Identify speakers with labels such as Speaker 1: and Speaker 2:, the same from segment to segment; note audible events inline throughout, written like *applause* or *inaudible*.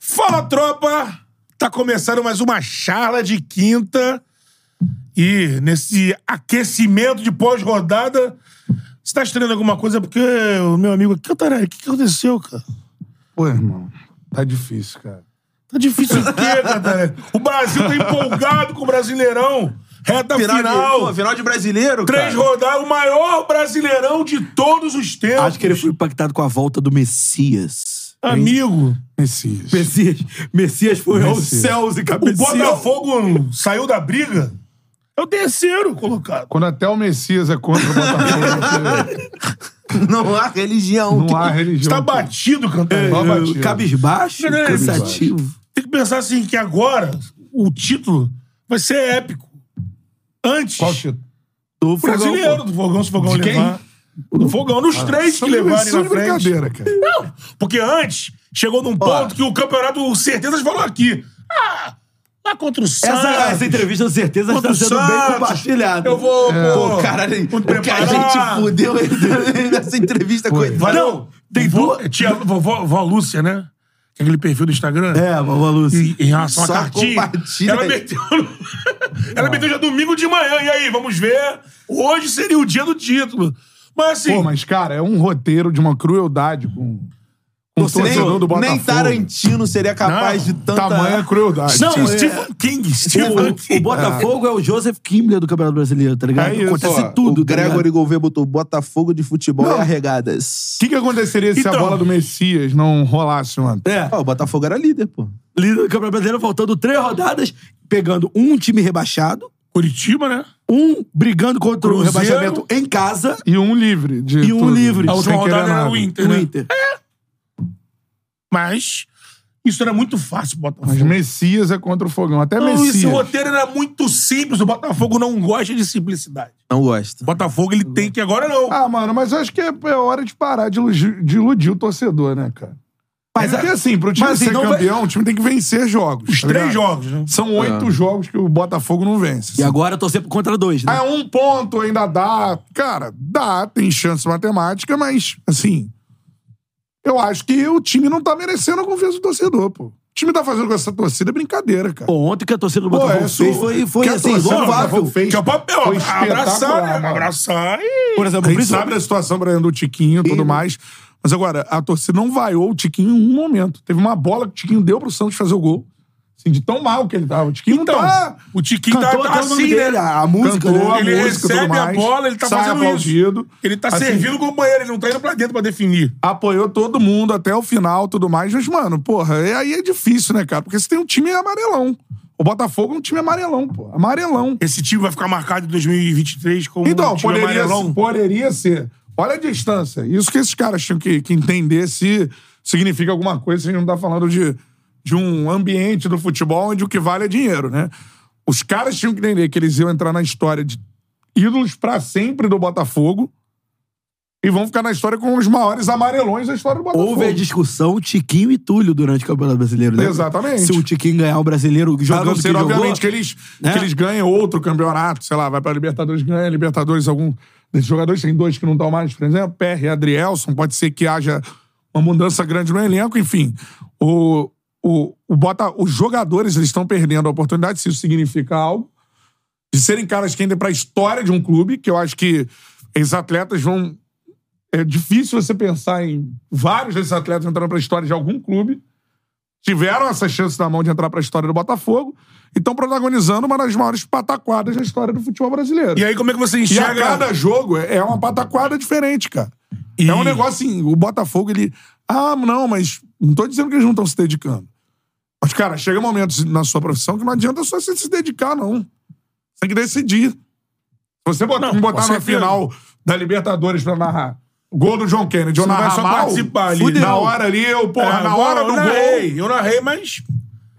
Speaker 1: Fala, tropa! Tá começando mais uma charla de quinta. E nesse aquecimento de pós-rodada, você tá estranhando alguma coisa? Porque o meu amigo aqui, Cantarelli, o que que aconteceu, cara?
Speaker 2: Pô, irmão, tá difícil, cara.
Speaker 1: Tá difícil o
Speaker 2: *laughs*
Speaker 1: quê, Cantarelli? O Brasil tá empolgado com o Brasileirão. Reta
Speaker 3: Final,
Speaker 1: final.
Speaker 3: de, pô, final de brasileiro,
Speaker 1: Três
Speaker 3: cara.
Speaker 1: rodadas, o maior brasileirão de todos os tempos.
Speaker 3: Acho que ele foi impactado com a volta do Messias.
Speaker 1: Amigo,
Speaker 2: Messias.
Speaker 3: Messias, Messias foi
Speaker 1: É
Speaker 3: aos
Speaker 2: Messias.
Speaker 3: céus e
Speaker 1: o
Speaker 3: cabeceou.
Speaker 1: Botafogo saiu da briga. É o terceiro colocado.
Speaker 2: Quando até o Messias é contra o
Speaker 3: *laughs*
Speaker 2: Botafogo,
Speaker 3: *laughs* Não há religião.
Speaker 2: não há religião.
Speaker 1: Você tá batido, Cantarelli.
Speaker 2: Só batido.
Speaker 3: é, Cabisbaixo,
Speaker 1: Não, não,
Speaker 3: cansativo.
Speaker 1: tem que pensar assim, que agora o título vai ser épico. Antes,
Speaker 2: Qual título?
Speaker 3: Do
Speaker 1: o brasileiro
Speaker 3: Fogão,
Speaker 1: do Fogão, se o Fogão
Speaker 2: De quem?
Speaker 1: levar. Do Fogão, nos três que
Speaker 2: Isso é
Speaker 1: levarem na frente.
Speaker 2: brincadeira, cara.
Speaker 1: Não, porque antes chegou num ponto que o campeonato, o Certezas falou aqui. Ah, lá contra o
Speaker 3: pô.
Speaker 1: Santos.
Speaker 3: Essa, essa entrevista, com certeza,
Speaker 1: contra
Speaker 3: está
Speaker 1: o
Speaker 3: sendo
Speaker 1: Santos,
Speaker 3: Tá bem compartilhada.
Speaker 1: Eu vou, pô,
Speaker 3: É.
Speaker 1: Um
Speaker 3: Pô, caralho,
Speaker 1: muito
Speaker 3: o que a
Speaker 1: preparado.
Speaker 3: gente fudeu *laughs* nessa entrevista, coitado.
Speaker 1: Não, tem
Speaker 3: Vó-
Speaker 1: duas. Tinha vovó, vó Lúcia, né? Que é Aquele perfil do Instagram.
Speaker 3: É, vovó
Speaker 1: Em,
Speaker 3: Lúcia.
Speaker 1: em relação à
Speaker 3: Só
Speaker 1: cartinha.
Speaker 3: compartilha
Speaker 1: Ela
Speaker 3: aí.
Speaker 1: meteu. *laughs* ela meteu já domingo de manhã. E aí, vamos ver. Hoje seria o dia do título. Mas assim.
Speaker 2: Pô, mas, cara, é um roteiro de uma crueldade com, com o torcedor
Speaker 3: Nem,
Speaker 2: do Botafogo.
Speaker 3: nem Tarantino seria
Speaker 1: Não,
Speaker 3: capaz de tanta...
Speaker 2: Tamanha crueldade.
Speaker 1: não,
Speaker 2: Sim.
Speaker 1: Stephen King.
Speaker 2: Tipo
Speaker 1: Stephen
Speaker 3: é. O,
Speaker 1: King.
Speaker 3: o Botafogo é. o Joseph Kimbler do Campeonato Brasileiro, tá ligado?
Speaker 2: É isso,
Speaker 3: Acontece
Speaker 2: ó.
Speaker 3: tudo.
Speaker 4: O
Speaker 3: tá ligado?
Speaker 4: Gregory Gouveia botou Botafogo de futebol
Speaker 2: Não.
Speaker 4: e arregadas.
Speaker 2: O que, que aconteceria se a
Speaker 1: Então.
Speaker 2: bola do Messias não rolasse ontem?
Speaker 3: É,
Speaker 4: Ó, o Botafogo era líder, pô.
Speaker 3: líder do Campeonato Brasileiro, faltando três rodadas, pegando um time rebaixado,
Speaker 1: Curitiba, né?
Speaker 3: um brigando contra o
Speaker 1: Cruzeiro.
Speaker 3: rebaixamento em casa
Speaker 2: E um livre de
Speaker 3: e um
Speaker 2: tudo.
Speaker 3: livre.
Speaker 1: A última
Speaker 2: Sem querer
Speaker 1: rodada era
Speaker 2: nada.
Speaker 1: o Inter,
Speaker 3: no
Speaker 1: né?
Speaker 3: Inter.
Speaker 4: É.
Speaker 1: Mas isso era muito fácil, Botafogo.
Speaker 2: Mas Messias é contra o Fogão. Até
Speaker 1: Não, esse
Speaker 3: é
Speaker 2: Messias.
Speaker 1: roteiro era muito simples. O Botafogo não gosta de simplicidade.
Speaker 4: Não
Speaker 1: O
Speaker 4: gosta.
Speaker 1: Botafogo, ele tem que agora não.
Speaker 2: Ah, mano, mas eu acho que é, é hora de parar de iludir, de iludir o torcedor, né, cara?
Speaker 3: Mas,
Speaker 2: Porque assim, pro time
Speaker 3: mas assim,
Speaker 2: ser
Speaker 3: não vai-
Speaker 2: campeão, o time tem que vencer jogos.
Speaker 1: Os
Speaker 2: tá
Speaker 1: três
Speaker 2: ligado?
Speaker 1: jogos, né?
Speaker 2: São oito jogos que o Botafogo não vence.
Speaker 3: Ah. E agora torcer pro contra dois, né?
Speaker 2: Ah, um ponto ainda dá. Cara, dá, tem chance matemática, mas, assim. Eu acho que o time não tá merecendo a confiança do torcedor, pô. O time tá fazendo com essa torcida é brincadeira, cara.
Speaker 3: Pô, ontem que a torcida do
Speaker 2: Pô,
Speaker 3: Botafogo
Speaker 2: é
Speaker 3: fez
Speaker 2: su-
Speaker 3: foi, foi
Speaker 2: que a
Speaker 3: assim,
Speaker 2: torcida do
Speaker 3: louvável.
Speaker 2: Botafogo fez.
Speaker 1: Que é o papel.
Speaker 2: Foi
Speaker 1: Abraçar,
Speaker 2: espetacular,
Speaker 1: né?
Speaker 2: mano.
Speaker 1: Abraçar e...
Speaker 3: Por
Speaker 2: A
Speaker 3: exemplo,
Speaker 2: gente
Speaker 3: principal-
Speaker 2: sabe da situação por exemplo, do Tiquinho e tudo mais. Mas agora, a torcida não vaiou o Tiquinho em um momento. Teve uma bola que o Tiquinho deu pro Santos fazer o gol. Assim, de tão mal que ele tava. O Tiquinho
Speaker 1: Então,
Speaker 2: não tá...
Speaker 1: o Tiquinho tá,
Speaker 3: Cantou
Speaker 1: tá
Speaker 3: até o nome
Speaker 1: assim,
Speaker 3: dele,
Speaker 1: né?
Speaker 3: a a música,
Speaker 2: Cantou
Speaker 3: né?
Speaker 2: a
Speaker 1: Ele
Speaker 2: música,
Speaker 1: recebe
Speaker 2: tudo
Speaker 1: a
Speaker 2: mais,
Speaker 1: bola, ele tá
Speaker 2: sai
Speaker 1: fazendo
Speaker 2: aplaudido.
Speaker 1: isso. Ele tá
Speaker 2: Assim,
Speaker 1: servindo o companheiro, ele não tá indo pra dentro pra definir.
Speaker 2: apoiou todo mundo até o final tudo mais. Mas, mano, porra, é- aí é difícil, né, cara? Porque você tem um time amarelão. O Botafogo é um time amarelão, pô. Amarelão.
Speaker 1: Esse time vai ficar marcado em 2023 como
Speaker 2: Então,
Speaker 1: um time
Speaker 2: poderia,
Speaker 1: amarelão.
Speaker 2: poderia ser. Olha a distância. Isso que esses caras tinham que, que entender se significa alguma coisa. A gente não tá falando de, de um ambiente do futebol onde o que vale é dinheiro, né? Os caras tinham que entender que eles iam entrar na história de ídolos pra sempre do Botafogo e vão ficar na história com os maiores amarelões da história do Botafogo.
Speaker 3: Houve a discussão Tiquinho e Túlio durante o Campeonato Brasileiro, né?
Speaker 2: Exatamente.
Speaker 3: Se o Tiquinho ganhar o Brasileiro
Speaker 2: A
Speaker 3: jogando
Speaker 2: não
Speaker 3: que
Speaker 2: ser,
Speaker 3: jogou...
Speaker 2: obviamente, que eles,
Speaker 3: né?
Speaker 2: que eles ganhem outro campeonato, sei lá, vai pra Libertadores, ganha Libertadores, algum desses jogadores, tem dois que não estão mais, por exemplo, PR e Adrielson, pode ser que haja uma mudança grande no elenco, enfim. O, o, o Bota, os jogadores eles estão perdendo a oportunidade, se isso significa algo, de serem caras que entrem pra história de um clube, que eu acho que esses atletas vão... É difícil você pensar em vários desses atletas entrando pra história de algum clube, tiveram essa chance na mão de entrar pra história do Botafogo e estão protagonizando uma das maiores pataquadas da história do futebol brasileiro.
Speaker 1: E aí, como é que você
Speaker 2: E a
Speaker 1: enxerga...
Speaker 2: cada jogo é é uma pataquada diferente, cara. É um negócio assim, o Botafogo, ele. Ah, não, mas não tô dizendo que eles não estão se dedicando. Mas, cara, chega momentos na sua profissão que não adianta só você se dedicar, não. Você tem que decidir. Se você botar,
Speaker 1: Não,
Speaker 2: me botar
Speaker 1: com
Speaker 2: na
Speaker 1: certeza.
Speaker 2: final da Libertadores pra narrar. Gol do John Kennedy. Eu
Speaker 1: Você não
Speaker 2: narrar
Speaker 1: vai só
Speaker 2: mal,
Speaker 1: participar ali.
Speaker 2: fudeu. Na
Speaker 1: Não.
Speaker 2: hora ali, eu, porra,
Speaker 1: É,
Speaker 2: na
Speaker 1: eu
Speaker 2: hora do
Speaker 1: narrei,
Speaker 2: gol.
Speaker 1: Eu narrei, mas...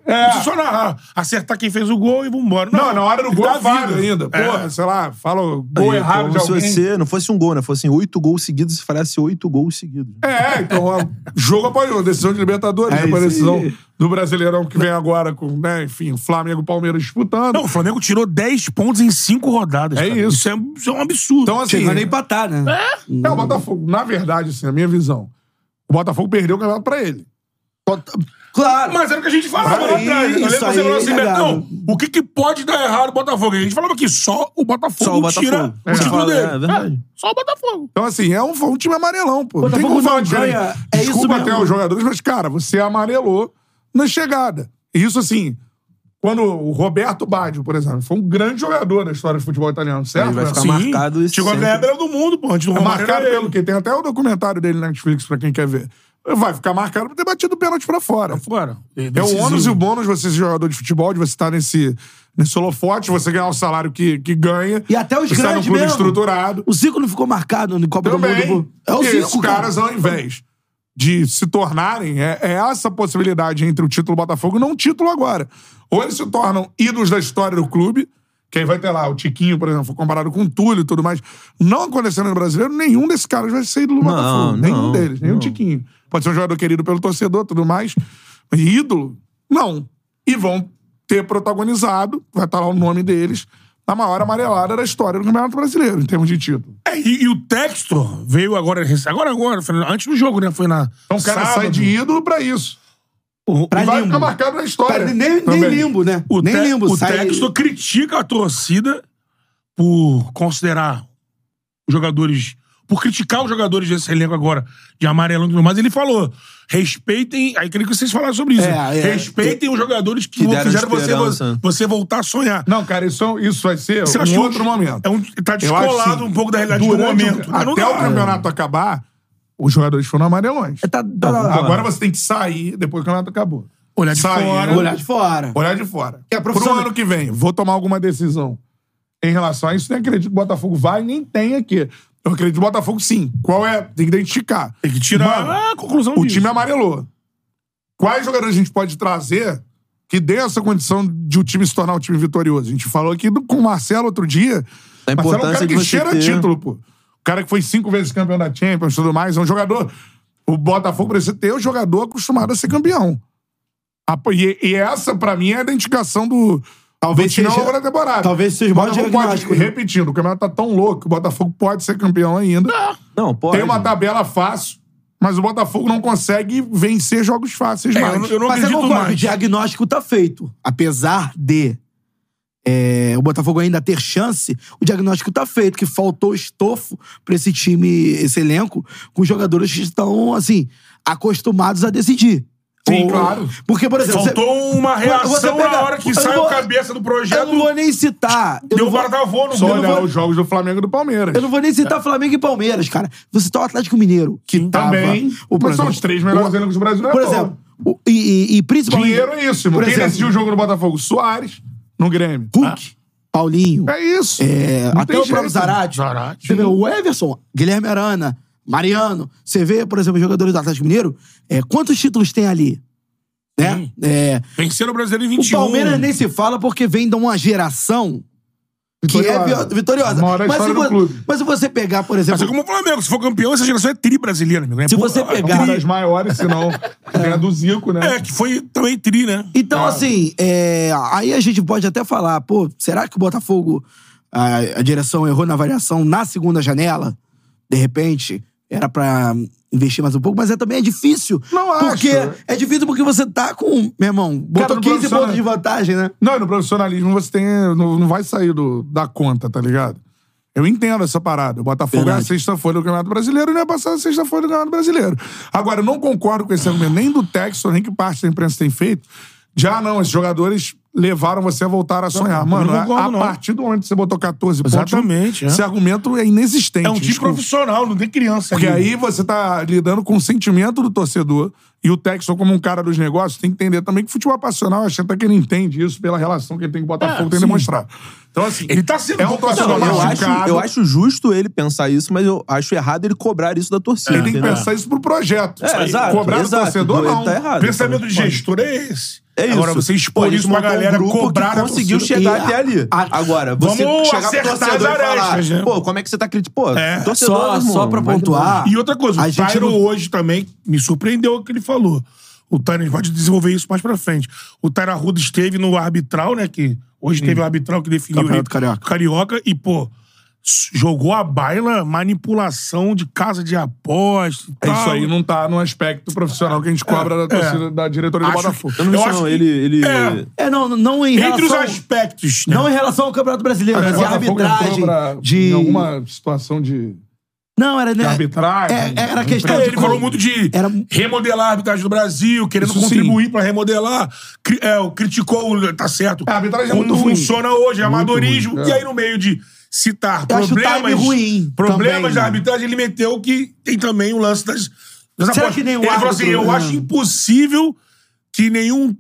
Speaker 2: É.
Speaker 1: Deixa eu só narrar. Acertar quem fez o gol e vambora.
Speaker 2: Não, na hora do gol
Speaker 1: dá
Speaker 2: é válido
Speaker 1: vida.
Speaker 2: ainda.
Speaker 1: É.
Speaker 2: Porra, sei lá, fala o
Speaker 4: Aí,
Speaker 2: gol errado de
Speaker 4: como se
Speaker 2: alguém.
Speaker 4: você não fosse um gol, né? Fossem oito gols seguidos se falhasse oito gols seguidos.
Speaker 2: É, então, ó, jogo após jogo. Decisão de Libertadores,
Speaker 4: É
Speaker 2: depois
Speaker 4: isso
Speaker 2: decisão
Speaker 4: aí.
Speaker 2: do Brasileirão que vem agora com, né, enfim, Flamengo e Palmeiras disputando.
Speaker 1: Não, o Flamengo tirou 10 pontos em 5 rodadas.
Speaker 2: É
Speaker 1: cara.
Speaker 2: isso.
Speaker 1: é, isso é um absurdo.
Speaker 2: então, assim,
Speaker 3: Chegando a empatar, né?
Speaker 2: é o Botafogo. Na verdade, assim, na minha visão, o Botafogo perdeu o campeonato pra ele.
Speaker 3: Claro.
Speaker 1: Mas era o que a gente falava
Speaker 3: Aí,
Speaker 1: lá atrás. Eu lembro
Speaker 3: isso
Speaker 1: que você
Speaker 3: aí
Speaker 1: falou
Speaker 3: é
Speaker 1: assim,
Speaker 3: negado.
Speaker 1: Betão, o que, que pode dar errado no Botafogo? A gente falava que só o Botafogo
Speaker 4: Só o
Speaker 1: tira
Speaker 4: Botafogo.
Speaker 1: o
Speaker 4: É.
Speaker 1: título
Speaker 4: Fala,
Speaker 1: dele.
Speaker 4: é verdade.
Speaker 1: É, só o Botafogo.
Speaker 2: Então, assim, é um, foi um time amarelão, pô. Não tem
Speaker 3: Botafogo
Speaker 2: como falar
Speaker 3: não
Speaker 2: de time.
Speaker 3: ganha. É isso
Speaker 2: Desculpa
Speaker 3: mesmo.
Speaker 2: até os jogadores, mas, cara, você amarelou na chegada. E isso, assim, quando o Roberto Baggio, por exemplo, foi um grande jogador da história do futebol italiano, certo?
Speaker 4: Ele vai
Speaker 2: né?
Speaker 4: ficar marcado isso
Speaker 1: Chegou a
Speaker 4: sempre.
Speaker 1: ganhar a beira do mundo, pô. Antes do
Speaker 2: É
Speaker 1: Romário
Speaker 2: marcado
Speaker 1: era ele.
Speaker 2: pelo quê? Tem até o documentário dele na Netflix, pra quem quer ver. Vai ficar marcado por ter batido o pênalti pra fora.
Speaker 1: Fora.
Speaker 2: É o ônus e o bônus de você ser jogador de futebol, de você estar nesse, nesse holofote, você ganhar o salário que, que ganha.
Speaker 3: E até os
Speaker 2: você tá num
Speaker 3: grandes
Speaker 2: clube
Speaker 3: mesmo.
Speaker 2: estruturado.
Speaker 3: O Zico não ficou marcado no Copa do
Speaker 2: Também.
Speaker 3: Mundo. É o
Speaker 2: E esses
Speaker 3: Zico, cara.
Speaker 2: caras, ao invés de se tornarem, é, é essa possibilidade entre o título Botafogo e não o título agora. Ou eles se tornam ídolos da história do clube, que aí vai ter lá o Tiquinho, por exemplo, comparado com o Túlio e tudo mais. Não acontecendo no brasileiro, nenhum desses caras vai ser ídolo do
Speaker 4: Não,
Speaker 2: Botafogo. Nenhum
Speaker 4: não,
Speaker 2: deles, nenhum
Speaker 4: não.
Speaker 2: Tiquinho. Pode ser um jogador querido pelo torcedor tudo mais. Mas ídolo? Não. E vão ter protagonizado, vai estar lá o nome deles, na maior amarelada da história do Campeonato Brasileiro, em termos de título.
Speaker 1: É, e, e o texto veio agora, rec- agora, agora, foi antes do jogo, né? Foi na.
Speaker 2: Então o cara
Speaker 1: sábado.
Speaker 2: sai de ídolo pra isso.
Speaker 1: O,
Speaker 2: E
Speaker 3: Pra
Speaker 2: vai
Speaker 3: limbo.
Speaker 2: ficar marcado na história.
Speaker 3: Pra- nem, nem
Speaker 2: também.
Speaker 3: limbo, né?
Speaker 1: o,
Speaker 3: nem
Speaker 1: te-
Speaker 3: limbo.
Speaker 1: o
Speaker 3: sai...
Speaker 1: texto critica a torcida por considerar os jogadores. Por criticar os jogadores desse elenco agora, de amarelão e tudo mais, ele falou: respeitem. Aí queria que vocês falassem sobre isso.
Speaker 3: É,
Speaker 1: né?
Speaker 3: é.
Speaker 1: respeitem os jogadores que,
Speaker 4: Que deram
Speaker 1: fizeram você, vo-
Speaker 4: esperança.
Speaker 1: você voltar a sonhar.
Speaker 2: Não, cara, isso, isso vai ser
Speaker 1: Você acha
Speaker 2: um
Speaker 1: que
Speaker 2: outro
Speaker 1: o-
Speaker 2: momento.
Speaker 1: É um, tá
Speaker 2: Eu acho,
Speaker 1: descolado
Speaker 2: assim,
Speaker 1: um pouco da realidade do
Speaker 2: durante
Speaker 1: momento.
Speaker 2: o-
Speaker 1: Ah, não
Speaker 2: até
Speaker 1: dá.
Speaker 2: o campeonato acabar, os jogadores foram amarelões.
Speaker 3: É, tá- tá- tá-
Speaker 2: Agora você tem que sair depois que o campeonato acabou.
Speaker 1: Olhar de
Speaker 2: Sair,
Speaker 1: fora.
Speaker 3: Olhar de fora.
Speaker 2: Olhar de fora.
Speaker 1: É,
Speaker 3: Que a
Speaker 2: Pro
Speaker 3: profissão-
Speaker 2: ano que vem, vou tomar alguma decisão em relação a isso. Nem acredito que o Botafogo vai, nem tem aqui. Eu acredito que o Botafogo, sim. Qual é? Tem que identificar.
Speaker 1: Tem que tirar
Speaker 2: Mano,
Speaker 1: a conclusão
Speaker 2: O
Speaker 1: disso.
Speaker 2: time amarelou. Quais jogadores a gente pode trazer que dê essa condição de o time se tornar um time vitorioso? A gente falou aqui do- com o Marcelo outro dia. Marcelo é um
Speaker 4: A
Speaker 2: cara
Speaker 4: importância
Speaker 2: que
Speaker 4: de você
Speaker 2: cheira
Speaker 4: ter-
Speaker 2: título, pô. O cara que foi cinco vezes campeão da Champions e tudo mais. É um jogador. O Botafogo precisa ter o jogador acostumado a ser campeão. Ah, pô, E, e essa, pra mim, é a identificação do.
Speaker 3: Talvez
Speaker 2: do time ao
Speaker 3: seja-
Speaker 2: longo da temporada.
Speaker 3: talvez seja o maior
Speaker 2: Botafogo pode,
Speaker 3: diagnóstico, né?
Speaker 2: Repetindo, o campeonato tá tão louco que o Botafogo pode ser campeão ainda.
Speaker 1: É.
Speaker 4: Não, pode.
Speaker 2: Tem uma tabela fácil, mas o Botafogo não consegue vencer jogos fáceis
Speaker 1: É,
Speaker 2: mais.
Speaker 1: eu, não- eu não
Speaker 3: Mas eu
Speaker 1: acredito
Speaker 3: concordo, que o
Speaker 1: mais.
Speaker 3: diagnóstico tá feito. Apesar de é, o Botafogo ainda ter chance, o diagnóstico tá feito, que faltou estofo pra esse time, esse elenco, com jogadores que estão, assim, acostumados a decidir.
Speaker 2: Sim, claro.
Speaker 3: Porque, por exemplo... você-
Speaker 1: Faltou uma
Speaker 3: você
Speaker 1: reação
Speaker 3: pega-
Speaker 1: na hora que
Speaker 3: eu
Speaker 1: sai
Speaker 3: não
Speaker 1: o
Speaker 3: vou-
Speaker 1: cabeça do
Speaker 3: Eu
Speaker 1: projeto.
Speaker 3: não vou nem citar...
Speaker 1: Deu
Speaker 3: eu não
Speaker 1: o
Speaker 3: vou-
Speaker 1: guardavô no né? É.
Speaker 2: Só
Speaker 1: gol.
Speaker 2: olhar os jogos do Flamengo e do Palmeiras.
Speaker 3: Eu não vou nem citar Flamengo e Palmeiras, cara. Vou citar o Atlético Mineiro, que tava...
Speaker 2: Também.
Speaker 3: O, tá por
Speaker 2: mas são
Speaker 3: exemplo,
Speaker 2: os três melhores
Speaker 3: o-
Speaker 2: elencos do Brasil. não é
Speaker 3: Por
Speaker 2: à toa.
Speaker 3: exemplo, o- e, e- e principalmente...
Speaker 2: Dinheiro é isso, irmão.
Speaker 3: Por
Speaker 2: Quem
Speaker 3: exemplo,
Speaker 2: decidiu o jogo do Botafogo? Soares, no Grêmio.
Speaker 3: Hulk, Paulinho...
Speaker 2: Ah. É isso.
Speaker 3: É,
Speaker 2: Não
Speaker 3: até
Speaker 2: tem
Speaker 3: o próprio
Speaker 2: jeito.
Speaker 3: Zarate.
Speaker 1: Zarate.
Speaker 3: Você vê o Everson, Guilherme Arana, Mariano. Você vê, por exemplo, os jogadores do Atlético Mineiro. é, quantos títulos tem ali? Né? É,
Speaker 1: Venceram o brasileiro em
Speaker 3: o
Speaker 1: 21.
Speaker 3: Palmeiras nem se fala porque vem de uma geração que é
Speaker 2: Vitoriosa.
Speaker 3: vi- vitoriosa.
Speaker 2: Maior da
Speaker 3: Mas se,
Speaker 2: história do
Speaker 3: vo-
Speaker 2: clube.
Speaker 3: mas se você pegar, por exemplo.
Speaker 1: Mas é como o Flamengo. Se for campeão, essa geração é tri brasileira, amigo. É
Speaker 3: Se
Speaker 1: pô-
Speaker 3: você
Speaker 1: é
Speaker 3: pegar-
Speaker 2: Uma
Speaker 3: Gari.
Speaker 2: das um maiores, se não. Tem a do Zico, né?
Speaker 1: É, que foi também tri, né?
Speaker 3: Então,
Speaker 2: Ah.
Speaker 3: assim, é, aí a gente pode até falar, pô, será que o Botafogo, a, a direção errou na variação na segunda janela? De repente, era pra investir mais um pouco, mas é, também é difícil.
Speaker 2: Não acho.
Speaker 3: porque É difícil porque você tá com, meu irmão, botou
Speaker 2: não
Speaker 3: 15
Speaker 2: funciona.
Speaker 3: pontos de vantagem, né?
Speaker 2: Não, e no profissionalismo você tem. Não, não vai sair do- da conta, tá ligado? Eu entendo essa parada. O Botafogo é a
Speaker 3: Verdade.
Speaker 2: sexta folha do Campeonato Brasileiro e não é passar a sexta folha do Campeonato Brasileiro. Agora, eu não concordo com esse argumento, nem do Texto, nem que parte da imprensa tem feito. Já não, esses jogadores levaram você a voltar a sonhar. Mano,
Speaker 1: não concordo,
Speaker 2: a, a
Speaker 1: não.
Speaker 2: partir do momento que você botou 14 pontos,
Speaker 1: Exatamente, é.
Speaker 2: esse argumento é inexistente.
Speaker 1: É um time
Speaker 2: desculpa.
Speaker 1: profissional, não tem criança
Speaker 2: Porque
Speaker 1: ali.
Speaker 2: aí você tá lidando com o sentimento do torcedor. E o Texton, como um cara dos negócios, tem que entender também que futebol é passional, acho até que ele entende isso pela relação que ele tem com o
Speaker 4: É,
Speaker 2: Botafogo, tem que
Speaker 1: sim.
Speaker 2: demonstrar. Então, assim,
Speaker 1: Ele tá sendo
Speaker 2: é um
Speaker 1: bom.
Speaker 2: torcedor
Speaker 1: Não,
Speaker 4: eu, acho,
Speaker 2: machucado.
Speaker 4: eu acho justo ele pensar isso, mas eu acho errado ele cobrar isso da torcida.
Speaker 2: Ele tem que
Speaker 4: entendeu?
Speaker 2: pensar isso pro projeto.
Speaker 4: É,
Speaker 2: Isso aí.
Speaker 4: exato,
Speaker 2: Cobrar do
Speaker 4: exato.
Speaker 2: torcedor,
Speaker 4: Ele
Speaker 2: não.
Speaker 4: tá errado.
Speaker 2: né?
Speaker 1: Pensamento de gestor é esse.
Speaker 4: É isso.
Speaker 1: Agora, você
Speaker 4: Pô,
Speaker 1: expor
Speaker 4: eles
Speaker 1: isso pra
Speaker 4: montaram um
Speaker 1: galera,
Speaker 4: grupo que
Speaker 1: cobrar... a
Speaker 4: conseguiu
Speaker 1: torcida.
Speaker 4: chegar
Speaker 3: E
Speaker 4: até
Speaker 3: a-
Speaker 4: ali.
Speaker 3: a-
Speaker 4: Agora, você
Speaker 1: Vamos
Speaker 4: chegar pro
Speaker 1: acertar
Speaker 4: torcedor
Speaker 1: as
Speaker 4: e falar,
Speaker 1: arestas, né?
Speaker 4: pô, como é que você tá criticando? Pô,
Speaker 1: É.
Speaker 4: torcedor,
Speaker 3: Só,
Speaker 4: irmão,
Speaker 3: só pra
Speaker 4: vai
Speaker 3: pontuar.
Speaker 1: E outra coisa,
Speaker 3: a
Speaker 1: o
Speaker 3: gente
Speaker 1: Tyro
Speaker 3: não-
Speaker 1: hoje também me surpreendeu o que ele falou. O Tyro a gente pode desenvolver isso mais pra frente. O Tyro Arruda esteve no arbitral, né? Que hoje teve o arbitral que definiu
Speaker 3: Campeonato Carioca.
Speaker 1: Carioca e, pô, s- jogou a baila manipulação de casa de aposta e
Speaker 2: É
Speaker 1: tal.
Speaker 2: Isso aí não tá no aspecto profissional que a gente cobra da, torcida, da diretoria
Speaker 3: Acho-
Speaker 2: é do Botafogo.
Speaker 4: Eu não vi isso,
Speaker 1: acho
Speaker 4: não.
Speaker 1: que-
Speaker 4: Ele. ele...
Speaker 1: É.
Speaker 3: É, não, não em
Speaker 1: Entre os
Speaker 3: relação... É.
Speaker 1: aspectos, né?
Speaker 3: Não em relação ao Campeonato Brasileiro, mas em
Speaker 2: O Botafogo
Speaker 3: arbitragem,
Speaker 2: entrou pra-
Speaker 3: de...
Speaker 2: Em alguma situação de,
Speaker 3: Não, era...
Speaker 2: de
Speaker 3: Né,
Speaker 2: arbitragem.
Speaker 3: é, era a questão
Speaker 1: É,
Speaker 3: de...
Speaker 1: ele falou muito de
Speaker 3: Era- um
Speaker 1: remodelar a arbitragem do Brasil, querendo
Speaker 2: Isso sim.
Speaker 1: contribuir pra remodelar. Cri- é, o criticou, o- tá certo.
Speaker 2: A arbitragem é
Speaker 1: como
Speaker 2: muito ruim.
Speaker 1: funciona hoje, é amadorismo.
Speaker 2: ruim, é.
Speaker 1: E aí, no meio de citar
Speaker 3: Eu acho o
Speaker 1: problemas,
Speaker 3: time ruim
Speaker 1: problemas
Speaker 3: também,
Speaker 1: da
Speaker 3: né?
Speaker 1: arbitragem, ele meteu que tem também o lance das. das
Speaker 3: Será que nem o
Speaker 1: ele falou assim:
Speaker 3: árbitro,
Speaker 1: eu
Speaker 3: né?
Speaker 1: acho impossível que nenhum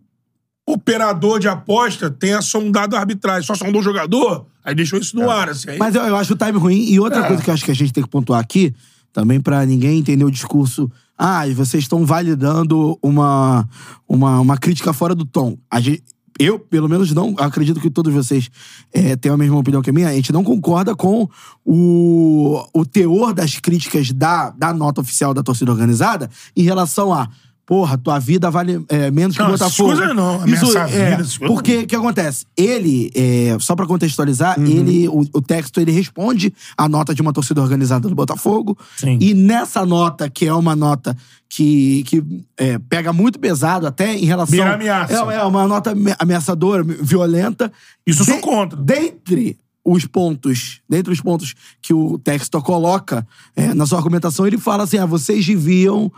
Speaker 1: operador de aposta tenha sondado a arbitragem. Só sondou o jogador, aí deixou isso no ar. Assim, aí-
Speaker 3: É. Mas eu, eu acho o time ruim. E
Speaker 1: É.
Speaker 3: outra coisa que eu acho que a gente tem que pontuar aqui, também pra ninguém entender o discurso. Ah, e vocês estão validando uma, uma, uma crítica fora do tom. A gente, eu, pelo menos, não acredito que todos vocês eh, tenham a mesma opinião que a minha. A gente não concorda com o, o teor das críticas da, da nota oficial da torcida organizada em relação a. Porra, tua vida vale eh, menos que
Speaker 1: Não,
Speaker 3: o
Speaker 1: essas
Speaker 3: Botafogo.
Speaker 1: coisas não,
Speaker 3: Isso,
Speaker 1: ameaçar a
Speaker 3: é,
Speaker 1: vida, essas coisas
Speaker 3: porque o que acontece? Ele, é, só pra contextualizar, ele, o, o texto ele responde à nota de uma torcida organizada do Botafogo. E nessa nota, que é uma nota que, que é, pega muito pesado até em relação.
Speaker 1: Beira ameaça.
Speaker 3: É, é uma nota ame- ameaçadora, violenta.
Speaker 1: Isso eu
Speaker 3: De-
Speaker 1: sou contra.
Speaker 3: Dentre os pontos, dentre os pontos que o texto coloca é, na sua argumentação, ele fala assim: ah, vocês deviam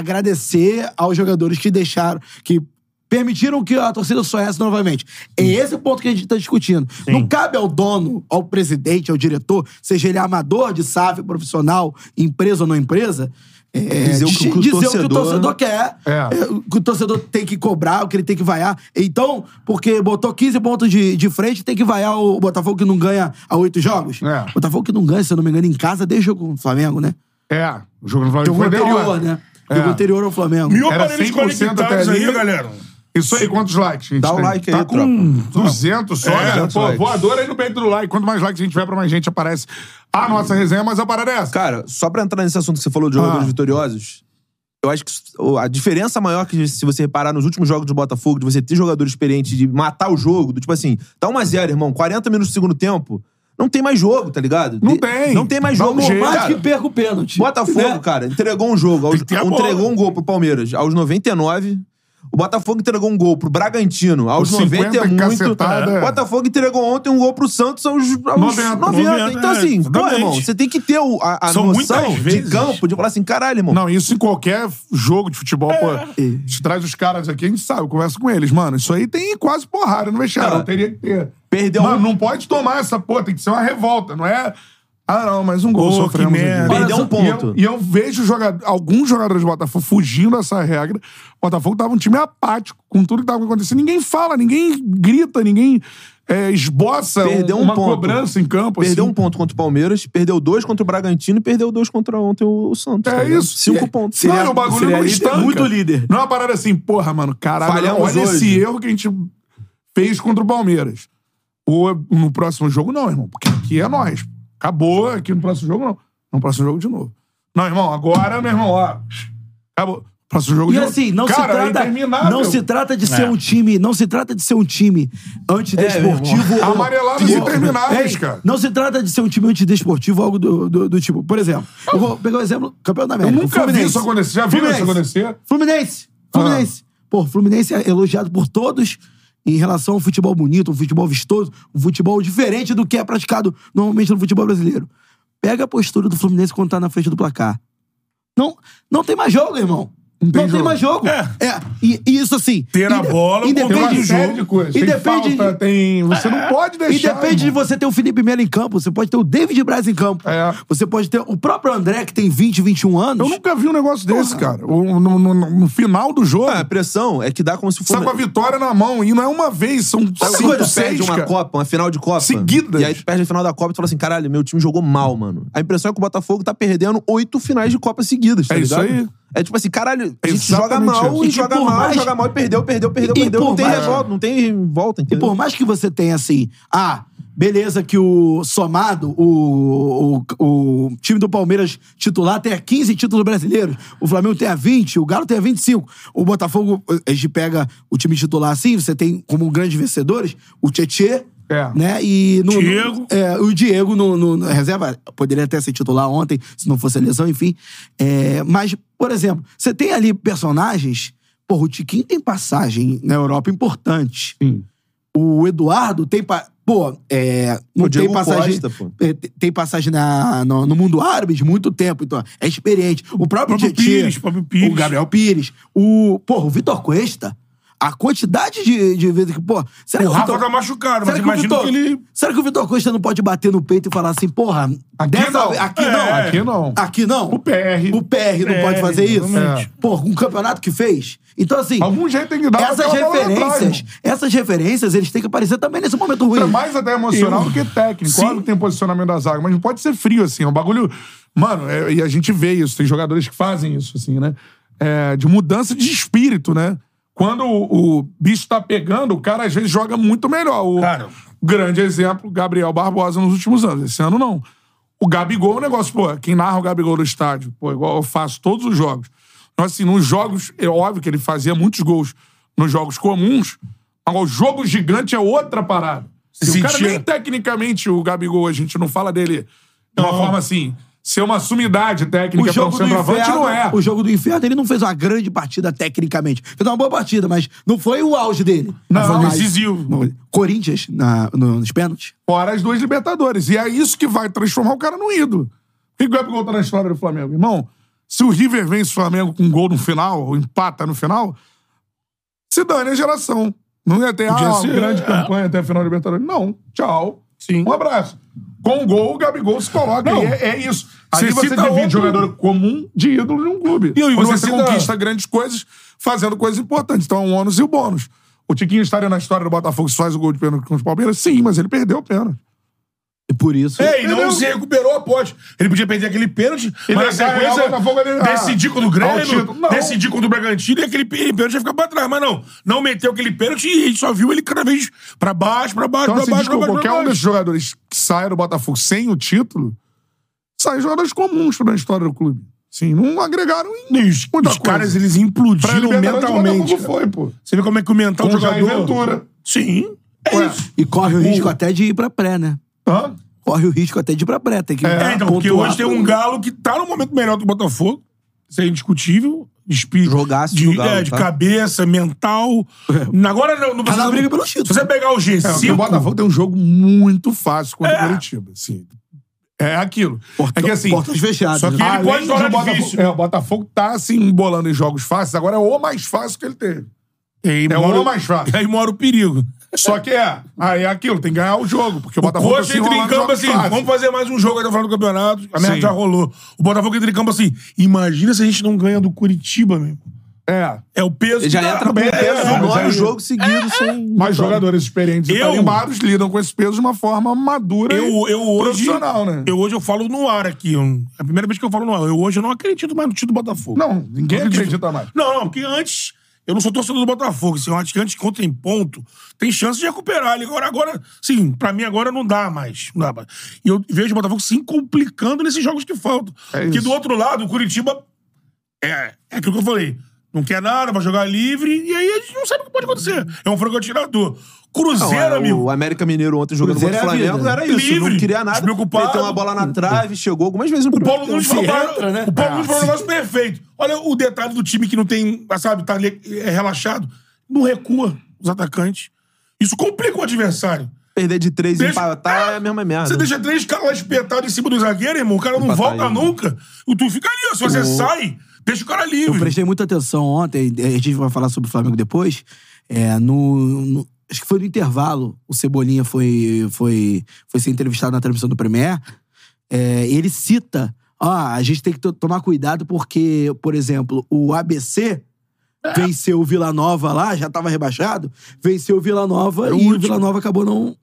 Speaker 3: agradecer aos jogadores que deixaram, que permitiram que a torcida sonhasse novamente. É esse o ponto que a gente está discutindo. Não cabe ao dono, ao presidente, ao diretor, seja ele amador de SAF, profissional, empresa ou não empresa, é,
Speaker 4: Dizer o que-
Speaker 3: dizer
Speaker 4: o que o
Speaker 3: o
Speaker 4: torcedor-
Speaker 3: torcedor quer,
Speaker 2: É.
Speaker 3: é, o que o torcedor tem que cobrar, o que ele tem que vaiar. Então, porque botou 15 pontos de, de frente, tem que vaiar o Botafogo que não ganha há oito jogos.
Speaker 2: É.
Speaker 3: Botafogo que não ganha, se eu não me engano, em casa desde o jogo com o Flamengo, né?
Speaker 2: É, o jogo no Flamengo
Speaker 3: Jogo
Speaker 2: foi
Speaker 3: anterior,
Speaker 2: derrota.
Speaker 3: né?
Speaker 2: É.
Speaker 3: Jogo anterior ao Flamengo.
Speaker 1: Mil
Speaker 2: Era
Speaker 1: aparelhos
Speaker 2: 100% até
Speaker 1: conectados aí,
Speaker 2: ali.
Speaker 1: galera.
Speaker 2: Isso aí, quantos likes? a gente
Speaker 4: Dá o
Speaker 2: tem?
Speaker 4: like
Speaker 2: tá
Speaker 4: aí,
Speaker 2: com 200 só,
Speaker 4: É,
Speaker 2: né?
Speaker 4: 200
Speaker 2: Pô,
Speaker 4: likes.
Speaker 2: voador aí no peito do like. Quanto mais likes a gente tiver, pra mais gente aparece a nossa resenha, mas a parada é essa.
Speaker 4: Cara, só pra entrar nesse assunto que você falou de jogadores
Speaker 2: Ah.
Speaker 4: vitoriosos, eu acho que isso- a diferença maior que se você reparar nos últimos jogos do Botafogo, de você ter jogador experiente, de matar o jogo, do tipo assim, tá 1x0, irmão, 40 minutos do segundo tempo, não tem mais jogo, tá ligado?
Speaker 2: Não
Speaker 4: De-
Speaker 2: tem.
Speaker 4: Não tem mais
Speaker 2: Dá
Speaker 4: jogo.
Speaker 2: um jeito.
Speaker 3: Por mais
Speaker 4: cara.
Speaker 3: que perca o pênalti.
Speaker 4: Botafogo,
Speaker 3: né?
Speaker 4: cara, entregou um jogo, aos,
Speaker 1: que ter a bola.
Speaker 4: entregou um gol pro Palmeiras aos 99. O Botafogo entregou um gol pro Bragantino aos
Speaker 2: Os
Speaker 4: 90 é
Speaker 2: 50
Speaker 4: muito.
Speaker 2: cacetada.
Speaker 4: O Botafogo entregou ontem um gol pro Santos aos, aos
Speaker 2: 90.
Speaker 4: 90. Então,
Speaker 1: É,
Speaker 4: assim, pô,
Speaker 1: exatamente.
Speaker 4: irmão, você tem que ter o- a, a
Speaker 1: São
Speaker 4: noção
Speaker 1: muitas
Speaker 4: de
Speaker 1: vezes.
Speaker 4: campo, de falar assim, caralho, irmão.
Speaker 2: Não, isso em qualquer jogo de futebol, pô.
Speaker 4: É.
Speaker 2: A gente traz os caras aqui, a gente sabe, conversa com eles. Mano, isso aí tem quase porrada no vestiário.
Speaker 4: Cara,
Speaker 2: Não teria que ter.
Speaker 4: perdeu
Speaker 2: Mano,
Speaker 4: um-
Speaker 2: não pode tomar essa porra, tem que ser uma revolta, não é... Ah, não, mas um gol
Speaker 1: Pô, que
Speaker 2: sofremos aqui.
Speaker 1: merda.
Speaker 2: Olha
Speaker 4: Perdeu
Speaker 2: só,
Speaker 4: um ponto.
Speaker 2: E eu, e eu vejo joga- alguns jogadores do Botafogo fugindo dessa regra. O Botafogo tava um time apático com tudo que tava acontecendo. Ninguém fala, ninguém grita, ninguém é, esboça
Speaker 4: Perdeu um
Speaker 2: uma
Speaker 4: ponto.
Speaker 2: cobrança em campo.
Speaker 4: Perdeu
Speaker 2: assim.
Speaker 4: um ponto contra o Palmeiras, perdeu dois contra o Bragantino e perdeu dois contra ontem o o Santos. tá
Speaker 2: É
Speaker 4: ligado?
Speaker 2: isso.
Speaker 4: Cinco
Speaker 2: É.
Speaker 4: pontos. é
Speaker 2: não, e o bagulho
Speaker 3: seria
Speaker 2: não
Speaker 3: líder,
Speaker 2: estanca.
Speaker 3: muito líder.
Speaker 2: Não é uma parada assim, porra, mano, caralho,
Speaker 4: Falhamos
Speaker 2: olha
Speaker 4: hoje.
Speaker 2: esse erro que a gente fez contra o Palmeiras. Ou no próximo jogo não, irmão, porque aqui é nós. Acabou, aqui no próximo jogo não. No próximo jogo de novo. Não, irmão, agora, meu irmão, ó. Acabou. Próximo jogo
Speaker 3: E
Speaker 2: de
Speaker 3: assim, não
Speaker 2: novo. Cara, é
Speaker 3: se trata.
Speaker 2: interminável.
Speaker 3: não se trata de ser um time. Não se trata de ser um time antidesportivo. ou-
Speaker 2: Amareladas
Speaker 3: ou-
Speaker 2: É, intermináveis,
Speaker 3: Ei,
Speaker 2: cara.
Speaker 3: Não se trata de ser um time antidesportivo ou algo do, do, do tipo. Por exemplo, eu vou pegar o exemplo campeão da
Speaker 2: Eu
Speaker 3: América. o
Speaker 2: nunca vi
Speaker 3: Fluminense.
Speaker 2: isso acontecer. Já viram isso
Speaker 3: Fluminense.
Speaker 2: acontecer? Ah.
Speaker 3: Fluminense! Fluminense! Pô, Fluminense é elogiado por todos. em relação ao futebol bonito, ao futebol vistoso, um futebol diferente do que é praticado normalmente no futebol brasileiro. Pega a postura do Fluminense quando tá na frente do placar. Não, não tem mais jogo, irmão. Não tem,
Speaker 2: jogo.
Speaker 3: mais jogo.
Speaker 1: É.
Speaker 3: e, e isso assim.
Speaker 1: Ter a
Speaker 3: inde-
Speaker 1: bola,
Speaker 2: Tem uma
Speaker 1: Depende-
Speaker 2: série um de coisas.
Speaker 3: E
Speaker 2: Tem
Speaker 3: depende,
Speaker 2: falta, tem... Você não pode
Speaker 3: e
Speaker 2: deixar.
Speaker 3: depende de
Speaker 2: irmão.
Speaker 3: você ter o Felipe Melo em campo, você pode ter o David Braz em campo.
Speaker 2: É.
Speaker 3: Você pode ter o próprio André, que tem 20, 21 anos.
Speaker 2: Eu nunca vi um negócio desse, cara. O- No, no- no- no final do jogo,
Speaker 4: Ah, a pressão é que dá como se fosse.
Speaker 2: sai com a vitória na mão. E não é uma vez, são
Speaker 4: Sabe
Speaker 2: cinco,
Speaker 4: quando tu perde
Speaker 2: seis,
Speaker 4: uma
Speaker 2: cara.
Speaker 4: Copa, uma final de Copa?
Speaker 2: Seguidas.
Speaker 4: E aí tu perde a final da Copa e tu fala assim, caralho, meu time jogou mal, mano. A impressão é que o Botafogo tá perdendo oito finais de Copa seguidas, tá
Speaker 2: É isso
Speaker 4: ligado?
Speaker 2: aí.
Speaker 4: É tipo assim, caralho, a gente
Speaker 2: Exatamente
Speaker 4: joga mal
Speaker 2: isso.
Speaker 4: e
Speaker 2: E
Speaker 3: que
Speaker 4: joga
Speaker 3: por
Speaker 4: mal,
Speaker 3: mais-
Speaker 4: joga mal e perdeu, perdeu, perdeu,
Speaker 3: E
Speaker 4: perdeu.
Speaker 3: por
Speaker 4: Não tem
Speaker 3: mais-
Speaker 4: revolta, não tem volta,
Speaker 3: E
Speaker 4: entendeu?
Speaker 3: por mais que você tenha assim, ah, beleza que o somado, o, o, o time do Palmeiras titular tenha 15 títulos brasileiros, o Flamengo tenha 20, o Galo tenha 25, o Botafogo, eh, a gente pega o time titular assim, você tem como grandes vencedores o Tietê,
Speaker 2: É.
Speaker 3: né, e no,
Speaker 1: Diego.
Speaker 3: é, o Diego no, no- na reserva poderia até ser titular ontem, se não fosse a lesão, enfim. É, mas, por exemplo, você tem ali personagens. Porra, o Tiquinho tem passagem na Europa importante. O Eduardo tem. pa- Pô, é, não
Speaker 4: O Diego
Speaker 3: tem passagem.
Speaker 4: Costa, pô.
Speaker 3: é, te- tem passagem na, no, no mundo árabe de muito tempo, então é experiente. O próprio
Speaker 1: Próprio
Speaker 3: Tietchan.
Speaker 1: Pires, próprio Pires.
Speaker 3: O Gabriel Pires. O. Porra, o Vitor Cuesta. A quantidade de, de vezes que. Pô, será
Speaker 1: O
Speaker 3: que
Speaker 1: Rafa
Speaker 3: Vitor-
Speaker 1: tá machucado, mas
Speaker 3: Será que, o
Speaker 1: imagino
Speaker 3: Vitor,
Speaker 1: que ele.
Speaker 3: será que o Vitor Costa não pode bater no peito e falar assim, porra, dessa
Speaker 2: não.
Speaker 3: vez- aqui
Speaker 2: É,
Speaker 3: não,
Speaker 2: aqui não.
Speaker 3: Aqui não.
Speaker 2: O PR.
Speaker 3: O PR não
Speaker 1: É,
Speaker 3: pode fazer isso.
Speaker 1: exatamente.
Speaker 3: Porra, com o campeonato que fez. Então, assim,
Speaker 2: Algum jeito tem que dar pra
Speaker 3: essas
Speaker 2: aquela bola lá atrás,
Speaker 3: referências,
Speaker 2: irmão.
Speaker 3: essas referências, eles têm que aparecer também nesse momento ruim.
Speaker 2: É mais até emocional
Speaker 1: Eu-
Speaker 2: do que técnico.
Speaker 1: Sim.
Speaker 2: Claro que tem posicionamento da zaga, mas não pode ser frio, assim. É um bagulho. Mano, é- e a gente vê isso, tem jogadores que fazem isso, assim, né? É, de mudança de espírito, né? Quando o, o bicho tá pegando, o cara às vezes joga muito melhor. O
Speaker 1: Cara.
Speaker 2: grande exemplo, Gabriel Barbosa nos últimos anos. Esse ano não. O Gabigol é um negócio, pô, quem narra o Gabigol no estádio, pô, igual eu faço todos os jogos. Então, assim, nos jogos, é óbvio que ele fazia mutos gols nos jogos comuns, mas o jogo gigante é outra parada. E o cara
Speaker 1: sentia.
Speaker 2: nem tecnicamente, o Gabigol, a gente não fala dele de uma forma assim, ser uma sumidade técnica para um centroavante, não é.
Speaker 3: o jogo do inferno, ele não fez uma grande partida tecnicamente. Fez uma boa partida, mas não foi o auge dele.
Speaker 2: Não,
Speaker 3: Foi mais-
Speaker 1: decisivo.
Speaker 3: no- Corinthians, na, no- nos pênaltis.
Speaker 2: Fora as duas Libertadores. E é isso que vai transformar o cara no ídolo. Por que que o Gabigol tá na história do Flamengo? Irmão, se o River vence o Flamengo com um gol no final, ou empata no final, se dane a geração. Não ia ter
Speaker 1: Podia
Speaker 2: ah,
Speaker 1: ser,
Speaker 2: grande
Speaker 1: é.
Speaker 2: campanha até a final da Libertadores. Não, tchau.
Speaker 1: Sim.
Speaker 2: Um abraço. Com o gol, o Gabigol se coloca.
Speaker 1: Não.
Speaker 2: E é, é isso. Aí
Speaker 1: Você
Speaker 2: você
Speaker 1: cita
Speaker 2: divide
Speaker 1: outro-
Speaker 2: jogador comum de ídolo de um clube.
Speaker 1: E o Igor, é.
Speaker 2: você
Speaker 1: você cita-
Speaker 2: conquista grandes coisas fazendo coisas importantes. Então é um ônus e o bônus. O Tiquinho estaria na história do Botafogo se faz o gol de pênalti contra o Palmeiras? Sim, mas ele perdeu o pênalti.
Speaker 3: E por isso.
Speaker 1: É, e não
Speaker 2: Entendeu?
Speaker 1: se recuperou após. Ele podia perder aquele pênalti,
Speaker 2: Ele
Speaker 1: mas
Speaker 2: ia
Speaker 1: a
Speaker 2: ganhar, o
Speaker 1: sequência
Speaker 2: Botafogo ia ganhar. Ah,
Speaker 1: decidir contra o
Speaker 2: Ao título,
Speaker 1: Grêmio,
Speaker 2: não.
Speaker 1: decidir contra o Bragantino e aquele pe- pênalti ia ficar pra trás. Mas não, não meteu aquele pênalti e a gente só viu ele cada vez pra baixo, pra baixo,
Speaker 2: Então,
Speaker 1: pra
Speaker 2: assim,
Speaker 1: baixo,
Speaker 2: desculpa,
Speaker 1: pra baixo. pra
Speaker 2: qualquer um
Speaker 1: baixo.
Speaker 2: desses jogadores que saia do Botafogo sem o título, saem jogadores comuns na história do clube. Sim, não agregaram em
Speaker 1: Os,
Speaker 2: muita
Speaker 1: os
Speaker 2: coisa.
Speaker 1: caras, eles
Speaker 2: Pra
Speaker 1: implodiram
Speaker 2: Libertadores, o
Speaker 1: mentalmente.
Speaker 2: Botafogo
Speaker 1: cara.
Speaker 2: foi, pô.
Speaker 1: Você vê como é que o mental
Speaker 2: Com
Speaker 1: do
Speaker 2: o Jair
Speaker 1: jogador...
Speaker 2: Ventura.
Speaker 1: Sim, é
Speaker 2: Ué.
Speaker 1: isso.
Speaker 3: E corre o risco
Speaker 1: O-
Speaker 3: até de ir pra pré, né?
Speaker 2: Hã?
Speaker 3: Corre o risco até de ir pra pré. Tem que
Speaker 1: É, então, porque
Speaker 3: pontuar
Speaker 1: hoje tem um
Speaker 3: pra-
Speaker 1: Galo que tá num momento melhor do que o Botafogo. Isso é indiscutível. De espírito.
Speaker 4: Jogaço
Speaker 1: de,
Speaker 4: do Galo,
Speaker 1: é, de
Speaker 4: tá?
Speaker 1: cabeça, mental. Agora não, não
Speaker 3: Tá na
Speaker 1: precisa-
Speaker 3: briga pelo título.
Speaker 1: Se você pegar o
Speaker 2: É, porque
Speaker 1: G5.
Speaker 2: o Botafogo tem um jogo muito fácil contra
Speaker 1: É.
Speaker 2: o Curitiba. Assim. É aquilo.
Speaker 3: Portão-
Speaker 2: é que assim.
Speaker 3: portas fechadas.
Speaker 2: Só que
Speaker 3: né?
Speaker 2: ele
Speaker 1: Além
Speaker 2: pode
Speaker 1: de
Speaker 2: jogar
Speaker 1: o Botafogo-
Speaker 2: difícil. É, o Botafogo tá assim, embolando em jogos fáceis. Agora é o mais fácil que ele teve.
Speaker 1: e aí
Speaker 2: É o
Speaker 1: mora
Speaker 2: mais fácil.
Speaker 1: Aí mora o perigo.
Speaker 2: Só que é. Aí é aquilo, tem que ganhar o jogo. Porque o,
Speaker 1: O
Speaker 2: Botafogo tá
Speaker 1: Coxa
Speaker 2: se
Speaker 1: entra
Speaker 2: enrola
Speaker 1: em
Speaker 2: nos
Speaker 1: campo
Speaker 2: jogos
Speaker 1: assim,
Speaker 2: fáceis.
Speaker 1: vamos fazer mais um jogo até o final do campeonato. A merda
Speaker 2: Sim.
Speaker 1: já rolou. O Botafogo entra em campo assim, imagina se a gente não ganha do Curitiba, meu irmão.
Speaker 2: É.
Speaker 1: É o peso
Speaker 4: Ele já
Speaker 1: que dá.
Speaker 4: entra com
Speaker 1: É,
Speaker 4: o peso
Speaker 1: é,
Speaker 4: do
Speaker 2: mas
Speaker 4: nove
Speaker 2: aí-
Speaker 4: jogo
Speaker 3: É,
Speaker 4: seguido sem.
Speaker 2: Mas jogadores experientes e
Speaker 1: um
Speaker 2: tá
Speaker 1: Eu-
Speaker 2: tarimbados lidam com esse peso de uma forma madura
Speaker 1: Eu,
Speaker 2: e
Speaker 1: eu hoje.
Speaker 2: profissional, né?
Speaker 1: Eu hoje eu falo no ar aqui. eu- é a primeira vez que eu falo no ar. Eu hoje eu não acredito mais no título do Botafogo.
Speaker 2: Não, ninguém acredita mais.
Speaker 1: Não, não, porque antes. Eu não sou torcedor do Botafogo. Assim, eu acho que antes contra em ponto, tem chance de recuperar. Ele agora, agora, sim, pra mim agora não dá mais. Não dá mais. E eu vejo o Botafogo se complicando nesses jogos que faltam.
Speaker 2: É
Speaker 1: porque
Speaker 2: isso.
Speaker 1: do outro lado, o Curitiba é, é aquilo que eu falei. Não quer nada, vai jogar livre, e aí a gente não sabe o que pode acontecer. É um franco atirador.
Speaker 4: Não,
Speaker 1: Cruzeiro,
Speaker 2: é,
Speaker 4: era
Speaker 1: amigo.
Speaker 4: O América Mineiro ontem jogando
Speaker 3: Cruzeiro
Speaker 4: contra
Speaker 3: é
Speaker 4: o
Speaker 3: a
Speaker 4: Flamengo
Speaker 3: vida.
Speaker 4: era isso.
Speaker 1: Livre,
Speaker 4: não queria nada.
Speaker 1: despreocupado.
Speaker 4: Meteu uma bola na trave, chegou algumas vezes no
Speaker 1: O Paulo Nunes falou, pra-
Speaker 3: entra, né?
Speaker 1: o Paulo
Speaker 3: Ah,
Speaker 1: Nunes falou um
Speaker 3: sim.
Speaker 1: negócio perfeito. Olha o detalhe do time que não tem, sabe, tá ali, é, relaxado. Não recua os atacantes. Isso complica o adversário.
Speaker 4: Perder de três e
Speaker 1: Deixa-
Speaker 3: tá,
Speaker 1: Ah,
Speaker 4: empatar é a mesma merda.
Speaker 1: Você deixa três caras lá espetados em cima do zagueiro, irmão. O cara
Speaker 3: tá
Speaker 1: não
Speaker 4: Empatar
Speaker 1: volta
Speaker 4: aí.
Speaker 1: nunca. E tu fica ali, ó. Se você sai, deixa o cara
Speaker 3: Eu
Speaker 1: livre.
Speaker 3: prestei muita atenção ontem, a gente vai falar sobre o Flamengo depois. É, no, no- acho que foi no intervalo, o Cebolinha foi, foi, foi ser entrevistado na transmissão do Premier. É, e ele cita: ah, a gente tem que to- tomar cuidado porque, por exemplo, o ABC. Venceu o Vila Nova lá, já tava rebaixado. Venceu o Vila Nova e o Vila Nova acabou não,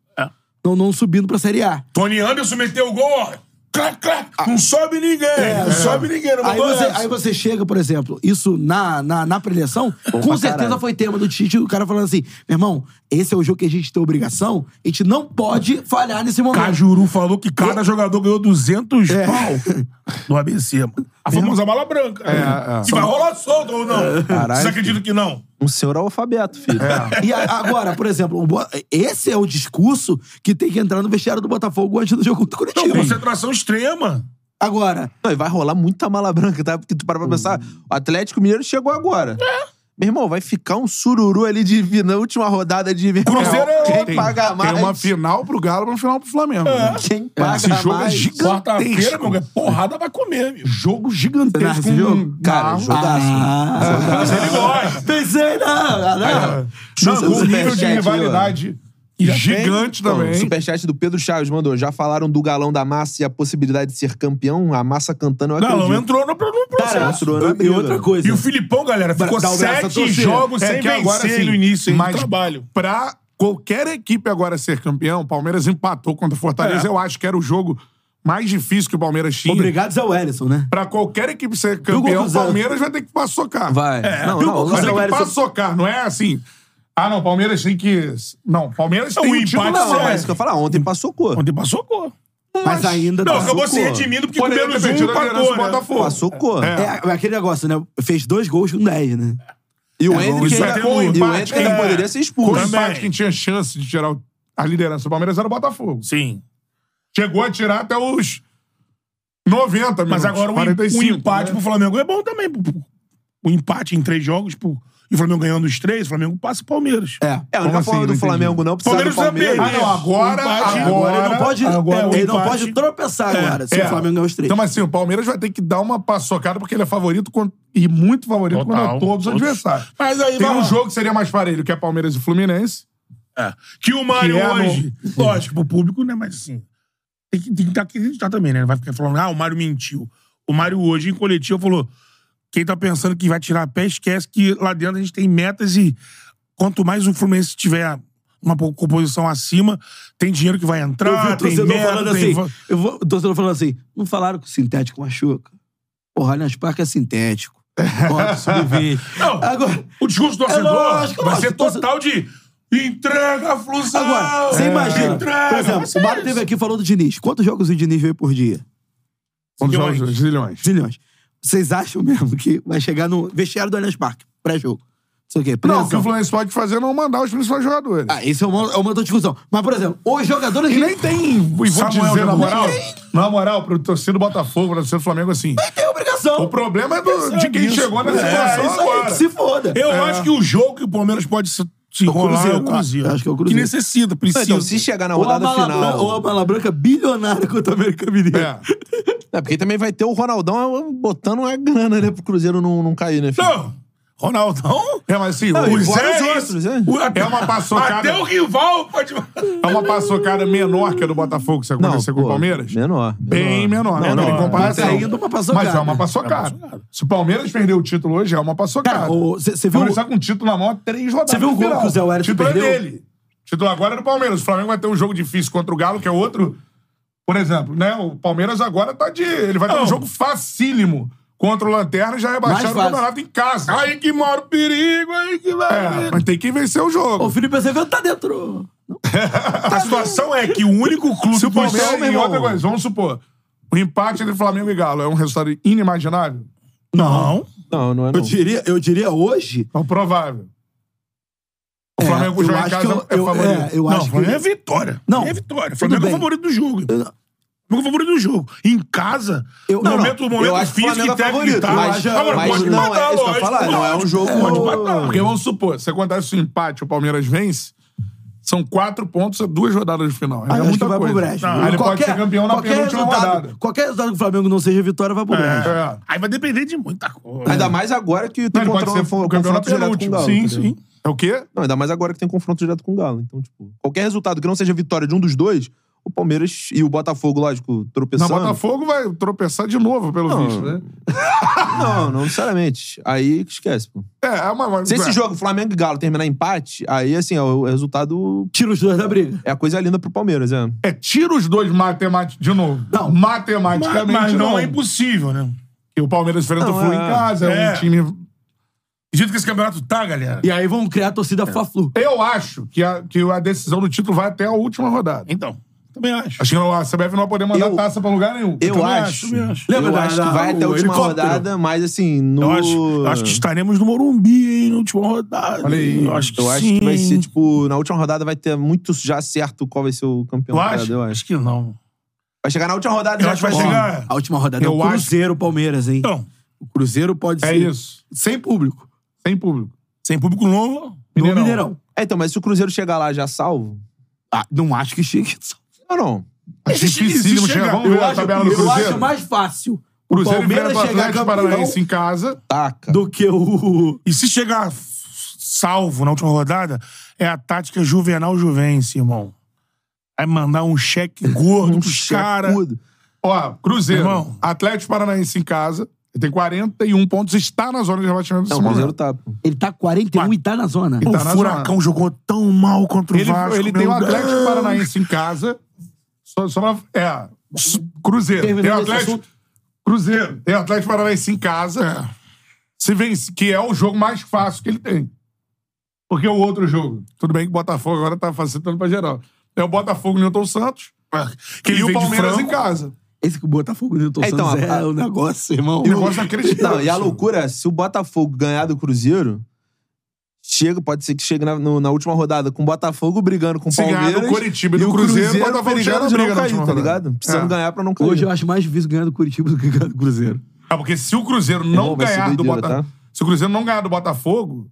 Speaker 3: não, não subindo pra Série A.
Speaker 1: Tony Anderson meteu o gol, ó. Clac, clac. Não sobe ninguém. não sobe ninguém. Não
Speaker 3: É, Aí
Speaker 1: mandou
Speaker 3: você,
Speaker 1: essa.
Speaker 3: aí você chega, por exemplo, isso na, na, na preleção, com certeza foi tema do Tite, o cara falando assim: meu irmão, esse é o jogo que a gente tem obrigação, a gente não pode falhar nesse momento.
Speaker 1: Cajuru falou que cada jogador ganhou 200
Speaker 3: É.
Speaker 1: pau do ABC, mano. A famosa mala branca.
Speaker 2: É, é.
Speaker 1: Que vai rolar solto ou não?
Speaker 4: Caralho.
Speaker 1: Vocês acreditam que não?
Speaker 4: Um senhor alfabeto, filho.
Speaker 3: E a- agora, por exemplo, o Bo- esse é o discurso que tem que entrar no vestiário do Botafogo antes do jogo contra o
Speaker 1: Não,
Speaker 3: Curitiba.
Speaker 1: concentração extrema.
Speaker 3: Agora,
Speaker 4: Não, e vai rolar muita mala branca, tá? Porque tu
Speaker 2: Hum.
Speaker 4: para pra pensar, o Atlético Mineiro chegou agora. É. Meu irmão, vai ficar um sururu ali de vi- na última rodada de
Speaker 1: Cruzeiro é
Speaker 4: Quem
Speaker 1: outro.
Speaker 4: paga mais?
Speaker 2: Tem uma final pro Galo e uma final pro Flamengo. né?
Speaker 4: Quem paga
Speaker 2: Esse jogo é
Speaker 4: mais?
Speaker 2: gigante.
Speaker 1: Quarta-feira, meu, é porrada vai comer, meu.
Speaker 2: Jogo
Speaker 3: Será esse
Speaker 2: gigantesco.
Speaker 3: jogo?
Speaker 4: Né, Cara,
Speaker 2: Galo.
Speaker 4: jogaço. né? É.
Speaker 3: ah,
Speaker 1: Mas ele gosta.
Speaker 3: pensei, né? Ah, não, não.
Speaker 1: Não,
Speaker 2: Não, um
Speaker 1: super
Speaker 2: nível de
Speaker 4: chat,
Speaker 2: rivalidade
Speaker 1: Já
Speaker 2: gigante
Speaker 1: Então,
Speaker 4: Bom,
Speaker 2: também.
Speaker 4: superchat do Pedro Chaves mandou. Já falaram do galão da massa e a possibilidade de ser campeão? A massa cantando, eu
Speaker 1: Galão
Speaker 4: acredito.
Speaker 1: entrou no, no
Speaker 4: Cara,
Speaker 1: processo.
Speaker 4: entrou na
Speaker 3: E
Speaker 4: briga. né?
Speaker 3: outra coisa.
Speaker 1: E o Filipão, galera, ficou
Speaker 3: Dá o braço a
Speaker 1: sete
Speaker 3: torcer.
Speaker 1: jogos
Speaker 2: É
Speaker 1: sem
Speaker 2: que
Speaker 1: vencer
Speaker 2: agora, assim,
Speaker 1: no início hein, do
Speaker 2: mas-
Speaker 1: trabalho.
Speaker 2: pra qualquer equipe agora ser campeão, o Palmeiras empatou contra o Fortaleza.
Speaker 1: É.
Speaker 2: Eu acho que era o jogo mais difícil que o Palmeiras tinha.
Speaker 3: Obrigado, Zé Wellison, né?
Speaker 2: Pra qualquer equipe ser campeão,
Speaker 3: gol do
Speaker 2: o
Speaker 3: Zé?
Speaker 2: Palmeiras vai ter que passocar.
Speaker 4: Vai.
Speaker 1: É.
Speaker 4: Não,
Speaker 3: viu,
Speaker 4: não,
Speaker 3: Lucas?
Speaker 2: Vai
Speaker 3: Zé
Speaker 2: ter que
Speaker 3: Wellington-
Speaker 2: passocar, não é assim. Ah, não, o Palmeiras tem que. Não, o Palmeiras tem
Speaker 1: o
Speaker 2: um título
Speaker 1: empate
Speaker 2: na
Speaker 4: não,
Speaker 2: mão.
Speaker 1: é-
Speaker 4: mas isso que eu falar, ontem passou cor.
Speaker 1: Ontem passou cor.
Speaker 3: Mas ainda
Speaker 1: Não,
Speaker 3: tá-
Speaker 1: acabou se
Speaker 4: cor.
Speaker 1: redimindo porque com
Speaker 2: Poderia
Speaker 1: menos
Speaker 2: ter perdido
Speaker 1: um
Speaker 2: a liderança
Speaker 1: empatou,
Speaker 2: do
Speaker 1: né?
Speaker 2: Botafogo.
Speaker 4: Passou cor.
Speaker 3: É, aquele negócio, né? Fez dois gols com 10, né?
Speaker 4: E o
Speaker 3: É,
Speaker 4: Hendrick
Speaker 2: isso vai
Speaker 4: ainda-
Speaker 2: ter um
Speaker 4: e o
Speaker 2: empate,
Speaker 4: Hendrick ainda
Speaker 2: é.
Speaker 4: poderia ser
Speaker 2: Com o
Speaker 4: expulso.
Speaker 2: empate, quem tinha chance de tirar o- a liderança do Palmeiras era o Botafogo.
Speaker 1: Sim.
Speaker 2: Chegou a tirar até os 90 minutos.
Speaker 1: Mas agora um,
Speaker 2: 45,
Speaker 1: um empate
Speaker 2: né?
Speaker 1: pro Flamengo é bom também. pô. O empate em três jogos pô. e o Flamengo ganhando os três, o Flamengo passa o Palmeiras.
Speaker 3: É.
Speaker 4: É, a
Speaker 2: Como
Speaker 4: única
Speaker 2: assim?
Speaker 4: forma
Speaker 2: Não
Speaker 4: do
Speaker 2: entendi.
Speaker 4: Flamengo não precisar do
Speaker 1: Palmeiras é vai
Speaker 4: Palmeiras.
Speaker 1: perder.
Speaker 2: Ah, não, agora.
Speaker 1: Um empate,
Speaker 2: agora,
Speaker 3: Ele não pode, é,
Speaker 1: agora o
Speaker 3: ele não
Speaker 1: empate-
Speaker 3: pode tropeçar agora, se
Speaker 2: É.
Speaker 3: o Flamengo ganhar os três.
Speaker 2: Então, assim, o Palmeiras vai ter que dar uma paçocada, porque ele é favorito con- e muito favorito
Speaker 1: Total.
Speaker 2: contra todos os
Speaker 1: Todos.
Speaker 2: adversários.
Speaker 1: Mas aí
Speaker 2: Tem
Speaker 1: vai
Speaker 2: um
Speaker 1: lá.
Speaker 2: jogo que seria mais parelho, que é Palmeiras e Fluminense.
Speaker 1: É. Que o Mário
Speaker 2: Que é
Speaker 1: hoje, lógico, pro público, né? Mas assim, tem que, tem que acreditar também, né? Não vai ficar falando, ah, o Mário mentiu. O Mário hoje, em coletivo, falou: quem tá pensando que vai tirar a pé, esquece que lá dentro a gente tem metas e quanto mais o Fluminense tiver uma po- composição acima, tem dinheiro que vai
Speaker 3: eu vi
Speaker 1: entrar,
Speaker 3: o
Speaker 1: tem
Speaker 3: torcedor
Speaker 1: meta,
Speaker 3: falando
Speaker 1: tem...
Speaker 3: assim.
Speaker 1: va-
Speaker 3: Eu vou, o torcedor falando assim: não falaram que o sintético machuca? Porra, Allianz Parque é sintético. Bota, sub-20.
Speaker 1: *laughs* Não,
Speaker 3: Agora,
Speaker 1: o discurso do
Speaker 3: É
Speaker 1: torcedor
Speaker 3: lógico,
Speaker 1: vai
Speaker 3: lógico,
Speaker 1: ser
Speaker 3: torce-
Speaker 1: total de entrega, flusão!
Speaker 3: agora, você imagina.
Speaker 1: é, Entrega!
Speaker 3: Por exemplo,
Speaker 1: Vai ser
Speaker 3: o Mário
Speaker 1: isso.
Speaker 3: teve aqui e falou do Diniz. Quantos jogos o Diniz veio por dia?
Speaker 2: Quando
Speaker 1: Zilhões.
Speaker 2: joga os Um zilhões.
Speaker 3: Zilhões. Vocês acham mesmo que vai chegar no vestiário do Allianz Parque, pré-jogo? Não sei o quê.
Speaker 2: Não,
Speaker 3: preleção.
Speaker 2: o que o Fluminense pode fazer é não mandar os principais jogadores.
Speaker 3: Ah, isso é uma, é uma outra discussão. Mas, por exemplo, os jogadores.
Speaker 2: E nem tem. E vou
Speaker 1: Samuel
Speaker 2: dizer, na
Speaker 1: jogou
Speaker 2: moral,
Speaker 1: bem.
Speaker 2: na moral, pro torcedor do Botafogo, pro torcedor do Flamengo, assim.
Speaker 3: tem obrigação.
Speaker 2: O problema é do- de quem
Speaker 1: Isso.
Speaker 2: chegou nessa
Speaker 1: É,
Speaker 2: situação
Speaker 3: isso aí,
Speaker 2: agora.
Speaker 3: que se foda.
Speaker 1: Eu acho que o jogo que o Palmeiras pode se se enrolar
Speaker 3: Cruzeiro,
Speaker 1: é o
Speaker 3: tá?
Speaker 1: Cruzeiro.
Speaker 3: Acho que é o Cruzeiro.
Speaker 1: Que necessita,
Speaker 4: Não,
Speaker 1: precisa.
Speaker 4: Então, se chegar na rodada
Speaker 3: ou a Mala Branca- ou a
Speaker 4: final.
Speaker 3: Mala Branca bilionária contra o América Mineiro.
Speaker 2: É.
Speaker 4: É, porque também vai ter o Ronaldão botando uma grana, né, pro Cruzeiro não, não cair, né, filho?
Speaker 1: Não, Ronaldão...
Speaker 2: É, mas assim,
Speaker 4: Não,
Speaker 2: o
Speaker 4: e
Speaker 2: Zé-
Speaker 4: fora os
Speaker 1: Zé-
Speaker 4: outros, né?
Speaker 1: o- até-
Speaker 2: É uma paçocada.
Speaker 1: Até o rival pode...
Speaker 2: é uma paçocada menor que a do Botafogo, se acontecer com
Speaker 4: pô,
Speaker 2: o Palmeiras.
Speaker 4: Menor.
Speaker 2: Bem menor, né?
Speaker 1: Menor.
Speaker 2: Em comparação.
Speaker 3: Tá indo pra paçocada.
Speaker 2: Mas é uma paçocada. Se o Palmeiras perder o título hoje, é uma paçocada.
Speaker 3: Cara, o- cê- cê
Speaker 2: O
Speaker 3: viu-
Speaker 2: Palmeiras tá com o título na mão há três rodadas.
Speaker 3: Cê viu o
Speaker 2: no
Speaker 3: gol
Speaker 2: final.
Speaker 3: que o Zé Wellington
Speaker 2: título
Speaker 3: perdeu?
Speaker 2: é dele. O título agora é do Palmeiras. O Flamengo vai ter um jogo difícil contra o Galo, que é outro. Por exemplo, né? O Palmeiras agora tá de. Ele vai ter
Speaker 1: Não.
Speaker 2: um jogo facílimo contra o Lanterna e já rebaixaram o
Speaker 3: fácil.
Speaker 2: campeonato em casa.
Speaker 1: Aí que mora o perigo, aí que vai...
Speaker 2: É, mas tem que vencer o jogo.
Speaker 3: O Felipe Azevedo tá dentro.
Speaker 1: A situação é que o único clube...
Speaker 2: Se o
Speaker 1: que
Speaker 2: Palmeiras.
Speaker 1: consegue-
Speaker 2: E outra coisa, vamos supor. O empate entre Flamengo e Galo é um resultado inimaginável?
Speaker 1: Não.
Speaker 4: Não, não é
Speaker 3: Eu
Speaker 4: não.
Speaker 3: diria, eu diria hoje.
Speaker 2: Não É provável. O
Speaker 3: É,
Speaker 2: Flamengo
Speaker 3: eu
Speaker 2: jogar em
Speaker 3: acho
Speaker 2: casa
Speaker 3: que eu-
Speaker 2: é
Speaker 3: eu-
Speaker 2: favorito.
Speaker 3: é, eu
Speaker 1: não,
Speaker 3: acho
Speaker 1: o Flamengo
Speaker 3: que-
Speaker 1: é vitória.
Speaker 3: Não,
Speaker 1: É vitória. O
Speaker 3: tudo
Speaker 1: Flamengo é o
Speaker 3: bem.
Speaker 1: favorito do jogo. O
Speaker 3: Eu-
Speaker 1: Flamengo é o favorito do jogo. Em casa,
Speaker 3: Eu-
Speaker 1: no
Speaker 3: não,
Speaker 1: momento, no momento
Speaker 4: eu acho que o
Speaker 1: físico
Speaker 4: Flamengo
Speaker 1: e
Speaker 4: é
Speaker 1: técnico
Speaker 4: favorito,
Speaker 1: e tal.
Speaker 4: mas-
Speaker 1: Agora,
Speaker 4: mas
Speaker 1: pode
Speaker 4: não, é
Speaker 1: empatar,
Speaker 4: isso que eu ia
Speaker 1: lógico,
Speaker 4: falar, não é um
Speaker 1: lógico,
Speaker 4: jogo-
Speaker 1: Pode
Speaker 4: É,
Speaker 1: empatar.
Speaker 2: um Porque vamos supor, se acontece o empate, o Palmeiras vence, São quatro pontos a duas rodadas de final.
Speaker 3: Ah,
Speaker 2: é
Speaker 3: acho
Speaker 2: muita
Speaker 3: que vai
Speaker 2: coisa.
Speaker 3: pro Brejo.
Speaker 2: Não, ele pode ser campeão na penúltima
Speaker 3: resultado,
Speaker 2: rodada.
Speaker 3: Qualquer resultado que o Flamengo não seja vitória, vai pro Brejo.
Speaker 2: É.
Speaker 1: Aí vai depender de muita coisa.
Speaker 4: Ainda mais agora que tem
Speaker 2: Ele pode
Speaker 4: confronto,
Speaker 2: ser
Speaker 4: confronto
Speaker 2: campeão na
Speaker 4: direto com o
Speaker 2: penúltima.
Speaker 4: Galo.
Speaker 2: Sim, sim.
Speaker 4: entendeu?
Speaker 2: É o quê?
Speaker 4: Não, ainda mais agora que tem confronto direto com o Galo. Então, tipo, qualquer resultado que não seja vitória de um dos dois, o Palmeiras e o Botafogo, lógico,
Speaker 2: Na
Speaker 4: tropeçando.
Speaker 2: Botafogo vai tropeçar de novo, pelo visto, né?
Speaker 4: Não, não necessariamente. Aí esquece, pô.
Speaker 2: É, é uma.
Speaker 4: Se esse
Speaker 2: é.
Speaker 4: jogo, Flamengo e Galo, terminar empate, aí, assim, é o resultado.
Speaker 3: Tira os dois da briga.
Speaker 4: É a coisa linda pro Palmeiras, é.
Speaker 2: É, tira os dois matemáticos de novo.
Speaker 3: Não.
Speaker 1: Mas,
Speaker 2: Matematicamente.
Speaker 1: mas não,
Speaker 2: não
Speaker 1: é impossível, né?
Speaker 2: Porque o Palmeiras enfrenta o
Speaker 4: Não,
Speaker 2: Flu
Speaker 4: é.
Speaker 2: em casa, é,
Speaker 1: É.
Speaker 2: um time.
Speaker 1: Do jeito que esse campeonato tá, galera.
Speaker 3: E aí vão criar a
Speaker 4: É.
Speaker 3: torcida Fla-Flu.
Speaker 2: Eu acho que a, que a decisão do título vai até a última rodada.
Speaker 1: Então, também acho.
Speaker 2: Acho que a CBF não vai poder mandar
Speaker 4: Eu-
Speaker 2: taça pra lugar nenhum.
Speaker 4: Eu,
Speaker 2: também
Speaker 4: acho.
Speaker 1: também acho.
Speaker 3: Lembra
Speaker 4: Eu
Speaker 3: da-
Speaker 4: acho
Speaker 3: da-
Speaker 4: que vai até a
Speaker 3: o
Speaker 4: última
Speaker 3: helicóptero?
Speaker 4: rodada, mas assim, no.
Speaker 1: Eu acho, eu acho que estaremos no Morumbi, hein, na última rodada.
Speaker 2: Olha aí.
Speaker 1: Eu acho que
Speaker 4: Eu acho
Speaker 1: sim.
Speaker 4: que vai ser, tipo, na última rodada vai ter muito já certo qual vai ser o campeão.
Speaker 1: Tu
Speaker 4: cara,
Speaker 1: acha?
Speaker 4: Eu
Speaker 1: Acho.
Speaker 4: acho.
Speaker 1: que não.
Speaker 4: Vai chegar na última rodada
Speaker 1: Eu
Speaker 4: já
Speaker 1: acho que vai
Speaker 4: tipo, ó,
Speaker 1: chegar.
Speaker 3: A última rodada
Speaker 2: Eu
Speaker 3: é o
Speaker 2: acho-
Speaker 3: Cruzeiro Palmeiras, hein?
Speaker 1: Então,
Speaker 3: O Cruzeiro pode
Speaker 2: É
Speaker 3: ser
Speaker 2: isso.
Speaker 3: sem público.
Speaker 2: Sem público.
Speaker 1: sem público novo.
Speaker 3: No
Speaker 2: Mineirão.
Speaker 3: Mineirão.
Speaker 4: É, então, mas se o Cruzeiro chegar lá já salvo.
Speaker 3: Ah, não acho que chegue.
Speaker 4: Ou não?
Speaker 2: Acho
Speaker 1: Existe-
Speaker 2: dificílimo
Speaker 1: existe-
Speaker 2: chegar. Vamos
Speaker 1: eu
Speaker 2: ver a
Speaker 1: acho-
Speaker 2: tabela do
Speaker 3: Eu
Speaker 2: Cruzeiro.
Speaker 3: acho mais fácil o
Speaker 2: Cruzeiro
Speaker 3: Palmeiras
Speaker 2: enfrenta o
Speaker 3: chegar
Speaker 2: Atlético
Speaker 3: campeão
Speaker 2: Paranaense em casa.
Speaker 4: Taca.
Speaker 3: do que o...
Speaker 1: E se chegar salvo na última rodada, é a tática juvenal juvense, irmão. Aí mandar um
Speaker 2: *laughs*
Speaker 1: cheque gordo pros caras.
Speaker 4: Tudo.
Speaker 2: Ó, Cruzeiro.
Speaker 1: Irmão.
Speaker 2: Atlético Paranaense em casa. Ele tem 41 pontos. Está na zona de rebaixamento
Speaker 4: Não,
Speaker 2: desse
Speaker 4: o Cruzeiro
Speaker 2: momento.
Speaker 4: tá. pô.
Speaker 3: Ele tá 41 e tá na zona.
Speaker 1: O
Speaker 2: tá na
Speaker 1: Furacão jogou tão mal contra o
Speaker 2: Ele,
Speaker 1: Vasco.
Speaker 2: ele tem
Speaker 1: meu
Speaker 2: o Atlético
Speaker 1: Deus.
Speaker 2: Paranaense em casa. Só, só pra- é. S- Cruzeiro. Tem o
Speaker 3: Terminando esse
Speaker 2: Atlético.
Speaker 3: assunto.
Speaker 2: Cruzeiro. Tem o Atlético Paranaense em casa. Se vence, que é o jogo mais fácil que ele tem. Porque é o outro jogo. Tudo bem que o Botafogo agora tá facilitando pra geral. É o Botafogo Newton Santos.
Speaker 1: Que ele
Speaker 2: e o
Speaker 1: vem de
Speaker 2: Palmeiras em
Speaker 1: franco.
Speaker 2: casa.
Speaker 3: Esse que o Botafogo e o Newton
Speaker 4: É, então,
Speaker 3: Santos
Speaker 4: a-
Speaker 3: é o negócio, irmão.
Speaker 2: O negócio é acreditável.
Speaker 4: Não, e a loucura é, se o Botafogo ganhar do Cruzeiro, chega, pode ser que chegue na, no- na última rodada com o Botafogo brigando com o
Speaker 2: Se ganhar do
Speaker 4: Palmeiras.
Speaker 2: Coritiba e do
Speaker 4: o
Speaker 2: Cruzeiro, o Botafogo
Speaker 4: brigando
Speaker 2: já
Speaker 4: de
Speaker 2: briga
Speaker 4: não
Speaker 2: na
Speaker 4: cair,
Speaker 2: última
Speaker 4: tá
Speaker 2: rodada.
Speaker 4: ligado? Precisando
Speaker 2: É.
Speaker 4: ganhar pra não cair.
Speaker 3: Hoje eu acho mais difícil ganhar do Curitiba do que ganhar do Cruzeiro.
Speaker 2: É porque se o Cruzeiro não
Speaker 4: Irmão, vai ser
Speaker 2: ganhar do
Speaker 4: doideira,
Speaker 2: Botafogo.
Speaker 4: tá?
Speaker 2: Se o Cruzeiro não ganhar do Botafogo,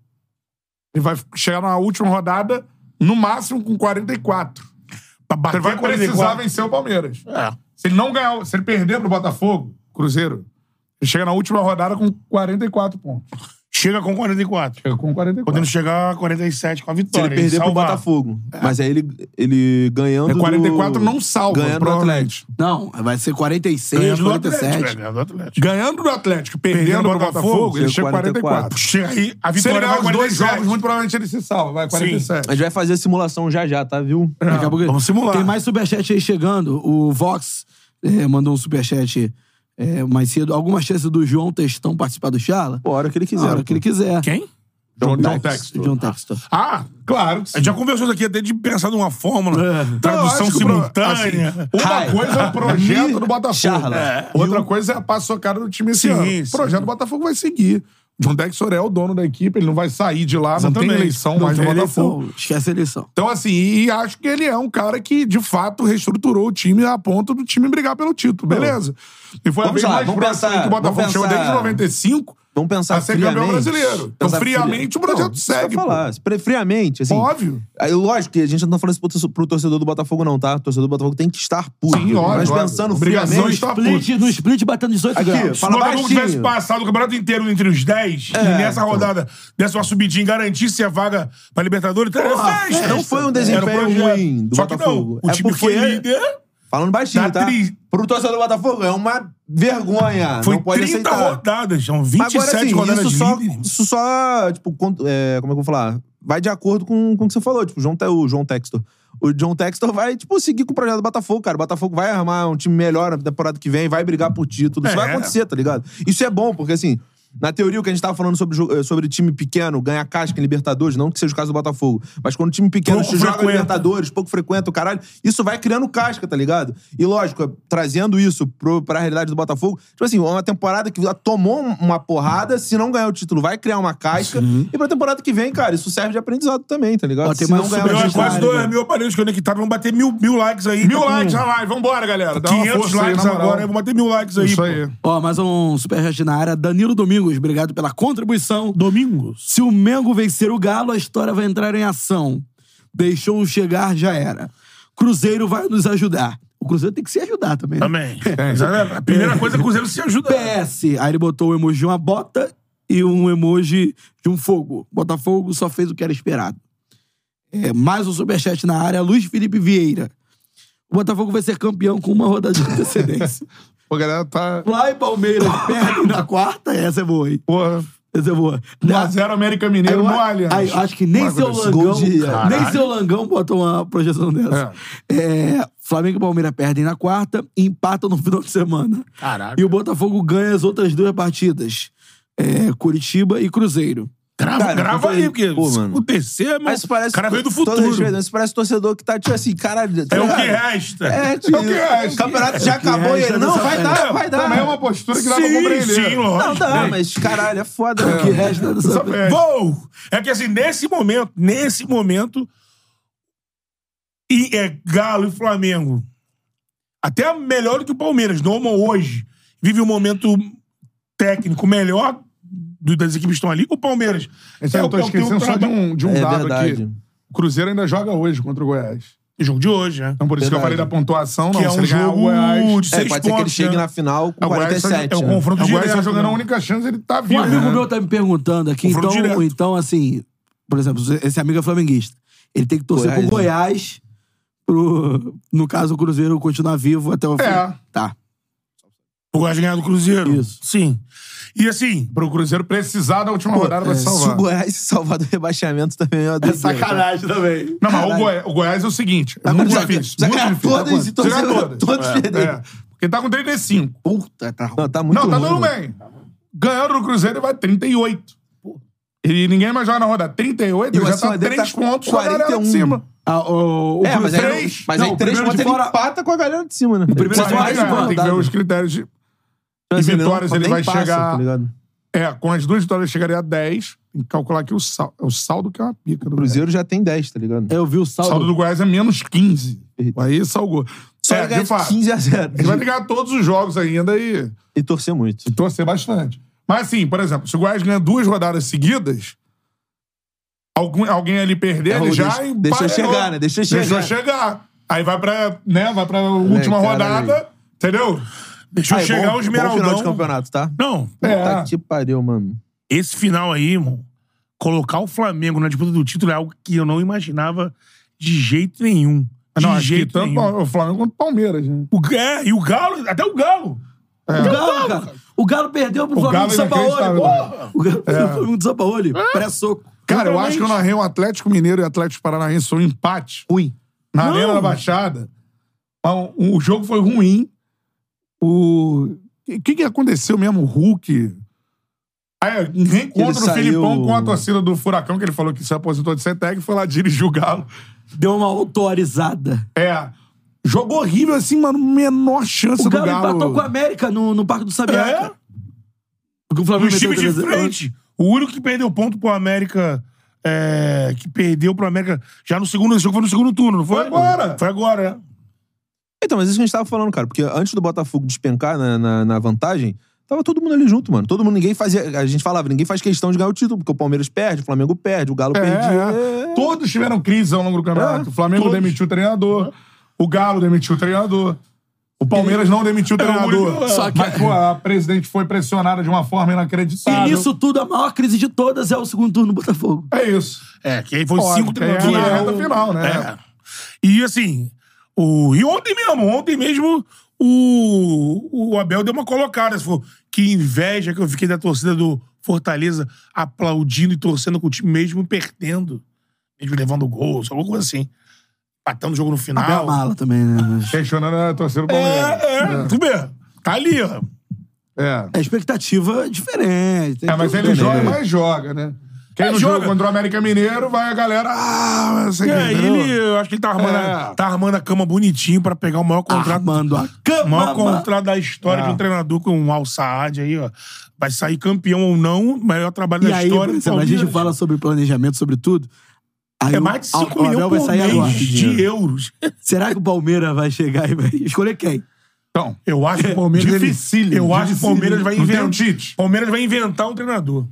Speaker 2: ele vai chegar na última rodada, no máximo com 44.
Speaker 1: Pra bater
Speaker 2: Ele vai precisar
Speaker 1: 44.
Speaker 2: vencer o Palmeiras.
Speaker 1: É.
Speaker 2: Se ele não ganhar, se ele perder pro Botafogo, Cruzeiro, ele chega na última rodada com 44 pontos.
Speaker 1: Chega com 44.
Speaker 2: Chega com 44.
Speaker 1: Podendo chegar a 47 com a
Speaker 4: Se
Speaker 1: vitória.
Speaker 4: ele perder pro
Speaker 1: salvar.
Speaker 4: Botafogo. Mas aí ele, ele ganhando.
Speaker 2: É 44
Speaker 4: do-
Speaker 2: não salva,
Speaker 4: ganhando do
Speaker 2: provavelmente.
Speaker 3: Não, vai ser 46,
Speaker 1: Ganhando do Atlético. é,
Speaker 3: 47.
Speaker 1: Ganhando do Atlético.
Speaker 2: Ganhando do Atlético, perdendo,
Speaker 1: Perdendo
Speaker 2: do
Speaker 1: o
Speaker 2: Botafogo,
Speaker 1: Botafogo,
Speaker 2: ele
Speaker 4: chega
Speaker 2: chega 44.
Speaker 4: 44.
Speaker 1: Chega aí, a
Speaker 2: Se ele
Speaker 1: vitória
Speaker 2: ganhar
Speaker 1: vai
Speaker 2: os dois
Speaker 1: 47.
Speaker 2: jogos, muito provavelmente ele se salva, vai 47.
Speaker 4: A gente vai fazer a simulação já já, tá, viu?
Speaker 2: É.
Speaker 3: Daqui a pouco-
Speaker 1: Vamos simular.
Speaker 3: Tem mais superchat aí chegando. O Vox eh, mandou um superchat eh, mais cedo. Alguma chance do João Testão participar do Charla?
Speaker 4: Pô, a hora que ele quiser.
Speaker 3: Na hora que ele quiser.
Speaker 2: é
Speaker 1: Quem?
Speaker 2: John, John
Speaker 3: Textor. John Textor.
Speaker 2: Ah, claro. que
Speaker 1: A
Speaker 2: sim.
Speaker 1: gente já conversou isso aqui é até de pensar numa fórmula.
Speaker 2: É.
Speaker 1: Tradução
Speaker 2: Lógico, bro.
Speaker 1: simultânea.
Speaker 2: Assim, uma
Speaker 4: Ai.
Speaker 2: coisa é o projeto do Botafogo.
Speaker 4: Charla.
Speaker 2: É. Outra coisa é a paçocada do time esse
Speaker 1: Sim,
Speaker 2: ano.
Speaker 1: sim.
Speaker 2: O projeto do Botafogo vai seguir. John Dexter é o dono da equipe, ele não vai sair de lá, não tem
Speaker 1: Exatamente.
Speaker 2: eleição
Speaker 3: Não
Speaker 2: mais no
Speaker 3: tem
Speaker 2: Botafogo.
Speaker 3: eleição. Esquece a eleição.
Speaker 2: Então, assim, e acho que ele é um cara que, de fato, reestruturou o time a ponto do time brigar pelo título, beleza. E foi
Speaker 4: Vamos
Speaker 2: a vez
Speaker 4: lá,
Speaker 2: mais
Speaker 4: vamos
Speaker 2: próxima
Speaker 4: pensar-
Speaker 2: que o Botafogo
Speaker 4: vamos
Speaker 2: chegou
Speaker 4: pensar-
Speaker 2: desde 95
Speaker 4: Vamos pensar
Speaker 2: a ser campeão
Speaker 4: friamente.
Speaker 2: brasileiro. Então,
Speaker 4: Pensar
Speaker 2: friamente, o projeto
Speaker 4: Não,
Speaker 2: segue,
Speaker 4: isso que eu ia
Speaker 2: pô.
Speaker 4: falar. Fri- Friamente, assim.
Speaker 2: Óbvio.
Speaker 4: Aí, lógico que a gente não tá falando isso pro torce- pro torcedor do Botafogo, não, tá? O torcedor do Botafogo tem que estar puro.
Speaker 2: Sim, óbvio,
Speaker 4: Mas
Speaker 2: óbvio.
Speaker 4: pensando
Speaker 2: Obrigação
Speaker 4: friamente.
Speaker 2: está-
Speaker 3: Split, no split batendo 18
Speaker 4: Aqui,
Speaker 3: graus.
Speaker 1: Se o
Speaker 4: Fala
Speaker 1: Botafogo
Speaker 4: baixinho. É, então.
Speaker 1: tivesse passado o campeonato inteiro entre os 10 e nessa rodada desse uma subidinha e garantisse a vaga pra Libertadores, então era festa.
Speaker 4: não foi um desempenho
Speaker 1: Era o projeto.
Speaker 4: ruim do
Speaker 1: Só
Speaker 4: Botafogo.
Speaker 1: Que não, o
Speaker 4: É
Speaker 1: time foi
Speaker 4: porque-
Speaker 1: líder.
Speaker 4: Falando baixinho,
Speaker 1: Dá
Speaker 4: tá?
Speaker 1: tri-
Speaker 4: Pro torcedor do Botafogo é uma vergonha.
Speaker 1: Foi
Speaker 4: não pode
Speaker 1: 30
Speaker 4: aceitar.
Speaker 1: rodadas, são
Speaker 4: Mas
Speaker 1: 27
Speaker 4: Agora, assim,
Speaker 1: rodadas
Speaker 4: isso só,
Speaker 1: líderes.
Speaker 4: isso só, tipo, con- é, como é que eu vou falar? Vai de acordo com, com o que você falou, tipo, o João, Te- o João Textor. O John Textor vai, tipo, seguir com o projeto do Botafogo, cara. O Botafogo vai armar um time melhor na temporada que vem, vai brigar por título. Isso
Speaker 1: É.
Speaker 4: vai acontecer, tá ligado? Isso é bom, porque assim, na teoria o que a gente tava falando sobre, jo- eh, sobre time pequeno, ganhar casca em Libertadores, não que seja o caso do Botafogo, mas quando o time pequeno
Speaker 1: Pouco
Speaker 4: se joga
Speaker 1: frequenta.
Speaker 4: Libertadores, jogadores, pouco frequenta o caralho. Isso vai criando casca, tá ligado? E lógico, trazendo isso pro, pra realidade do Botafogo, tipo assim, uma temporada que tomou uma porrada, se não ganhar o título, vai criar uma casca. E pra temporada que vem, cara, isso serve de aprendizado também, tá ligado?
Speaker 3: Ó, tem
Speaker 4: se
Speaker 3: mais
Speaker 4: não ganhar
Speaker 3: sobre
Speaker 1: Eu
Speaker 4: o
Speaker 3: a
Speaker 1: acho
Speaker 4: título.
Speaker 3: gente
Speaker 1: quase
Speaker 3: na área,
Speaker 1: 2
Speaker 3: né?
Speaker 1: mil aparelhos conectados. Vamos bater mil, mil likes aí.
Speaker 2: Mil
Speaker 1: Tá com
Speaker 2: likes na live, vambora, galera. Dá uma
Speaker 1: 500
Speaker 2: força aí,
Speaker 1: likes
Speaker 2: na moral.
Speaker 1: agora. Vamos bater mil likes aí.
Speaker 2: Isso
Speaker 1: pô.
Speaker 2: aí.
Speaker 3: Ó, mais um superchat na área. Danilo Domingos, obrigado pela contribuição.
Speaker 1: Domingos.
Speaker 3: Se o Mengo vencer o Galo, a história vai entrar em ação. Deixou chegar, já era. Cruzeiro vai nos ajudar. O Cruzeiro tem que se ajudar também. né?
Speaker 1: Também. A primeira coisa é que o Cruzeiro se ajuda.
Speaker 3: PS. Aí ele botou o emoji de uma bota e um emoji de um fogo. Botafogo só fez o que era esperado. É, mais um superchat na área, Luiz Felipe Vieira. O Botafogo vai ser campeão com uma rodada de
Speaker 1: *laughs*
Speaker 3: antecedência.
Speaker 2: Pô, a galera tá.
Speaker 3: Lá e Palmeiras perdem na quarta. Essa é boa, hein?
Speaker 2: Porra.
Speaker 3: Essa é boa.
Speaker 1: Tá
Speaker 2: 1x0 América
Speaker 3: Aí
Speaker 2: Mineiro
Speaker 3: eu
Speaker 2: no
Speaker 3: a-
Speaker 2: Allianz.
Speaker 3: aí eu acho que nem
Speaker 2: Bagulho
Speaker 3: seu
Speaker 2: desse.
Speaker 3: Langão.
Speaker 2: Gol de-
Speaker 3: nem
Speaker 2: Caralho.
Speaker 3: seu Langão bota uma projeção dessa. É, Flamengo e Palmeiras perdem na quarta e empatam no final de semana.
Speaker 1: Caraca.
Speaker 3: E o Botafogo ganha as outras duas partidas. É, Curitiba e Cruzeiro.
Speaker 1: Grava,
Speaker 4: Cara,
Speaker 1: grava
Speaker 4: eu
Speaker 1: aí,
Speaker 4: falei,
Speaker 1: porque
Speaker 4: pô,
Speaker 1: se
Speaker 4: mano.
Speaker 1: acontecer, mano,
Speaker 4: Mas
Speaker 1: o
Speaker 4: parece.
Speaker 1: cara veio do
Speaker 4: todo
Speaker 1: futuro.
Speaker 4: respeito, né? mas parece torcedor que tá tipo assim, caralho. tá
Speaker 1: É o que
Speaker 4: ligado?
Speaker 1: resta.
Speaker 4: É, tipo,
Speaker 2: o que resta.
Speaker 4: o campeonato já
Speaker 3: É o que
Speaker 4: acabou e
Speaker 3: resta
Speaker 4: ele. Não,
Speaker 3: dessa
Speaker 4: vai
Speaker 3: festa.
Speaker 4: dar, vai dar.
Speaker 2: Também é uma postura que dá pra
Speaker 1: Sim,
Speaker 2: compreender.
Speaker 1: sim, lógico.
Speaker 4: Não dá, mas caralho, é foda. né?
Speaker 3: Que resta dessa...
Speaker 2: Sabe, é,
Speaker 1: Vou! É que assim, nesse momento, nesse momento, e é Galo e Flamengo. Até melhor do que o Palmeiras. Normal hoje. Vive um momento técnico melhor do- das equipes que estão ali. O Palmeiras.
Speaker 2: Esse eu tô
Speaker 1: é o- é o- tem um
Speaker 2: esquecendo só de
Speaker 1: traba-
Speaker 2: um, de um
Speaker 4: É
Speaker 2: dado
Speaker 4: verdade.
Speaker 2: aqui. O Cruzeiro ainda joga hoje contra o Goiás.
Speaker 1: Jogo de hoje, né?
Speaker 2: Então por isso que eu falei
Speaker 4: Verdade.
Speaker 2: da pontuação, não.
Speaker 1: Que é
Speaker 2: se
Speaker 1: um
Speaker 2: ele ganhar o
Speaker 1: jogo
Speaker 2: Goiás...
Speaker 1: de
Speaker 4: É,
Speaker 1: seis
Speaker 4: pode ser que ele
Speaker 1: pontos,
Speaker 4: chegue
Speaker 1: né?
Speaker 4: na final com
Speaker 2: o Goiás tá-
Speaker 4: 47.
Speaker 1: é um
Speaker 4: né?
Speaker 1: confronto
Speaker 2: O Goiás tá
Speaker 1: direto,
Speaker 2: jogando
Speaker 1: né?
Speaker 2: a única chance, ele tá
Speaker 3: Um
Speaker 2: vivo.
Speaker 3: amigo
Speaker 2: né?
Speaker 3: meu tá me perguntando aqui,
Speaker 1: Confronto direto.
Speaker 3: então, então, assim, por exemplo, esse amigo é flamenguista. Ele tem que torcer
Speaker 4: Goiás,
Speaker 3: pro
Speaker 4: né?
Speaker 3: Goiás, pro, no caso, o Cruzeiro continuar vivo até o fim.
Speaker 2: É.
Speaker 3: Tá.
Speaker 1: O Goiás ganhar do Cruzeiro.
Speaker 3: Isso.
Speaker 1: Sim. E assim,
Speaker 2: Pro Cruzeiro precisar da última rodada pra
Speaker 4: É,
Speaker 2: se
Speaker 4: se o
Speaker 2: salvar.
Speaker 4: Goiás se salvar do rebaixamento também é uma doideira, cara.
Speaker 3: também.
Speaker 2: Não, mas o Goiás, o Goiás é o seguinte. É muito
Speaker 4: Agora,
Speaker 2: difícil.
Speaker 4: já- já
Speaker 2: muito
Speaker 4: ganhar
Speaker 2: difícil.
Speaker 4: todas
Speaker 2: Agora,
Speaker 4: e todos-
Speaker 2: já ganhar
Speaker 4: todos
Speaker 2: É,
Speaker 4: perderem.
Speaker 2: é. Porque tá com 35.
Speaker 3: Puta, tá ruim.
Speaker 4: Não, tá muito
Speaker 2: Não, tá
Speaker 4: ruim,
Speaker 2: dando
Speaker 4: mano.
Speaker 2: bem. Ganhando do Cruzeiro, ele vai 38. E ninguém mais joga na rodada. 38,
Speaker 4: E
Speaker 2: ele
Speaker 4: o
Speaker 2: já
Speaker 4: acima
Speaker 2: tá
Speaker 4: dele
Speaker 2: 3
Speaker 4: tá com
Speaker 2: pontos da galera de
Speaker 4: 41.
Speaker 2: cima.
Speaker 3: Ah, o, o
Speaker 4: É, mas
Speaker 3: Cruzeiro-
Speaker 4: aí,
Speaker 2: três-
Speaker 4: mas
Speaker 3: não,
Speaker 4: aí três
Speaker 3: primeiro
Speaker 4: pontos é
Speaker 3: de
Speaker 4: ele
Speaker 3: fora-
Speaker 4: empata com a galera de cima, né?
Speaker 3: primeiro
Speaker 4: Só
Speaker 3: de fora
Speaker 4: mais
Speaker 3: ele
Speaker 4: uma
Speaker 3: ganha,
Speaker 2: é, tem que ver
Speaker 3: rodada.
Speaker 2: os critérios de...
Speaker 4: Mas ele não-
Speaker 2: vitórias ele
Speaker 4: nem
Speaker 2: vai
Speaker 4: passa,
Speaker 2: chegar-
Speaker 4: tá ligado?
Speaker 2: É, com as duas vitórias chegaria a 10. Tem que calcular aqui o saldo. É o saldo que é uma pica do
Speaker 4: O Cruzeiro já tem 10, tá ligado?
Speaker 3: Eu vi o saldo.
Speaker 2: O saldo do Goiás é menos 15. Aí salgou.
Speaker 4: Só
Speaker 2: é,
Speaker 4: ele ganha
Speaker 2: de fato.
Speaker 4: 15 a 0.
Speaker 2: Ele vai ligar todos os jogos ainda e
Speaker 4: E torcer muito.
Speaker 2: torcer bastante. Mas assim, por exemplo, se o Goiás ganha duas rodadas seguidas, algum, alguém ali perder,
Speaker 4: É,
Speaker 2: ele
Speaker 4: ou
Speaker 2: já
Speaker 4: deixa- deixa chegar, né? Deixa
Speaker 2: Deixa
Speaker 4: chegar.
Speaker 2: chegar. Aí vai pra, né, vai pra última
Speaker 4: caralho.
Speaker 2: rodada, entendeu?
Speaker 1: deixa
Speaker 4: Ah,
Speaker 1: eu
Speaker 4: é
Speaker 1: chegar
Speaker 4: bom-
Speaker 1: o
Speaker 4: bom final de
Speaker 1: Esmeraldão.
Speaker 4: campeonato, tá?
Speaker 1: Não,
Speaker 2: É.
Speaker 4: Puta que pariu, mano.
Speaker 1: esse final aí, irmão, colocar o Flamengo na disputa do título é algo que eu não imaginava de jeito nenhum. De
Speaker 2: Não, acho que
Speaker 1: jeito
Speaker 2: tanto
Speaker 1: nenhum.
Speaker 2: o Flamengo quanto o Palmeiras, né?
Speaker 1: O, Ga- é, e o Galo, até o Galo.
Speaker 3: O Galo, cara. O Galo perdeu pro Flamengo
Speaker 2: Galo
Speaker 3: de Sampaoli.
Speaker 2: inacreditável.
Speaker 3: porra. O Galo perdeu pro Flamengo de Sampaoli. Parece soco.
Speaker 2: Cara, eu
Speaker 1: Totalmente.
Speaker 2: acho que eu narrei o Atlético Mineiro e o Atlético Paranaense foi um empate. Ruim. Na Arena da Baixada. Mas o- O jogo foi ruim. O o que, que aconteceu mesmo? O Hulk. Aí, em
Speaker 4: Ele
Speaker 2: reencontro do
Speaker 4: saiu-
Speaker 2: Filipão com a torcida do Furacão, que ele falou que se aposentou de CETEC, foi lá dirigir o Galo.
Speaker 3: Deu uma autorizada.
Speaker 2: É. Jogo horrível, assim, mano. Menor chance
Speaker 3: O
Speaker 2: do
Speaker 3: Galo,
Speaker 2: Galo.
Speaker 3: empatou com a América no, no Parque do Sabiá.
Speaker 1: É?
Speaker 3: cara. Porque O Flamengo
Speaker 1: Os times de
Speaker 3: meteu 3 a 0.
Speaker 1: frente. O único que perdeu ponto pro América. é, que perdeu pro América já no segundo esse jogo, foi no segundo turno, não foi?
Speaker 2: Foi agora. é.
Speaker 1: Foi agora, né?
Speaker 4: Então, mas isso que a gente tava falando, cara, porque antes do Botafogo despencar na, na, na vantagem, tava todo mundo ali junto, mano. Todo mundo, ninguém fazia. A gente falava, ninguém faz questão de ganhar o título, porque o Palmeiras perde, o Flamengo perde, o Galo
Speaker 2: É,
Speaker 4: perde.
Speaker 2: é. Todos tiveram crise ao longo do campeonato. o Flamengo
Speaker 1: todos.
Speaker 2: demitiu o treinador. O Galo demitiu o treinador. O Palmeiras não demitiu o
Speaker 1: É, o
Speaker 2: treinador.
Speaker 1: único-
Speaker 2: Só que... Mas, pô, a presidente foi pressionada de uma forma inacreditável.
Speaker 3: E nisso tudo, a maior crise de todas é o segundo turno do Botafogo.
Speaker 2: É isso.
Speaker 1: É, que aí foi
Speaker 2: Óbvio,
Speaker 1: cinco
Speaker 2: que é
Speaker 1: treinadores.
Speaker 2: na reta final, né?
Speaker 1: É. E assim, o... e ontem mesmo, ontem mesmo, o, o Abel deu uma colocada. Ele falou, que inveja que eu fiquei da torcida do Fortaleza aplaudindo e torcendo com o time mesmo perdendo. Mesmo levando gols, alguma coisa assim. Batendo o jogo no
Speaker 3: Até a
Speaker 1: final.
Speaker 3: mala também, né?
Speaker 2: Questionando a torcida do
Speaker 1: É,
Speaker 2: Palmeiras.
Speaker 1: é, tu vê. Tá ali, ó.
Speaker 2: É.
Speaker 3: A expectativa é diferente. tem
Speaker 2: É, mas
Speaker 3: tudo,
Speaker 2: ele
Speaker 3: né?
Speaker 2: joga, mas joga, né? Quem
Speaker 1: É,
Speaker 2: não
Speaker 1: joga.
Speaker 2: joga contra o América Mineiro, vai a galera. Ah, você
Speaker 1: E aí, É, ele, eu acho que ele tá armando, a-
Speaker 2: É.
Speaker 1: tá armando a cama bonitinho pra pegar o maior contrato
Speaker 3: Armando a
Speaker 1: O
Speaker 3: cama.
Speaker 1: maior contrato da história
Speaker 2: É.
Speaker 3: Ah.
Speaker 1: de um treinador com um Al Saad aí, ó. Vai sair campeão ou não, maior trabalho
Speaker 3: E
Speaker 1: da
Speaker 3: aí,
Speaker 1: história.
Speaker 3: por
Speaker 1: do
Speaker 3: exemplo, a gente
Speaker 1: Palmeiras.
Speaker 3: fala sobre planejamento, sobre tudo. Aí
Speaker 1: É
Speaker 3: o-
Speaker 1: mais de 5
Speaker 3: o Abel
Speaker 1: milhões
Speaker 3: vai
Speaker 1: por
Speaker 3: sair
Speaker 1: mês
Speaker 3: agora.
Speaker 1: de euros.
Speaker 3: Será que o Palmeiras vai chegar e vai *laughs* escolher quem?
Speaker 2: Então,
Speaker 1: Eu acho que o Palmeiras.
Speaker 2: Dificílimo,
Speaker 1: Eu acho que o
Speaker 2: dificílimo.
Speaker 1: Palmeiras vai
Speaker 2: Não tem um
Speaker 1: inventar.
Speaker 2: Tite.
Speaker 1: Palmeiras vai inventar um treinador.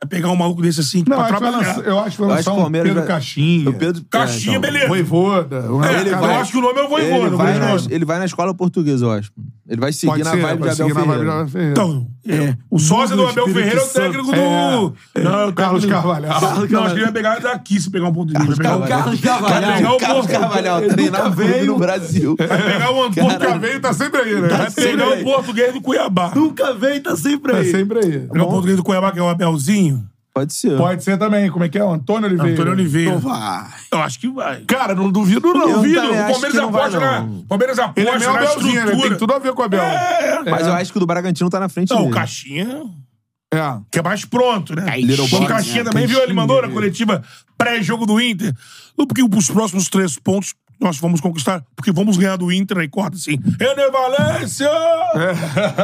Speaker 1: Vai pegar um maluco desse assim
Speaker 2: Não,
Speaker 1: pra
Speaker 2: acho que vai
Speaker 1: trabalhar.
Speaker 2: lançar- eu acho que vai
Speaker 4: Eu acho que
Speaker 2: lançar
Speaker 4: o
Speaker 2: um
Speaker 4: Palmeiras
Speaker 2: Pedro
Speaker 4: vai-
Speaker 2: Caixinha.
Speaker 4: O Pedro...
Speaker 3: É,
Speaker 1: Caixinha,
Speaker 4: então.
Speaker 1: beleza.
Speaker 2: *laughs* Voivoda. um
Speaker 1: É,
Speaker 2: Ele
Speaker 1: cara,
Speaker 2: vai.
Speaker 1: eu acho que o nome é o Voivoda.
Speaker 4: Ele
Speaker 1: não
Speaker 4: vai,
Speaker 1: vejo
Speaker 4: na,
Speaker 1: nome.
Speaker 4: ele vai na escola portuguesa, eu acho. Ele vai seguir
Speaker 2: Pode
Speaker 4: na
Speaker 2: ser,
Speaker 4: vibe de
Speaker 2: pode
Speaker 4: Abel
Speaker 2: seguir na vibe de
Speaker 4: Ferreira.
Speaker 2: Abel Ferreira.
Speaker 1: Então, o sócio do Abel Ferreira é o técnico do... Não, é o
Speaker 2: Carlos
Speaker 1: técnico-
Speaker 2: Carvalhal.
Speaker 1: Não, acho que ele vai pegar daqui se pegar um ponto de vista. Vai pegar
Speaker 3: Carlos
Speaker 1: Vai
Speaker 3: Carvalhal.
Speaker 1: pegar o
Speaker 4: Carlos
Speaker 1: Porto-
Speaker 4: Carvalhal, treinar o clube no Brasil.
Speaker 1: vai pegar um o
Speaker 2: Porto
Speaker 1: Antônio
Speaker 2: Caveiro tá sempre aí, né?
Speaker 1: Vai pegar o português do Cuiabá.
Speaker 3: Nunca veio, tá sempre
Speaker 1: é
Speaker 2: Tá
Speaker 3: aí.
Speaker 2: sempre aí.
Speaker 1: Pegar o português do Cuiabá, que é o Abelzinho.
Speaker 4: Pode ser.
Speaker 2: Pode ser também. Como é que é? Antônio Oliveira.
Speaker 1: Antônio Oliveira.
Speaker 3: Então Vai.
Speaker 1: Eu acho que vai.
Speaker 2: Cara, não duvido, não.
Speaker 1: Eu duvido.
Speaker 4: também
Speaker 1: O
Speaker 4: acho
Speaker 1: Palmeiras
Speaker 4: que não vai,
Speaker 1: aposta
Speaker 4: não.
Speaker 1: na. Palmeiras
Speaker 2: Ele é
Speaker 1: aposta
Speaker 2: meio
Speaker 1: na
Speaker 2: Abelzinho, né?
Speaker 1: estrutura.
Speaker 2: Tem tudo a ver com o Abel.
Speaker 1: É.
Speaker 4: Mas eu acho que o do Bragantino tá na frente
Speaker 1: Não, o
Speaker 4: dele.
Speaker 1: Caixinha,
Speaker 2: É.
Speaker 1: que é mais pronto, né?
Speaker 4: Little
Speaker 1: o
Speaker 4: Box,
Speaker 1: Caixinha
Speaker 4: né?
Speaker 1: também, viu? Ele
Speaker 2: Caixinha,
Speaker 1: mandou na
Speaker 2: né?
Speaker 1: coletiva pré-jogo do Inter. Não porque os próximos três pontos nós vamos conquistar, porque vamos ganhar do Inter. Aí corta assim. Enevalência!
Speaker 2: É.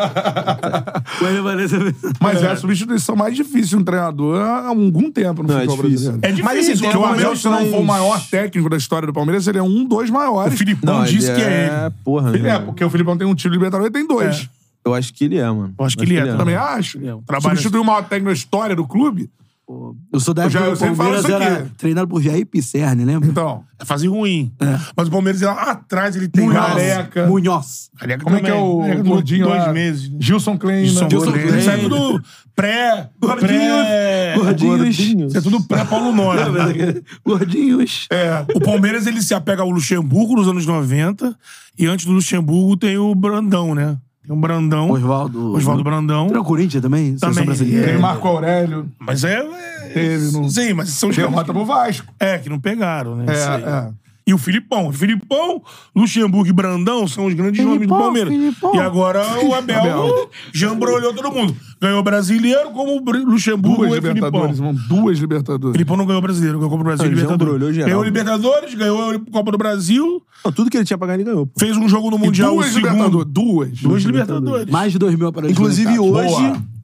Speaker 3: O Ener Valencia-
Speaker 2: Mas é a substituição mais difícil de um treinador há algum tempo no
Speaker 4: Não, é
Speaker 2: futebol
Speaker 4: difícil.
Speaker 2: brasileiro.
Speaker 1: É difícil.
Speaker 4: Mas, assim, tem
Speaker 1: porque
Speaker 2: o
Speaker 1: o
Speaker 4: algumas
Speaker 2: Abel,
Speaker 1: Abel,
Speaker 2: se não for o maior técnico da história do Palmeiras, ele é um dos
Speaker 1: o
Speaker 2: maiores.
Speaker 1: Filipão
Speaker 4: Não, ele
Speaker 1: disse que é ele.
Speaker 4: Porra, né?
Speaker 2: É, porque o Filipão tem um time libertador e tem dois.
Speaker 4: Eu acho que ele é, mano.
Speaker 1: Eu acho que ele é
Speaker 2: Eu Também acho.
Speaker 1: É, um trabalho-
Speaker 2: Substituir o maior técnico da história do clube?
Speaker 3: Eu sou da
Speaker 2: Eu já-
Speaker 3: época
Speaker 2: eu
Speaker 3: do
Speaker 2: sempre falo
Speaker 3: Palmeiras,
Speaker 2: isso aqui.
Speaker 3: era treinado por Jair Pisserni, lembra?
Speaker 2: Então,
Speaker 1: É fazer ruim. Mas o Palmeiras lá atrás ele tem
Speaker 2: Munhoz.
Speaker 1: Galé-
Speaker 2: Careca.
Speaker 3: Munhoz.
Speaker 1: Galé
Speaker 2: como é que é
Speaker 1: também. Galé
Speaker 2: o
Speaker 1: durou
Speaker 2: gordinho
Speaker 1: Dois
Speaker 2: lá?
Speaker 1: meses.
Speaker 2: Gilson Klein.
Speaker 1: Isso
Speaker 2: né?
Speaker 3: Klein.
Speaker 1: é tudo pré. pré-
Speaker 3: Gordinhos.
Speaker 1: Isso é tudo pré-Paulo Nobre.
Speaker 3: *laughs* Gordinhos.
Speaker 2: É.
Speaker 1: O Palmeiras ele se apega ao Luxemburgo nos anos 90 e antes do Luxemburgo tem o Brandão, né? Tem o Brandão.
Speaker 3: Osvaldo.
Speaker 1: Osvaldo Brandão.
Speaker 3: Era o Corinthians também? seleção
Speaker 1: Também.
Speaker 3: brasileira.
Speaker 2: Tem o É. Marco Aurélio.
Speaker 1: Mas é. é-
Speaker 2: Teve no-
Speaker 1: Sim, mas são os caras
Speaker 2: Derrota pro Vasco.
Speaker 1: que- É, que não pegaram, né?
Speaker 2: É,
Speaker 1: Isso aí.
Speaker 2: é.
Speaker 1: E o Filipão. Filipão, Luxemburgo e Brandão são os grandes nomes do
Speaker 3: Filipão,
Speaker 1: Palmeiras.
Speaker 3: Filipão.
Speaker 1: E agora
Speaker 2: *laughs*
Speaker 1: o Abel,
Speaker 2: Abel.
Speaker 1: jambrolhou todo mundo. Ganhou brasileiro como o Br- Luxemburgo
Speaker 2: Duas
Speaker 1: e Filipão.
Speaker 2: Libertadores, irmão. Duas Libertadores.
Speaker 1: Filipão não ganhou brasileiro, ganhou a Copa do Brasil
Speaker 4: Ele
Speaker 1: e
Speaker 4: já
Speaker 1: Libertadores.
Speaker 4: embrulhou geral.
Speaker 1: Ganhou Libertadores, ganhou a Copa do Brasil,
Speaker 4: Não, tudo que ele tinha pra ganhar, ele ganhou. pô.
Speaker 1: fez um jogo no
Speaker 2: E
Speaker 1: Mundial o
Speaker 2: duas
Speaker 1: segundo.
Speaker 2: Libertadores. Duas.
Speaker 1: Duas Libertadores.
Speaker 3: Mais de 2 mil aparelhos.
Speaker 4: Inclusive,
Speaker 3: conectados.
Speaker 4: hoje,
Speaker 2: Boa.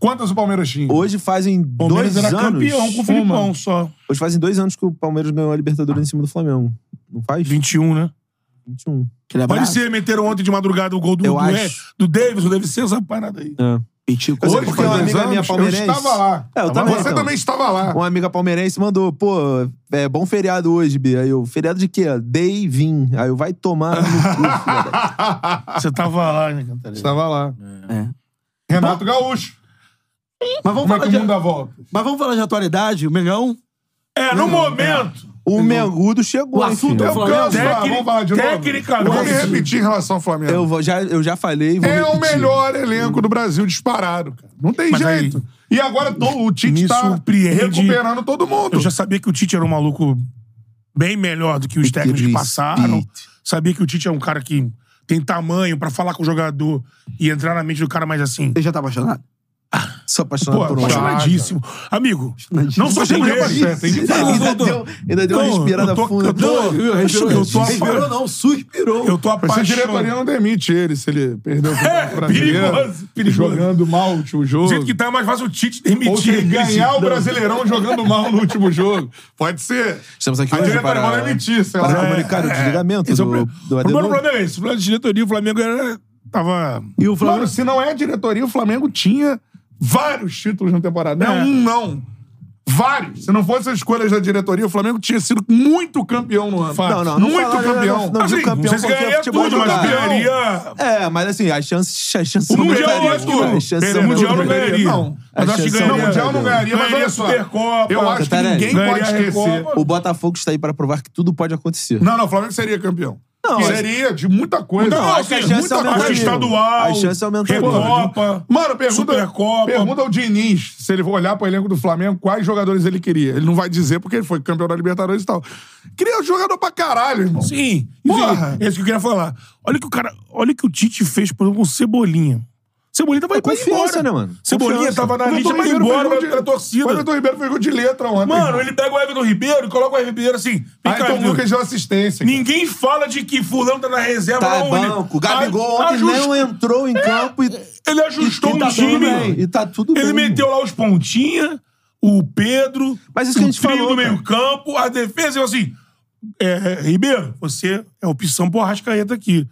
Speaker 2: Quantas o Palmeiras tinha?
Speaker 4: hoje fazem
Speaker 1: O Palmeiras
Speaker 4: dois
Speaker 1: era
Speaker 4: anos.
Speaker 1: campeão com o Filipão só.
Speaker 4: Hoje fazem dois anos que o Palmeiras ganhou a Libertadores em cima do Flamengo. Não faz?
Speaker 1: 21, né?
Speaker 4: 21.
Speaker 3: Aquele
Speaker 1: Pode
Speaker 3: abraço.
Speaker 1: ser, meteram ontem de madrugada o gol do,
Speaker 4: Eu
Speaker 1: do,
Speaker 4: acho.
Speaker 1: do Davis, o Davis ser essa parada aí.
Speaker 4: É.
Speaker 3: Pitico.
Speaker 4: Eu sei
Speaker 2: Hoje
Speaker 4: porque uma
Speaker 2: faz dois
Speaker 4: amiga minha
Speaker 2: anos,
Speaker 4: palmeirense.
Speaker 2: Eu estava lá.
Speaker 4: É, eu também,
Speaker 2: Você
Speaker 4: então.
Speaker 2: também estava lá.
Speaker 4: Uma amiga palmeirense mandou, pô, é bom feriado hoje, B. Aí eu, feriado de quê? Dei e vim. Aí eu, vai tomar no cu, filha da-
Speaker 1: Você tava lá, né, Cantarina?
Speaker 2: Estava lá.
Speaker 3: É.
Speaker 1: tá.
Speaker 2: Renato Gaúcho.
Speaker 3: Mas vamos,
Speaker 2: Como é
Speaker 3: falar
Speaker 2: que o
Speaker 3: de,
Speaker 2: mundo dá volta?
Speaker 3: mas vamos falar de atualidade, o Mengão.
Speaker 1: É, no momento.
Speaker 4: O Mengudo chegou,
Speaker 3: O
Speaker 4: hein,
Speaker 3: assunto
Speaker 4: filho.
Speaker 3: é o
Speaker 2: Eu
Speaker 3: Flamengo.
Speaker 2: canso,
Speaker 1: Tecnic-
Speaker 2: ah, vamos falar de novo.
Speaker 1: tecnicamente-
Speaker 2: Vou me repetir em relação ao Flamengo.
Speaker 4: Eu, vou- já, eu já falei e vou
Speaker 2: É o
Speaker 4: repetir.
Speaker 2: melhor elenco do Brasil disparado, cara. Não tem
Speaker 1: Mas aí-
Speaker 2: jeito. e agora to- o Tite
Speaker 1: Me
Speaker 2: tá
Speaker 1: surpreende-
Speaker 2: recuperando todo mundo.
Speaker 1: Eu já sabia que o Tite era um maluco bem melhor do que os
Speaker 4: Que
Speaker 1: técnicos que
Speaker 4: respeito.
Speaker 1: passaram. Sabia que o Tite é um cara que tem tamanho pra falar com o jogador e entrar na mente do cara mais assim. Ah,
Speaker 3: Você já tá apaixonado?
Speaker 4: Sou apaixonado
Speaker 2: Pô,
Speaker 4: por um
Speaker 2: apaixonado.
Speaker 4: homem.
Speaker 1: Apaixonadíssimo. Amigo, não só por
Speaker 2: Tá
Speaker 1: ele.
Speaker 2: certo, hein?
Speaker 4: *laughs* Ainda deu, ainda deu uma
Speaker 1: Não,
Speaker 4: respirada
Speaker 1: eu tô-
Speaker 4: funda.
Speaker 1: eu tô-
Speaker 4: Não,
Speaker 1: Respirou,
Speaker 4: eu tô-
Speaker 1: respirou.
Speaker 3: Suspirou não, suspirou.
Speaker 1: Eu tô
Speaker 2: Mas se a diretoria
Speaker 1: apaixonado.
Speaker 2: não demite ele se ele perdeu o
Speaker 1: *laughs* É,
Speaker 2: Campeonato brasileiro.
Speaker 1: perigoso, perigoso.
Speaker 2: Jogando mal o último
Speaker 1: Do
Speaker 2: jogo.
Speaker 1: jeito que tá, é mais fácil o Tite
Speaker 2: Ou se
Speaker 1: demitir.
Speaker 2: ele ganhar o Brasileirão jogando mal no último jogo. Pode ser.
Speaker 4: Estamos aqui
Speaker 2: a
Speaker 4: hoje
Speaker 2: diretoria
Speaker 4: para-
Speaker 2: vai demitir, sei
Speaker 4: para
Speaker 2: lá.
Speaker 4: comunicar o desligamento
Speaker 1: Esse é o
Speaker 4: do,
Speaker 1: pro-
Speaker 4: do
Speaker 1: o problema do
Speaker 4: Adenor.
Speaker 1: Flamengo é esse. O problema de diretoria, o Flamengo era... Tava...
Speaker 3: E o Flamengo...
Speaker 2: Mano, se não é a diretoria, o Flamengo tinha vários títulos na temporada. Não é
Speaker 1: É.
Speaker 2: um, não. Vários. Se não fossem as escolhas da diretoria, o Flamengo tinha sido muito campeão no ano.
Speaker 4: Não, não, não
Speaker 2: Muito
Speaker 4: falaram,
Speaker 2: campeão.
Speaker 4: não, não,
Speaker 2: Assim,
Speaker 4: não, campeão
Speaker 1: Vocês
Speaker 4: porque é
Speaker 1: ganhariam
Speaker 4: futebol
Speaker 1: tudo, mas
Speaker 4: jogado.
Speaker 1: ganharia...
Speaker 4: É, mas assim, as chances... As chances
Speaker 1: O
Speaker 4: são
Speaker 1: Mundial eu
Speaker 4: grandes.
Speaker 1: acho que não.
Speaker 4: As chances
Speaker 1: Pera,
Speaker 4: são
Speaker 1: o Mundial não
Speaker 4: grandes.
Speaker 1: ganharia.
Speaker 2: um Não.
Speaker 1: Mas
Speaker 4: A
Speaker 1: acho que
Speaker 4: chance
Speaker 1: ganharia.
Speaker 2: Não, o Mundial não ganharia, mas
Speaker 1: Ganharia
Speaker 2: olha só.
Speaker 1: Supercopa.
Speaker 2: Eu acho que
Speaker 4: Cantarelli.
Speaker 2: ninguém pode
Speaker 1: Ganharia a
Speaker 2: esquecer.
Speaker 1: Recopa.
Speaker 4: O Botafogo está aí para provar que tudo pode acontecer.
Speaker 2: Não, não, o Flamengo seria campeão.
Speaker 4: Não,
Speaker 2: seria de muita coisa.
Speaker 1: Não, é
Speaker 4: acho que a chance
Speaker 2: é muita
Speaker 4: aumentaria.
Speaker 2: coisa.
Speaker 1: estadual,
Speaker 4: A chance aumentaria.
Speaker 1: Recopa.
Speaker 2: Mano, pergunta,
Speaker 1: Supercopa.
Speaker 2: pergunta ao Diniz, se ele olhar pro elenco do Flamengo, quais jogadores ele queria. Ele não vai dizer porque ele foi campeão da Libertadores e tal. Queria jogador pra caralho, irmão.
Speaker 1: Sim.
Speaker 2: Porra.
Speaker 1: Enfim, é isso que eu queria falar. Olha o que o cara, olha o que o Tite fez por exemplo, com o Cebolinha. Cebolinha tava
Speaker 4: É
Speaker 1: pra ir
Speaker 4: confiança,
Speaker 1: embora.
Speaker 4: né, mano?
Speaker 1: Cebolinha
Speaker 4: Confiança.
Speaker 1: tava na
Speaker 2: O
Speaker 1: lista
Speaker 2: Everton
Speaker 1: pra ir
Speaker 2: Ribeiro
Speaker 1: embora
Speaker 2: pegou
Speaker 1: pra, pra torcida.
Speaker 2: O Everton Ribeiro pegou de letra ontem.
Speaker 1: Mano, ele pega o Everton Ribeiro e coloca o Everton Ribeiro assim. Vem
Speaker 2: Aí
Speaker 1: cá,
Speaker 2: Tom
Speaker 1: Everton.
Speaker 2: Lucas deu assistência. cara.
Speaker 1: Ninguém fala de que fulano tá na reserva.
Speaker 4: Tá,
Speaker 1: não, Tá ele-
Speaker 4: banco. Gabigol
Speaker 1: A-
Speaker 4: ontem
Speaker 1: ajust-
Speaker 4: não entrou em campo e...
Speaker 1: Ele ajustou
Speaker 4: e tá
Speaker 1: um
Speaker 4: tudo
Speaker 1: time.
Speaker 4: bem, E tá tudo
Speaker 1: Ele
Speaker 4: bem.
Speaker 1: meteu lá os pontinha, o Pedro,
Speaker 4: Mas isso que a gente
Speaker 1: o trio
Speaker 4: falou,
Speaker 1: do
Speaker 4: cara.
Speaker 1: meio-campo, a defesa, eu assim. é, é, Ribeiro, você é opção pro Arrascaeta aqui.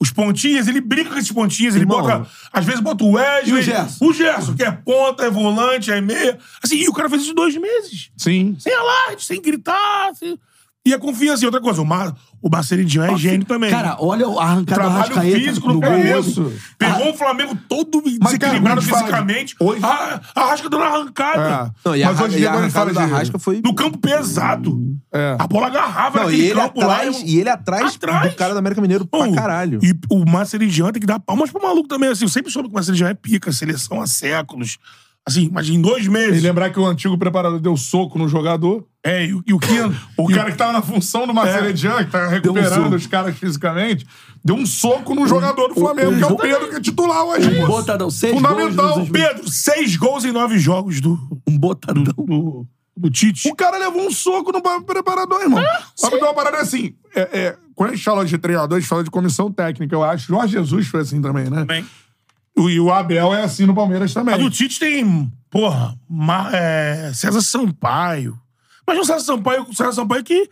Speaker 1: os pontinhas, ele brinca com esses pontinhas, ele
Speaker 4: Irmão.
Speaker 1: bota. Às vezes bota o Wesley.
Speaker 4: E o Gerson?
Speaker 1: O Gerson, que é ponta, é volante, é meia. Assim, e o cara fez isso em dois meses.
Speaker 2: Sim.
Speaker 1: Sem alarde, sem gritar. sem- E a confiança. E outra coisa, o, Mar... o Marcelinho é gênio também.
Speaker 3: Cara, olha a
Speaker 1: O
Speaker 3: arrancada do
Speaker 1: trabalho
Speaker 3: Arrascaeta
Speaker 1: físico do
Speaker 3: no gol.
Speaker 1: Flamengo.
Speaker 2: isso.
Speaker 1: Pegou o Flamengo todo
Speaker 2: Ah. Mas, cara,
Speaker 1: desequilibrado
Speaker 2: a gente fala de-
Speaker 1: fisicamente.
Speaker 2: hoje-
Speaker 1: A, a Rasca dando uma arrancada.
Speaker 2: É. Mas hoje em dia, quando a gente fala
Speaker 4: da
Speaker 2: de-
Speaker 4: Rasca foi.
Speaker 1: No campo pesado.
Speaker 2: É.
Speaker 1: A bola agarrava
Speaker 4: Não,
Speaker 1: naquele
Speaker 4: e ele,
Speaker 1: campo
Speaker 4: atrás,
Speaker 1: lá.
Speaker 4: e ele atrás,
Speaker 1: é um Atrás.
Speaker 4: do cara do América Mineiro pra
Speaker 1: Pô,
Speaker 4: caralho.
Speaker 1: E o Marcelinho tem que dar palmas pro maluco também. Assim, eu sempre soube que o Marcelinho é pica, seleção há séculos. Assim, mas em dois meses.
Speaker 2: E lembrar que o antigo preparador deu soco no jogador.
Speaker 1: É, e, o- e o Quino.
Speaker 2: O É. um cara que tá tava na função do Marceledian, que tava recuperando
Speaker 3: soco.
Speaker 2: os caras fisicamente, deu um soco no jogador do Flamengo, que é o Pedro, que é titular hoje.
Speaker 3: Um
Speaker 2: pô.
Speaker 3: botadão, seis
Speaker 2: Fundamental,
Speaker 3: gols, nos últimos-
Speaker 1: Pedro, seis gols em nove jogos do,
Speaker 3: Um botadão.
Speaker 1: do, do Tite.
Speaker 2: O cara levou um soco no pa- preparador, irmão. Sabe uma parada assim? é, é, quando a gente fala de treinador, a gente fala de comissão técnica, eu acho. Jorge Jesus foi assim também, né?
Speaker 1: Bem,
Speaker 2: O- E o Abel é assim no Palmeiras também.
Speaker 1: a do Tite tem, porra, Ma- é, César Sampaio. Mas o César Sampaio, o César Sampaio que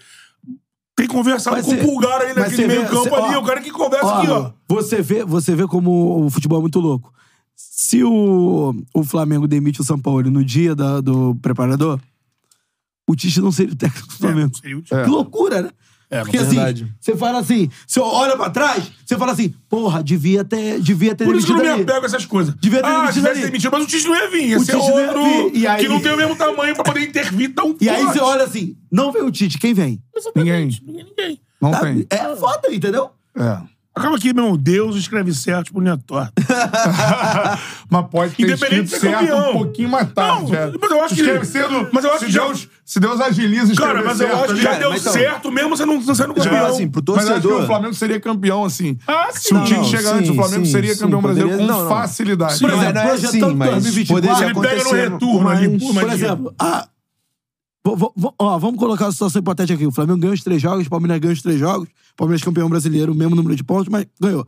Speaker 1: tem conversado
Speaker 3: Mas
Speaker 1: com
Speaker 3: cê-
Speaker 1: o Pulgar aí
Speaker 3: mas
Speaker 1: naquele
Speaker 3: cê vê-
Speaker 1: meio campo
Speaker 3: cê- ó,
Speaker 1: ali. é o cara que conversa aqui, ó.
Speaker 3: Você vê, você vê como o futebol é muito louco. Se o, o Flamengo demite o São Paulo no dia da- do preparador, o Tite não seria o técnico do Flamengo.
Speaker 1: É, Seria o Tite.
Speaker 3: Que loucura, né?
Speaker 1: É,
Speaker 3: Porque assim,
Speaker 4: verdade.
Speaker 3: você fala assim, você olha pra trás, você fala assim, porra, devia ter, devia ter
Speaker 1: Por isso que eu
Speaker 3: demitido
Speaker 1: não me
Speaker 3: ali.
Speaker 1: apego a essas coisas.
Speaker 3: Devia ter
Speaker 1: ah,
Speaker 3: demitido
Speaker 1: tivesse
Speaker 3: ali.
Speaker 1: demitido, mas o Tite não ia vir. Esse é
Speaker 3: Tite não ia
Speaker 1: outro
Speaker 3: vir, e aí-
Speaker 1: que não tem o mesmo tamanho pra poder intervir tão
Speaker 3: E aí
Speaker 1: forte.
Speaker 3: você olha assim, não veio o Tite, quem vem?
Speaker 1: Exatamente. Ninguém. ninguém.
Speaker 2: Não
Speaker 3: Tá?
Speaker 2: tem.
Speaker 3: É foda, entendeu?
Speaker 2: É.
Speaker 1: Acaba aqui, meu Deus, escreve certo, bolinha torta.
Speaker 2: Mas pode ter
Speaker 1: Independente
Speaker 2: escrito
Speaker 1: de ser
Speaker 2: certo
Speaker 1: campeão.
Speaker 2: um pouquinho mais tarde.
Speaker 1: Não,
Speaker 2: é.
Speaker 1: mas eu acho que-
Speaker 2: Escreve cedo,
Speaker 1: mas eu acho
Speaker 2: se
Speaker 1: que já-
Speaker 2: Deus, se Deus agiliza, escrever
Speaker 1: Cara, mas eu
Speaker 2: certo
Speaker 1: acho que
Speaker 2: ali.
Speaker 1: já
Speaker 4: né?
Speaker 1: deu
Speaker 4: Mas então-
Speaker 1: certo mesmo você não você saindo
Speaker 4: Já,
Speaker 1: campeão.
Speaker 4: assim, pro
Speaker 2: Mas eu acho que
Speaker 4: torcedor-
Speaker 2: o Flamengo seria campeão, assim.
Speaker 1: Ah,
Speaker 2: Se
Speaker 1: sim.
Speaker 2: o time
Speaker 4: Não,
Speaker 2: chegar
Speaker 4: sim,
Speaker 2: antes, o Flamengo
Speaker 4: sim,
Speaker 2: seria
Speaker 4: sim,
Speaker 2: campeão
Speaker 4: poderia-
Speaker 2: brasileiro com
Speaker 4: não, não.
Speaker 2: facilidade.
Speaker 4: Sim,
Speaker 2: Por
Speaker 4: não, é-
Speaker 2: exemplo,
Speaker 4: não é
Speaker 1: tá
Speaker 3: projetando
Speaker 4: assim, mas
Speaker 3: 2024,
Speaker 4: poderia
Speaker 3: ele
Speaker 1: pega no
Speaker 4: acontecer.
Speaker 1: retorno ali, pô,
Speaker 3: Por
Speaker 1: Imagina.
Speaker 3: exemplo, ah, vo- vo- vo- ó, vamos colocar a situação hipotética aqui. O Flamengo ganhou os três jogos, o Palmeiras ganhou os três jogos, o Palmeiras campeão brasileiro, o mesmo número de pontos, mas ganhou.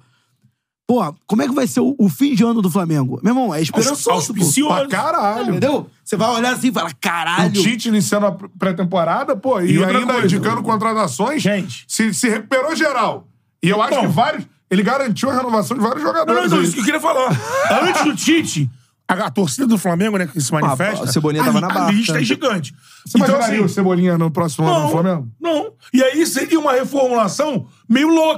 Speaker 3: Pô, como é que vai ser o, o fim de ano do Flamengo? Meu irmão, é esperançoso, pô.
Speaker 2: pra
Speaker 1: Auspicioso.
Speaker 2: caralho.
Speaker 3: Entendeu? Você vai olhar assim e falar,
Speaker 2: O
Speaker 3: caralho.
Speaker 2: Tite iniciando a pré-temporada, pô, e,
Speaker 1: E outra
Speaker 2: ainda
Speaker 1: coisa.
Speaker 2: indicando contratações.
Speaker 1: Gente.
Speaker 2: Se, se recuperou geral. E eu acho
Speaker 1: Bom.
Speaker 2: que vários. Ele garantiu a renovação de vários
Speaker 1: Não, não,
Speaker 2: jogadores.
Speaker 1: não,
Speaker 2: aí.
Speaker 1: isso que eu queria falar. *laughs* Antes do Tite, a, a torcida do Flamengo, né, que se manifesta.
Speaker 4: o Cebolinha
Speaker 1: a-
Speaker 4: tava na
Speaker 1: A
Speaker 4: barca.
Speaker 1: lista é gigante. Então, assim,
Speaker 2: Você imaginaria o Cebolinha no próximo ano
Speaker 1: não,
Speaker 2: no Flamengo?
Speaker 1: Não. E aí seria uma reformulação meio louca.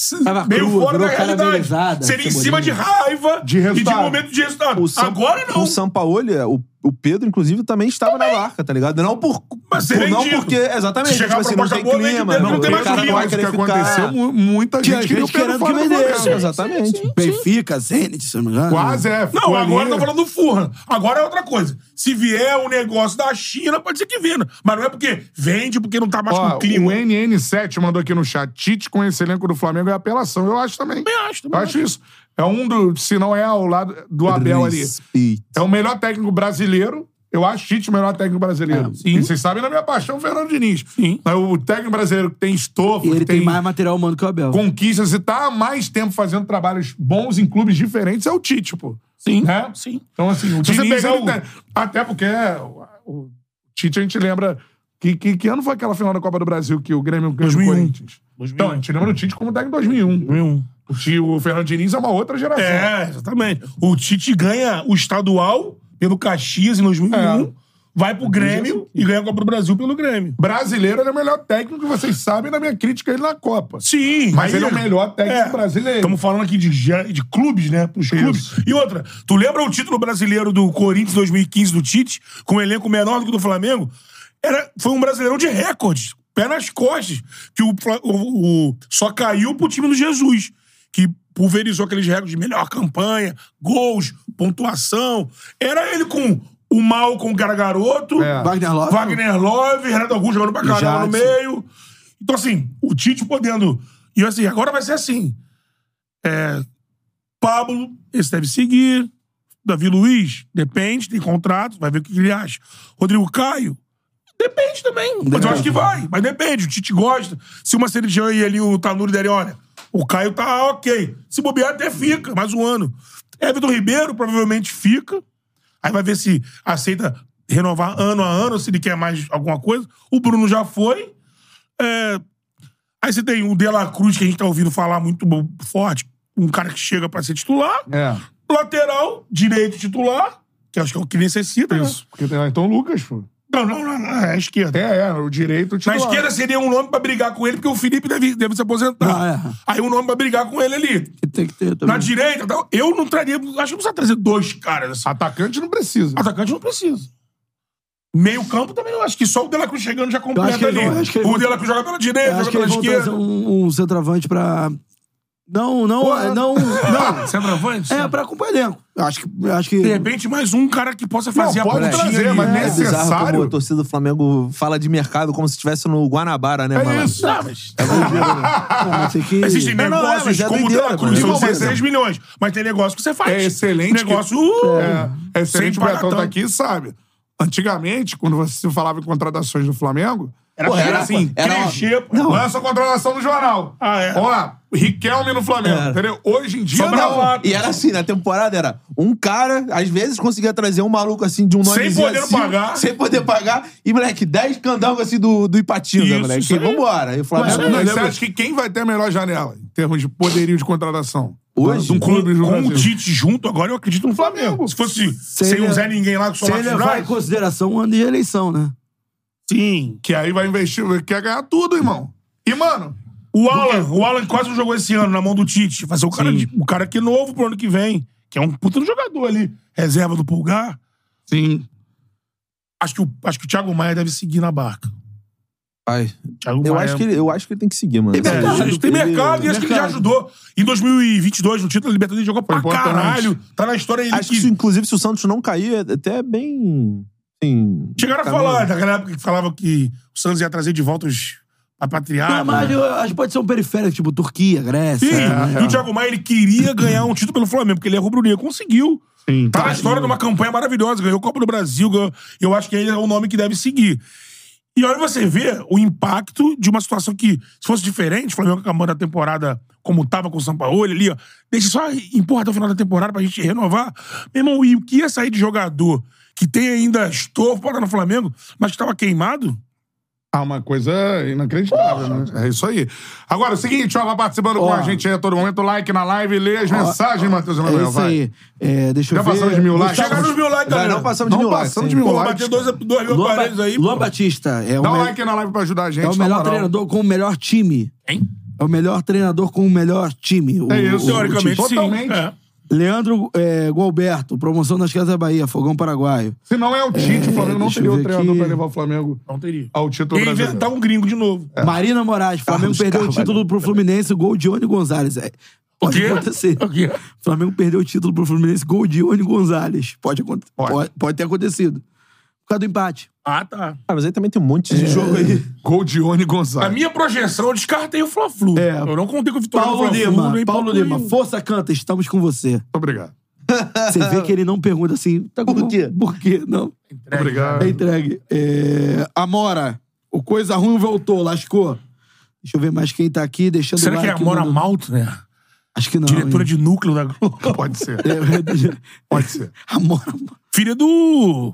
Speaker 1: Se-
Speaker 3: Tava
Speaker 1: meio
Speaker 3: crua,
Speaker 1: fora da
Speaker 3: virou
Speaker 1: caramelizada,
Speaker 3: caramelizada,
Speaker 1: Seria em
Speaker 3: cebolinha.
Speaker 1: cima de raiva
Speaker 2: De
Speaker 1: e de
Speaker 2: resultado.
Speaker 1: momento de resultado.
Speaker 4: O Sam-
Speaker 1: Agora não.
Speaker 4: O Sampaoli, é, o, o Pedro, inclusive, também estava na barca, tá ligado? Não por.
Speaker 1: Mas
Speaker 4: por-
Speaker 1: seria
Speaker 4: não
Speaker 1: vendido.
Speaker 4: porque. Exatamente.
Speaker 1: Se chegar
Speaker 4: tipo
Speaker 1: a
Speaker 4: assim, não
Speaker 1: proposta
Speaker 4: tem
Speaker 1: boa, vende o
Speaker 4: clima.
Speaker 1: Pedro, não tem
Speaker 4: o
Speaker 1: mais
Speaker 4: cara
Speaker 1: clima.
Speaker 4: vai
Speaker 2: Mas o que
Speaker 4: querer ficar.
Speaker 2: aconteceu, mu- muita
Speaker 3: Tinha
Speaker 2: gente queria o
Speaker 3: gente
Speaker 2: Pedro
Speaker 3: querendo
Speaker 2: fora
Speaker 3: que
Speaker 2: do
Speaker 3: vendesse.
Speaker 2: Flamengo.
Speaker 4: Exatamente.
Speaker 3: Benfica, Zenit, se eu não me engano.
Speaker 2: Quase é.
Speaker 1: Não,
Speaker 2: ficou
Speaker 1: agora
Speaker 2: ali.
Speaker 1: tá falando do Furran. Agora é outra coisa. Se vier um negócio da China, pode ser que venda. Mas não é porque vende, porque não tá mais com
Speaker 2: Ó,
Speaker 1: o clima.
Speaker 2: o NN7 mandou aqui no chat. Tite com esse elenco do Flamengo é apelação. Eu acho também.
Speaker 1: Também acho,
Speaker 2: Eu
Speaker 1: também
Speaker 2: acho isso. É um do, se não é ao lado do Abel ali.
Speaker 4: Respeito.
Speaker 2: É o melhor técnico brasileiro. Eu acho Tite o melhor técnico
Speaker 3: É,
Speaker 2: brasileiro. E vocês sabem da minha paixão, o Fernando Diniz. Mas o técnico brasileiro que tem estofo,
Speaker 3: E ele
Speaker 2: que
Speaker 3: tem, mais material humano que o Abel.
Speaker 2: conquistas e tá há mais tempo fazendo trabalhos bons em clubes diferentes, é o Tite, pô.
Speaker 1: Sim,
Speaker 2: Né?
Speaker 1: sim.
Speaker 2: Então, assim, o
Speaker 1: Se você né?
Speaker 2: Diniz
Speaker 1: pegar
Speaker 2: é o-
Speaker 1: o-
Speaker 2: Até porque é o, o Tite, a gente lembra... Que, que, que ano foi aquela final da Copa do Brasil que o Grêmio ganhou do
Speaker 1: 2001.
Speaker 2: Corinthians? Então, a gente lembra do Tite como técnico em 2001. O, Tite, um. o Fernando Diniz é uma outra geração.
Speaker 1: um. É, exatamente. O Tite ganha o estadual pelo Caxias em 2001,
Speaker 2: É.
Speaker 1: vai pro Grêmio e ganha a Copa do Brasil pelo Grêmio.
Speaker 2: Brasileiro, ele é o melhor técnico, vocês sabem da minha crítica a ele na Copa.
Speaker 1: Sim.
Speaker 2: Mas
Speaker 1: aí-
Speaker 2: ele é o melhor técnico brasileiro.
Speaker 1: Estamos falando aqui de, ge- de clubes, né? Pros clubes. E outra, tu lembra o título brasileiro do Corinthians 2015 do Tite, com um elenco menor do que o do Flamengo? Era, foi um brasileirão de recordes, pé nas costas, que o, Fla- o- o- só caiu pro time do Jesus, que pulverizou aqueles recordes de melhor campanha, gols, pontuação. Era ele com o mal com o cara garoto,
Speaker 2: É.
Speaker 3: Wagner Love.
Speaker 1: Wagner Love, Renato Augusto jogando pra caramba no
Speaker 4: Jadson.
Speaker 1: meio. Então, assim, o Tite podendo. E assim, agora vai ser assim. É, Pablo, esse deve seguir. Davi Luiz, depende, tem contrato, vai ver o que ele acha. Rodrigo Caio, depende também. Mas eu acho que vai, mas depende. O Tite gosta. Se uma Serijan e ali o Tanuri derem, olha, o Caio tá ok. Se bobear, até fica, mais um ano. Everton Ribeiro provavelmente fica. Aí vai ver se aceita renovar ano a ano, se ele quer mais alguma coisa. O Bruno já foi. É, Aí você tem o De La Cruz, que a gente tá ouvindo falar muito bom- forte, um cara que chega pra ser titular.
Speaker 2: É.
Speaker 1: Lateral, direito titular, que acho que é o que necessita. né?
Speaker 2: Isso. Porque tem lá então o Lucas, pô.
Speaker 1: Não, não, não, não, é a esquerda.
Speaker 2: Tem, é, o direito o
Speaker 1: Na
Speaker 2: titular.
Speaker 1: esquerda seria um nome pra brigar com ele, porque o Felipe deve, deve se aposentar.
Speaker 3: Ah, é.
Speaker 1: Aí um nome pra brigar com ele ali.
Speaker 3: Que tem que ter
Speaker 1: Na
Speaker 3: também.
Speaker 1: direita, tal, eu não traria. Acho que não precisa trazer dois caras assim.
Speaker 2: Atacante não precisa.
Speaker 1: Atacante não precisa. Meio campo também eu acho que só o Delacruz chegando já
Speaker 3: Eu acho que
Speaker 1: completa ali.
Speaker 3: eles vão- acho que eles
Speaker 1: O
Speaker 3: vão-
Speaker 1: Delacruz joga pela direita,
Speaker 3: Eu acho
Speaker 1: joga
Speaker 3: que
Speaker 1: pela
Speaker 3: eles vão trazer
Speaker 1: esquerda.
Speaker 3: um, um centroavante pra. Não, não, é, não,
Speaker 2: *laughs*
Speaker 3: não.
Speaker 1: Centroavante?
Speaker 3: É, pra acompanhar o elenco. Eu Acho que. eu Acho
Speaker 1: De
Speaker 3: que
Speaker 1: repente, mais um cara que possa fazer a
Speaker 2: pode
Speaker 1: pontinha
Speaker 2: trazer,
Speaker 1: ali.
Speaker 2: mas
Speaker 1: É.
Speaker 2: nesse-
Speaker 4: bizarro
Speaker 2: Necessário?
Speaker 4: como a torcida do Flamengo fala de mercado como se estivesse no Guanabara, né,
Speaker 2: É
Speaker 4: mano?
Speaker 2: isso.
Speaker 1: Não, mas-
Speaker 3: Ah, tem que.
Speaker 1: Existem
Speaker 4: Não, não, é,
Speaker 1: negócios
Speaker 4: mas é
Speaker 1: como o
Speaker 2: tá
Speaker 4: doideira,
Speaker 1: Dela Cruz,
Speaker 4: mas
Speaker 1: são
Speaker 4: não precisa.
Speaker 1: 16 milhões. Mas tem negócio que você faz.
Speaker 2: É excelente que-
Speaker 1: Negócio. uh,
Speaker 2: É, é excelente
Speaker 1: sem
Speaker 2: o
Speaker 1: pagar
Speaker 2: Betão tá
Speaker 1: tanto.
Speaker 2: aqui, sabe? Antigamente, quando você falava em contratações do Flamengo,
Speaker 1: Era,
Speaker 2: pô,
Speaker 1: era assim,
Speaker 4: era uma-
Speaker 1: crescer. pô.
Speaker 2: Não. Lança a contratação no jornal.
Speaker 1: Ah, é.
Speaker 2: Ó, Riquelme no Flamengo,
Speaker 4: É.
Speaker 2: entendeu? Hoje em dia,
Speaker 1: Só pra
Speaker 2: não.
Speaker 1: lá.
Speaker 4: E era assim, na temporada era um cara, às vezes conseguia trazer um maluco assim de um nome
Speaker 1: poder pagar.
Speaker 4: Sem poder pagar. E, moleque, 10 candangos assim do, do Ipatinga,
Speaker 1: Isso,
Speaker 4: moleque.
Speaker 1: isso
Speaker 4: E
Speaker 1: aí.
Speaker 4: vambora. E o
Speaker 2: Mas é,
Speaker 4: Flamengo.
Speaker 2: mas você acha que quem vai ter a melhor janela em termos de poderio de contratação?
Speaker 4: Hoje?
Speaker 2: De um
Speaker 1: Com,
Speaker 2: clube do
Speaker 1: com o
Speaker 2: Brasil.
Speaker 1: Tite junto, agora eu acredito no Flamengo.
Speaker 2: Flamengo.
Speaker 1: Se fosse sem
Speaker 3: ele-
Speaker 1: o Zé Ninguém lá com o
Speaker 3: Se
Speaker 1: Marcos
Speaker 3: levar em
Speaker 1: Braz...
Speaker 3: consideração o ano de eleição, né?
Speaker 1: Sim.
Speaker 2: Que aí vai investir, quer ganhar tudo, irmão. E, mano,
Speaker 1: O Alan, o Alan quase não jogou esse ano na mão do Tite. Vai ser o cara,
Speaker 4: Sim.
Speaker 1: de- o cara que é novo pro ano que vem, que é um puta do jogador ali, reserva do Pulgar.
Speaker 2: sim,
Speaker 1: Acho que o, acho que o Thiago Maia deve seguir na barca.
Speaker 4: Ai,
Speaker 1: Thiago
Speaker 4: eu,
Speaker 1: Maia.
Speaker 4: acho que ele, eu acho que ele tem que seguir, mano.
Speaker 1: É,
Speaker 4: Esse
Speaker 1: acho
Speaker 4: jogo
Speaker 1: que tem
Speaker 4: ele-
Speaker 1: mercado e acho que ele já
Speaker 3: mercado.
Speaker 1: ajudou. Em 2022, no título da Libertadores, ele jogou pra
Speaker 2: importante.
Speaker 1: caralho. Tá na história ele
Speaker 4: Acho que,
Speaker 1: que-
Speaker 4: se- inclusive, se o Santos não cair, é até bem. Assim,
Speaker 1: Chegaram a
Speaker 4: caminho.
Speaker 1: falar, naquela época que falavam que o Santos ia trazer de volta os
Speaker 3: Ah,
Speaker 1: apatriados.
Speaker 3: mas
Speaker 1: né?
Speaker 3: eu acho que pode ser um periférico, tipo Turquia, Grécia.
Speaker 1: Sim,
Speaker 3: né?
Speaker 1: e o Thiago Maia, ele queria ganhar um título pelo Flamengo, porque ele é rubro-negro, conseguiu.
Speaker 2: sim.
Speaker 1: Tá na história de uma campanha maravilhosa, ganhou Copa do Brasil, ganhou- eu acho que ele é o nome que deve seguir. E aí você vê o impacto de uma situação que, se fosse diferente, o Flamengo acabando a temporada como tava com o Sampaoli ali, ó, deixa só empurra até o final da temporada pra gente renovar. Meu irmão, e o que ia sair de jogador que tem ainda estofo para no Flamengo, mas que tava queimado?
Speaker 2: Ah, uma coisa inacreditável, né? É isso aí. Agora, é o seguinte, ó, vai participando com
Speaker 3: Ó.
Speaker 2: a gente aí a todo momento, like na live, lê as mensagens, Matheus
Speaker 3: É
Speaker 2: Emanuel,
Speaker 3: isso
Speaker 2: vai.
Speaker 3: aí. É, deixa eu
Speaker 2: Já
Speaker 3: ver.
Speaker 2: passamos de mil likes?
Speaker 1: Chegaram nos mil likes,
Speaker 4: Mas
Speaker 1: galera.
Speaker 4: não passamos de
Speaker 2: Não
Speaker 4: mil likes.
Speaker 2: passamos de
Speaker 4: hein?
Speaker 2: mil
Speaker 1: Pô,
Speaker 2: likes,
Speaker 1: bater dois, dois mil
Speaker 3: Luan,
Speaker 1: aparelhos
Speaker 3: Ba-
Speaker 1: aí.
Speaker 3: Luan
Speaker 1: pô.
Speaker 3: Batista é o,
Speaker 2: Dá um
Speaker 3: me-
Speaker 2: like aí na live pra ajudar a gente.
Speaker 3: é o
Speaker 2: na
Speaker 3: melhor
Speaker 2: moral.
Speaker 3: treinador com o melhor time.
Speaker 1: Hein?
Speaker 3: É o melhor treinador com o melhor time. O-
Speaker 2: É isso,
Speaker 3: o-
Speaker 1: Teoricamente, sim.
Speaker 2: Totalmente.
Speaker 1: É.
Speaker 3: o- Leandro é, Gualberto, promoção das Casas da Bahia, Fogão Paraguaio.
Speaker 2: Se não é o Tite, o Flamengo não
Speaker 3: deixa eu
Speaker 2: teria o
Speaker 3: ver
Speaker 2: treinador
Speaker 3: aqui.
Speaker 2: pra levar o Flamengo
Speaker 1: Não teria.
Speaker 2: ao título
Speaker 1: Ia
Speaker 2: brasileiro.
Speaker 1: inventar um gringo de novo.
Speaker 3: Marina Moraes, Flamengo
Speaker 4: É. Carlos
Speaker 3: perdeu o
Speaker 4: Carvalho.
Speaker 3: título pro Fluminense, gol de Oni Gonzalez. É, pode
Speaker 1: quê?
Speaker 3: acontecer.
Speaker 1: O quê?
Speaker 3: Flamengo perdeu o título pro Fluminense, gol de Oni Gonzalez. Pode, acon- pode. pode ter acontecido. Por causa do empate.
Speaker 1: Ah, tá.
Speaker 4: Ah, mas aí também tem um monte de jogo aí.
Speaker 1: um
Speaker 2: Gol de Oni
Speaker 1: Na
Speaker 2: Gonzalez.
Speaker 1: minha projeção, eu descartei o Fla-Flu.
Speaker 3: É.
Speaker 1: Eu não contei com o Vitória
Speaker 3: Paulo
Speaker 1: no Fla-Flu.
Speaker 3: Lima,
Speaker 1: nem
Speaker 3: Paulo
Speaker 1: Fla-Flu,
Speaker 3: Lima,
Speaker 1: nem-
Speaker 3: força canta, estamos com você.
Speaker 2: Muito obrigado.
Speaker 3: Você vê que ele não pergunta assim, tá com-
Speaker 4: Por quê?
Speaker 3: Por quê? Não.
Speaker 2: Muito obrigado.
Speaker 3: É entregue. É, Amora, o coisa ruim voltou, lascou. Deixa eu ver mais quem tá aqui, deixando
Speaker 1: Será
Speaker 3: o
Speaker 1: que é
Speaker 3: like,
Speaker 1: a Mora
Speaker 3: mandando-
Speaker 1: Malto, né?
Speaker 3: Acho que não.
Speaker 1: Diretora
Speaker 3: hein?
Speaker 1: de núcleo da Globo.
Speaker 2: Pode ser.
Speaker 3: *laughs* Pode
Speaker 2: ser.
Speaker 3: Amora.
Speaker 1: Filha do...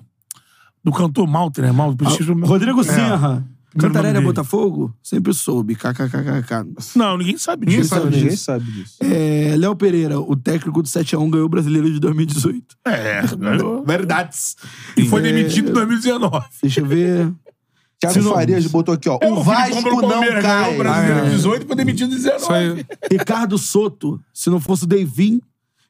Speaker 1: Do cantor Malto, né? Malto. preciso-
Speaker 3: Ah, Rodrigo Sinra. Cantarelli é
Speaker 1: dele?
Speaker 3: Botafogo? Sempre soube. KKKKK.
Speaker 1: Não, ninguém sabe disso.
Speaker 3: né?
Speaker 2: sabe
Speaker 4: Ninguém
Speaker 2: disso.
Speaker 4: sabe disso.
Speaker 3: É, Léo Pereira, o técnico do 7x1 ganhou o brasileiro de 2018.
Speaker 1: É. ganhou.
Speaker 2: né? Verdades.
Speaker 1: E foi demitido em 2019.
Speaker 3: Deixa eu ver.
Speaker 4: *laughs* Thiago Farias botou aqui, ó.
Speaker 1: É, Filipão
Speaker 4: o Vasco
Speaker 1: pelo
Speaker 4: não
Speaker 1: Palmeiras, ganhou
Speaker 4: cai.
Speaker 1: O
Speaker 3: né?
Speaker 1: brasileiro
Speaker 2: Ah, é.
Speaker 1: 18 foi demitido em 19.
Speaker 2: Isso aí.
Speaker 3: Ricardo Soto, se não fosse o Deivin,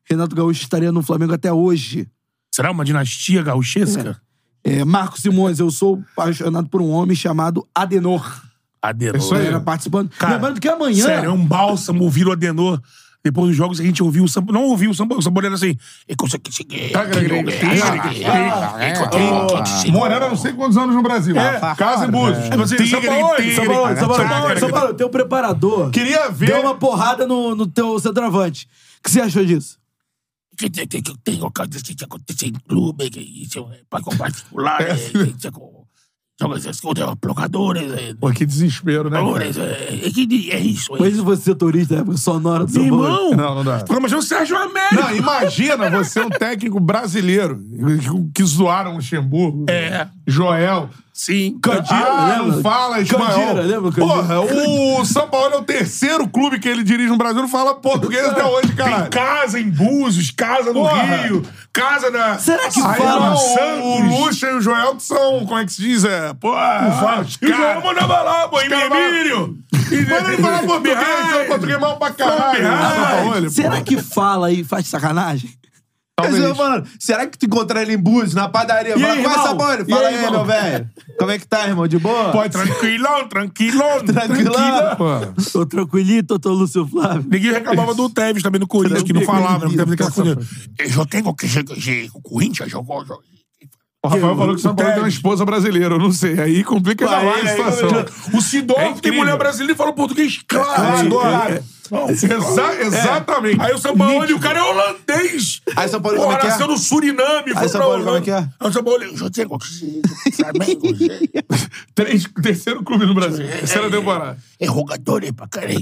Speaker 3: Renato Gaúcho estaria no Flamengo até hoje.
Speaker 1: Será uma dinastia gauchesca?
Speaker 3: É, Marco Simões, eu sou apaixonado por um homem chamado Adenor.
Speaker 1: Adenor.
Speaker 2: Isso aí.
Speaker 4: É.
Speaker 3: Galera participando.
Speaker 1: Cara,
Speaker 3: Lembrando que amanhã.
Speaker 1: Sério, é um bálsamo ouvir o Adenor. Depois dos jogos, a gente ouviu o Sampa... Não ouviu o Sampa... O Sampa era assim... "E consegui seguir".
Speaker 2: Morando há não sei quantos anos no Brasil.
Speaker 1: É,
Speaker 2: Casa e Búzios.
Speaker 1: É, você-
Speaker 2: Tigre,
Speaker 3: São Paulo,
Speaker 2: tigre.
Speaker 3: São Paulo,
Speaker 2: Tigre.
Speaker 3: São Paulo, teu preparador
Speaker 2: Queria ver.
Speaker 3: deu uma porrada no, no teu centroavante. O que você achou disso?
Speaker 1: que tem, tem, que tem coisas que que acontecem em clube, que isso é para particular, é, isso é com jogadores contra blocadores, é,
Speaker 2: Pô, que desespero, né? cara?
Speaker 1: valores, é, é, que- é isso. É.
Speaker 3: Mas você setorista né? da época sonora do São Paulo.
Speaker 1: Irmão,
Speaker 2: Não, não dá.
Speaker 1: Ficou imaginando o Sérgio Américo.
Speaker 2: Não, imagina você um técnico brasileiro que zoaram o Luxemburgo,
Speaker 1: É.
Speaker 2: Joel. Sim.
Speaker 3: Candira,
Speaker 1: ah, não
Speaker 3: lembra?
Speaker 1: fala, Ismael.
Speaker 3: Candira, lembra? Candira?
Speaker 1: Porra, o São Paulo é o terceiro clube que ele dirige no Brasil, não fala português até hoje,
Speaker 2: Tem
Speaker 1: caralho.
Speaker 2: casa em Búzios, casa no
Speaker 1: Porra.
Speaker 2: Rio, casa na.
Speaker 3: Será que
Speaker 1: Aí
Speaker 3: fala?
Speaker 1: não, o,
Speaker 2: Santos.
Speaker 1: o Lucha e o Joel que são, como é que se diz? É, porra.
Speaker 2: Fala.
Speaker 1: os
Speaker 2: E o
Speaker 1: caras-
Speaker 2: João mandava lá, pô,
Speaker 1: os
Speaker 2: em
Speaker 1: caras falam-
Speaker 2: Emílio.
Speaker 1: Quando ele é fala português, ele fala
Speaker 2: Ferraz.
Speaker 1: português mal pra caralho.
Speaker 2: Ferraz.
Speaker 1: São Paulo, ele-
Speaker 3: Será que fala e faz sacanagem?
Speaker 4: Mas eu falando, será que tu encontrar ele em Búzios, na padaria? Fala,
Speaker 3: aí,
Speaker 4: qual é essa
Speaker 3: irmão?
Speaker 4: bola? Ele
Speaker 3: E
Speaker 4: Fala
Speaker 3: aí,
Speaker 4: aí,
Speaker 3: irmão?
Speaker 4: meu velho. Como é que tá, irmão? De boa?
Speaker 2: Pô, tranquilão, tranquilão.
Speaker 4: Tranquilão.
Speaker 1: Pô.
Speaker 3: Tô tranquilito, tô, tô Lúcio Flávio.
Speaker 2: Ninguém reclamava do Tevez também no Corinthians, que não falava, não teve aquela coisa. Eu joguei com o Corinthians, jogou. jogou.
Speaker 1: O Rafael falou que o São Paulo
Speaker 2: Tevez.
Speaker 1: tem uma esposa brasileira, eu não sei. Aí complica ainda mais a situação.
Speaker 2: é, O Sidorf
Speaker 1: É
Speaker 2: tem
Speaker 1: incrível.
Speaker 2: mulher brasileira e fala português claro.
Speaker 1: É,
Speaker 2: agora.
Speaker 1: é. Exa- exatamente.
Speaker 2: é. Aí o Sampaoli, o cara é holandês.
Speaker 4: Aí o São Paulo,
Speaker 2: Porra,
Speaker 4: como é que é?
Speaker 2: nasceu no Suriname, foi pra
Speaker 4: Sampaoli, como é
Speaker 2: Holanda.
Speaker 4: que é?
Speaker 2: Aí o Sampaoli, Jotê, Flamengo,
Speaker 1: Três, terceiro clube no Brasil. Terceira temporada.
Speaker 2: é jogador é pra caralho.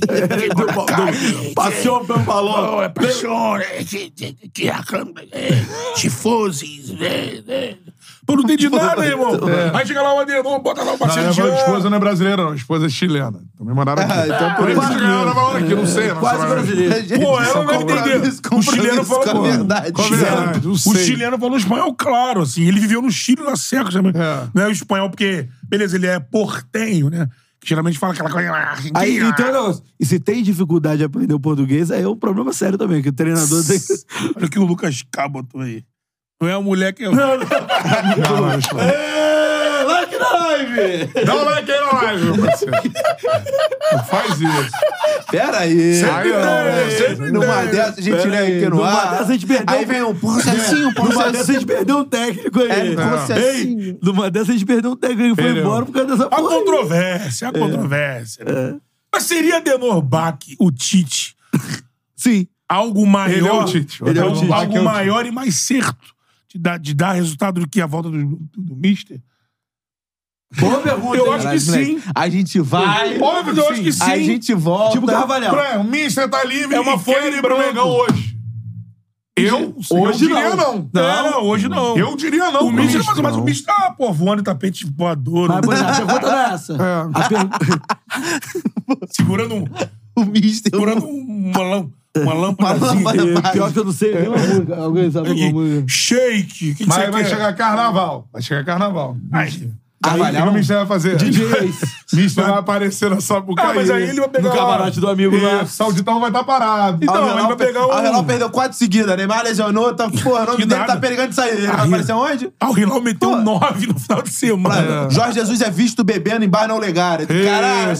Speaker 2: Passione pelo balão. É passione, é que- que- que a câmera, é tifoso, é, é. Pô, não tem *laughs* de nada, irmão. Aí chega lá o Adenor, bota lá o
Speaker 1: Não,
Speaker 2: Marcelo
Speaker 1: minha
Speaker 2: Jean.
Speaker 1: esposa não é brasileira, não. A esposa é chilena. Também moraram aqui.
Speaker 4: Ah, então por
Speaker 1: por isso
Speaker 4: isso
Speaker 1: que ganharam na hora aqui, não sei. não
Speaker 3: Quase
Speaker 1: sei.
Speaker 3: brasileiro.
Speaker 2: Pô, ela não vai entender.
Speaker 4: Compromisso,
Speaker 2: O chileno
Speaker 4: compromisso
Speaker 2: falou
Speaker 4: com a
Speaker 2: pô,
Speaker 4: verdade.
Speaker 2: o
Speaker 1: Com a verdade,
Speaker 2: chileno-
Speaker 1: eu
Speaker 2: O
Speaker 1: sei.
Speaker 2: chileno falou espanhol, claro, assim. Ele viveu no Chile na seca também.
Speaker 1: É.
Speaker 2: Não é o espanhol, porque, beleza, ele é portenho, né? Que geralmente fala aquela coisa. "Ah, "Argentina".
Speaker 3: Aí, então, não, e se tem dificuldade de aprender o português, aí é um problema sério também, que o treinador tem que...
Speaker 2: Olha o que o Lucas K botou aí. Não é a mulher que. Não,
Speaker 1: Não, mas-
Speaker 2: É,
Speaker 3: like na live!
Speaker 1: Dá o like aí na live, meu parceiro. Não faz isso.
Speaker 4: Pera aí.
Speaker 1: Aí não, né?
Speaker 2: Sempre
Speaker 4: Numa
Speaker 2: tem.
Speaker 4: dessa, a gente
Speaker 3: Pera
Speaker 4: lê
Speaker 3: aí,
Speaker 4: aqui no
Speaker 3: numa
Speaker 4: ar.
Speaker 3: dessa a gente perdeu. né?
Speaker 4: Aí vem um processinho,
Speaker 3: Numa dessas a
Speaker 4: processinho.
Speaker 3: gente perdeu um técnico aí.
Speaker 4: É, processinho.
Speaker 3: Ei, numa dessas a gente perdeu um técnico que foi
Speaker 1: Perdeu.
Speaker 3: embora por causa dessa
Speaker 2: Há
Speaker 3: porra. aí.
Speaker 2: controvérsia, há
Speaker 1: É.
Speaker 2: controvérsia. né? Mas seria Denor Bach, o
Speaker 1: *laughs*
Speaker 2: Tite,
Speaker 3: Sim.
Speaker 2: algo maior.
Speaker 1: Ele é o Tite.
Speaker 3: Ele é o
Speaker 1: Bach
Speaker 3: Tite.
Speaker 2: Algo
Speaker 1: é o Tite.
Speaker 2: maior e mais certo de dar, de dar resultado do que a volta do, do, do Mister?
Speaker 3: Boa pergunta.
Speaker 2: Eu
Speaker 3: hein?
Speaker 2: acho que
Speaker 4: Caralho, moleque.
Speaker 2: sim.
Speaker 4: A gente vai.
Speaker 2: Óbvio que eu acho que sim.
Speaker 4: A gente volta.
Speaker 3: Tipo Carvalhal.
Speaker 1: Pra- O Mister tá livre
Speaker 2: É uma
Speaker 1: e
Speaker 2: folha
Speaker 1: quer
Speaker 2: em
Speaker 1: ir pro
Speaker 2: branco.
Speaker 1: Mengão hoje. Eu?
Speaker 3: Hoje
Speaker 1: eu diria não.
Speaker 3: Não.
Speaker 2: É, não, hoje não.
Speaker 1: Eu diria não.
Speaker 2: O
Speaker 1: pro
Speaker 2: Mitch, mas, mas o
Speaker 1: não.
Speaker 2: Mitch tá, pô, voando em tapete voador,
Speaker 3: Mas, pois é, a pergunta não é essa.
Speaker 1: É.
Speaker 3: A per-
Speaker 2: *laughs* segurando, um,
Speaker 4: O Mister.
Speaker 2: segurando um-
Speaker 1: *laughs*
Speaker 2: uma, lâmpada uma
Speaker 4: Uma
Speaker 2: lâmpadazinha.
Speaker 4: lâmpada.
Speaker 3: Pior que eu não
Speaker 4: É.
Speaker 3: sei nenhuma música. Alguém sabe
Speaker 2: Aqui,
Speaker 3: alguma música?
Speaker 2: Shake. O que, que você
Speaker 1: Mas vai
Speaker 2: quer?
Speaker 1: chegar carnaval. Vai chegar carnaval.
Speaker 2: Ai,
Speaker 1: Aí o que o Mister vai fazer?
Speaker 3: DJs.
Speaker 1: *laughs* Mister vai aparecer na Sapucaí.
Speaker 2: Ah, mas aí ele vai pegar
Speaker 3: No
Speaker 2: lá-
Speaker 3: camarote do amigo lá.
Speaker 1: Isso, Sauditão vai estar parado.
Speaker 2: Então,
Speaker 4: Avelão
Speaker 2: ele vai
Speaker 4: pe-
Speaker 2: pegar um...
Speaker 4: Avelão perdeu quatro seguidas. Neymar lesionou. Tá, porra, o nome
Speaker 2: Que
Speaker 4: dele
Speaker 2: nada.
Speaker 4: tá pegando de saída. Ele vai
Speaker 2: Aí-
Speaker 4: aparecer onde?
Speaker 2: Ah, o Hilal meteu nove no final de semana.
Speaker 4: Jorge Jesus é visto bebendo em bar não legal.
Speaker 1: Isso,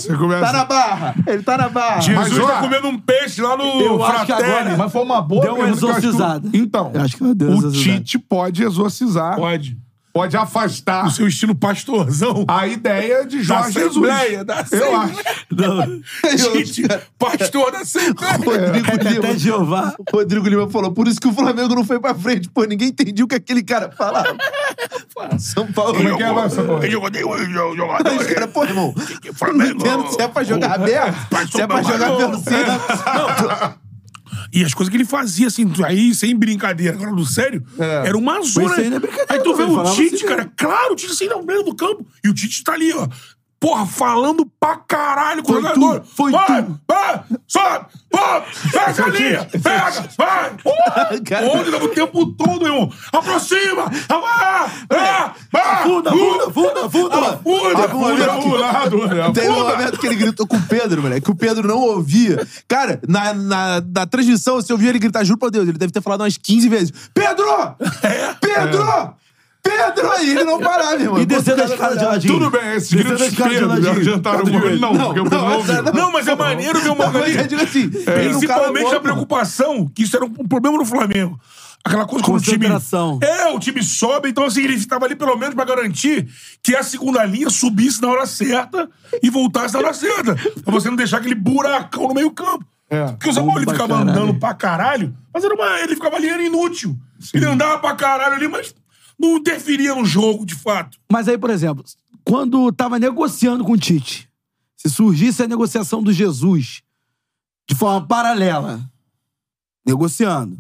Speaker 4: Caralho,
Speaker 1: começa.
Speaker 4: tá na barra. Ele tá na barra.
Speaker 2: Jesus
Speaker 1: Mas,
Speaker 2: tá
Speaker 1: ó,
Speaker 2: comendo um peixe lá no
Speaker 3: eu acho que
Speaker 2: Fratelli.
Speaker 3: agora-
Speaker 1: Mas foi uma boa
Speaker 3: Deu uma
Speaker 1: pergunta que eu acho que o-
Speaker 3: exorcizada.
Speaker 1: Então,
Speaker 3: Eu acho que deu uma
Speaker 1: o
Speaker 3: exorcizada.
Speaker 1: Tite pode exorcizar.
Speaker 2: Pode.
Speaker 1: Pode afastar
Speaker 2: O seu estilo pastorzão.
Speaker 1: a ideia de
Speaker 2: da
Speaker 1: Jorge Jesus.
Speaker 2: Assembleia. Da
Speaker 1: Eu
Speaker 2: Assembleia.
Speaker 1: acho.
Speaker 3: Não.
Speaker 2: Gente, pastor da Assembleia.
Speaker 3: *laughs*
Speaker 4: Rodrigo
Speaker 3: Até
Speaker 4: Lima. *laughs*
Speaker 3: Jeová.
Speaker 4: Rodrigo Lima falou, por isso que o Flamengo não foi pra frente, pô, ninguém entendia o que aquele cara falava. São Paulo.
Speaker 1: Como é que é a nossa porra?
Speaker 2: Eu odeio o
Speaker 4: Aí os caras,
Speaker 2: jogador.
Speaker 4: pô, irmão,
Speaker 2: que
Speaker 4: não
Speaker 2: Flamengo?
Speaker 4: entendo se é pra jogar aberto, se é pra jogar pelo centro.
Speaker 2: E as coisas que ele fazia, assim, aí, sem brincadeira, agora do sério,
Speaker 1: É.
Speaker 2: era uma zona.
Speaker 3: isso aí não é brincadeira,
Speaker 2: aí tu vê
Speaker 3: não, ele
Speaker 2: o
Speaker 3: falava
Speaker 2: Tite,
Speaker 3: assim
Speaker 2: cara, claro, o Tite assim, no meio do campo. E o Tite tá ali, ó. Porra, falando pra caralho com o
Speaker 3: Foi
Speaker 2: jogador.
Speaker 3: tu, foi
Speaker 2: vai,
Speaker 3: tu.
Speaker 2: vai, sobe, vai, pega a linha, pega, vai.
Speaker 3: *laughs*
Speaker 2: Porra,
Speaker 4: Cara.
Speaker 2: onde tava o tempo todo, meu irmão. Aproxima, ah, ah, ah,
Speaker 3: Funda, funda, funda, É. Ah,
Speaker 2: uh,
Speaker 3: funda.
Speaker 2: Afunda,
Speaker 4: Afunda.
Speaker 2: afunda, afunda, afunda.
Speaker 4: um Tem um momento que ele gritou com o Pedro, moleque, que o Pedro não ouvia. Cara, na, na, na transmissão, você ouvia ele gritar, juro pra Deus, ele deve ter falado umas 15 vezes. Pedro! Pedro! Pedro! aí ele não parava, irmão.
Speaker 3: É. E descendo a
Speaker 4: Cara,
Speaker 3: escada de
Speaker 4: não-
Speaker 3: ladinho.
Speaker 1: Tudo bem, esses
Speaker 3: Descendo
Speaker 1: gritos
Speaker 3: a
Speaker 1: de
Speaker 3: escada de Tá
Speaker 1: Pedro já
Speaker 3: ladinho.
Speaker 1: adiantaram muito. Ele não, porque o Pedro não ouviu.
Speaker 2: Não, mas é maneiro ver uma
Speaker 4: Mas
Speaker 2: galera.
Speaker 4: eu digo assim, ele não
Speaker 2: Principalmente
Speaker 4: cala
Speaker 2: a
Speaker 4: boca.
Speaker 2: preocupação, que isso era um problema no Flamengo. Aquela coisa como o time.
Speaker 3: Concentração.
Speaker 2: É, o time sobe, então assim, ele estava ali pelo menos pra garantir que a segunda linha subisse na hora certa e voltasse na hora certa. Pra você não deixar aquele buracão no meio-campo.
Speaker 1: É,
Speaker 2: Porque o São Paulo ele
Speaker 3: bom pra
Speaker 2: ficava
Speaker 3: caralho.
Speaker 2: andando pra caralho, mas era uma, ele ficava ali, era inútil. Ele andava pra caralho ali, mas não interferia no jogo, de fato.
Speaker 3: Mas aí, por exemplo, quando tava negociando com o Tite, se surgisse a negociação do Jesus de forma paralela, negociando,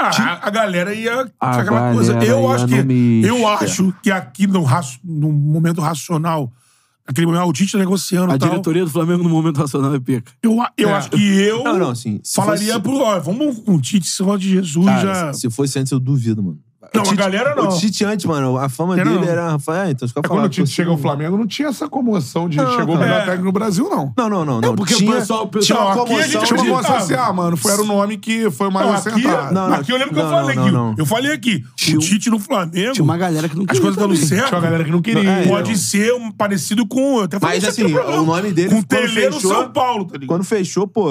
Speaker 2: Ah, a galera ia.
Speaker 5: A
Speaker 2: tinha aquela coisa.
Speaker 5: galera
Speaker 2: Eu
Speaker 5: ia
Speaker 2: acho
Speaker 5: no
Speaker 2: que.
Speaker 5: misto.
Speaker 2: Eu acho que aqui no, raci- no momento racional, naquele momento, ah, o Tite tá negociando
Speaker 3: A
Speaker 2: e tal.
Speaker 3: diretoria do Flamengo no momento racional é pica.
Speaker 2: Eu, a- eu acho que eu
Speaker 4: Não, não, assim, se
Speaker 2: falaria
Speaker 4: fosse-
Speaker 2: pro. Ó, vamos com o Tite, esse negócio de Jesus
Speaker 4: Cara,
Speaker 2: já.
Speaker 4: se fosse antes, eu duvido, mano.
Speaker 2: Não, a
Speaker 4: O Tite-
Speaker 2: galera não.
Speaker 4: O Tite antes, mano, a fama
Speaker 2: Era
Speaker 4: dele
Speaker 2: não.
Speaker 4: era... Ah, então, isso que eu
Speaker 1: É
Speaker 4: falava,
Speaker 1: quando o Tite
Speaker 4: você-
Speaker 1: chega ao Flamengo, não tinha essa comoção de chegou o
Speaker 4: cara.
Speaker 1: melhor
Speaker 2: É.
Speaker 1: técnico no Brasil, não.
Speaker 4: Não, não, não. não.
Speaker 3: porque o
Speaker 4: tinha...
Speaker 3: pessoal- o pessoal-
Speaker 4: tinha uma
Speaker 2: Não, aqui a
Speaker 4: comoção
Speaker 2: gente assim,
Speaker 4: de-
Speaker 2: Não,
Speaker 1: Chamou o
Speaker 2: acreditava.
Speaker 1: SSA, mano. Foi
Speaker 2: um
Speaker 1: era o nome que foi mais
Speaker 2: Não, aqui,
Speaker 1: acertado.
Speaker 4: Não, não.
Speaker 2: aqui eu lembro que eu
Speaker 4: Não,
Speaker 2: falei
Speaker 4: não,
Speaker 2: aqui.
Speaker 4: não.
Speaker 2: Eu falei aqui.
Speaker 3: Tinha um-
Speaker 2: o Tite no Flamengo.
Speaker 3: Tinha uma galera que não
Speaker 2: As
Speaker 3: queria
Speaker 2: coisas dando
Speaker 3: também.
Speaker 2: certo.
Speaker 1: Tinha uma galera que não queria.
Speaker 4: É,
Speaker 2: Pode
Speaker 4: não.
Speaker 2: ser um parecido com. eu até falei
Speaker 4: Mas,
Speaker 2: isso aqui no
Speaker 4: assim,
Speaker 2: programa.
Speaker 4: o nome dele,
Speaker 2: Com
Speaker 4: quando
Speaker 2: Tele no
Speaker 4: fechou-
Speaker 2: São Paulo, tá ligado?
Speaker 4: Quando fechou, pô,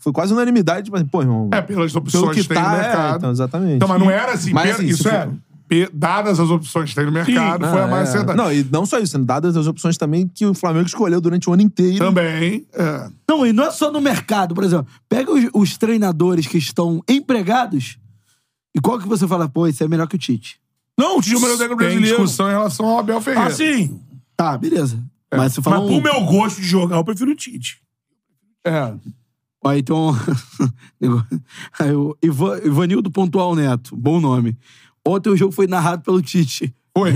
Speaker 4: foi quase unanimidade. Mas, pô, irmão...
Speaker 1: É, pelas
Speaker 4: pelo
Speaker 1: opções
Speaker 4: que
Speaker 1: que tem no
Speaker 4: tá, é,
Speaker 1: mercado.
Speaker 4: então, exatamente.
Speaker 1: Então, mas não era assim.
Speaker 4: Mas,
Speaker 1: pe-
Speaker 4: assim,
Speaker 1: isso
Speaker 4: se
Speaker 1: é.
Speaker 4: for-
Speaker 1: pe- Dadas as opções que tem no mercado,
Speaker 4: Ah,
Speaker 1: foi a mais
Speaker 4: é.
Speaker 1: acertada.
Speaker 4: Não, e não só isso, né, dadas as opções também que o Flamengo escolheu durante o ano inteiro.
Speaker 1: Também. é.
Speaker 3: Não, e não é só no mercado, por exemplo. Pega os, os treinadores que estão empregados e qual que você fala, pô, esse é melhor que o Tite.
Speaker 2: Não, o Tite é o melhor técnico
Speaker 1: Tem
Speaker 2: brasileiro.
Speaker 1: discussão em relação ao Abel Ferreira.
Speaker 2: Assim.
Speaker 3: Tá, beleza. Mas você fala
Speaker 2: É. Mas pro
Speaker 3: um...
Speaker 2: meu gosto de jogar, eu prefiro o Tite.
Speaker 1: É.
Speaker 3: Aí tem *laughs* um... negócio- Aí o Ivan- Ivanildo Pontual Neto, bom nome. Ontem o jogo foi narrado pelo Tite.
Speaker 1: Foi.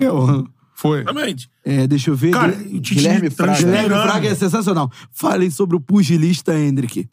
Speaker 3: Eu...
Speaker 1: Foi.
Speaker 2: É. Exatamente.
Speaker 3: É, deixa eu ver...
Speaker 2: Cara,
Speaker 3: Gu-
Speaker 2: o Tite tá
Speaker 4: Guilherme
Speaker 2: Guilherme
Speaker 4: Fraga.
Speaker 3: Guilherme
Speaker 2: transpirando.
Speaker 3: Fraga é sensacional. Falem sobre o pugilista Hendrick.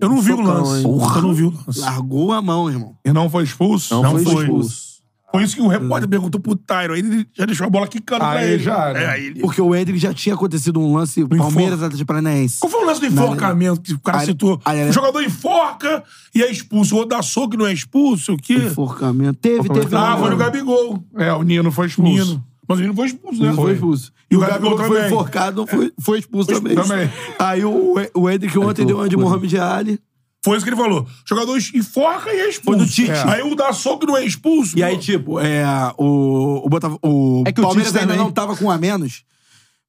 Speaker 2: Eu não vi o
Speaker 4: Socão,
Speaker 2: lance.
Speaker 4: hein?
Speaker 2: Eu não vi o lance.
Speaker 3: Largou a mão, irmão.
Speaker 1: E não foi expulso?
Speaker 4: Não, foi,
Speaker 2: foi. É.
Speaker 4: expulso.
Speaker 2: Foi isso que o repórter perguntou pro Tyro. Aí ele já deixou a bola quicando pra
Speaker 1: Aí
Speaker 2: ele.
Speaker 1: já era.
Speaker 2: É, aí ele...
Speaker 3: Porque o Hendrick já tinha acontecido um lance Palmeiras Atlético Paranaense.
Speaker 2: Qual foi o lance do enforcamento que o cara
Speaker 3: Aí-
Speaker 2: citou?
Speaker 3: aí ele-
Speaker 2: o jogador enforca e é expulso. O outro dá soco e não é expulso. O quê?
Speaker 3: Enforcamento. Teve, teve.
Speaker 2: Ah,
Speaker 3: um-
Speaker 2: foi no Gabigol.
Speaker 1: É, o Nino foi expulso.
Speaker 2: Nino. Mas o Nino foi expulso, né?
Speaker 3: Não foi expulso. E
Speaker 2: E
Speaker 3: o
Speaker 2: o Gabigol
Speaker 3: Gabigol foi
Speaker 2: também.
Speaker 3: enforcado, foi, foi expulso também.
Speaker 1: também.
Speaker 3: Aí o, o Hendrick ontem
Speaker 4: que
Speaker 3: deu uma de
Speaker 4: loucura.
Speaker 3: Mohamed Ali.
Speaker 2: Foi isso que ele falou. O jogador enforca e é expulso.
Speaker 3: Foi do Tite.
Speaker 2: Aí o dá soco e não é expulso.
Speaker 3: E aí, tipo, é, o, o, Botafogo- o
Speaker 4: É que o
Speaker 3: Palmeiras
Speaker 4: Tite
Speaker 3: ainda
Speaker 4: também-
Speaker 3: não tava com um a menos,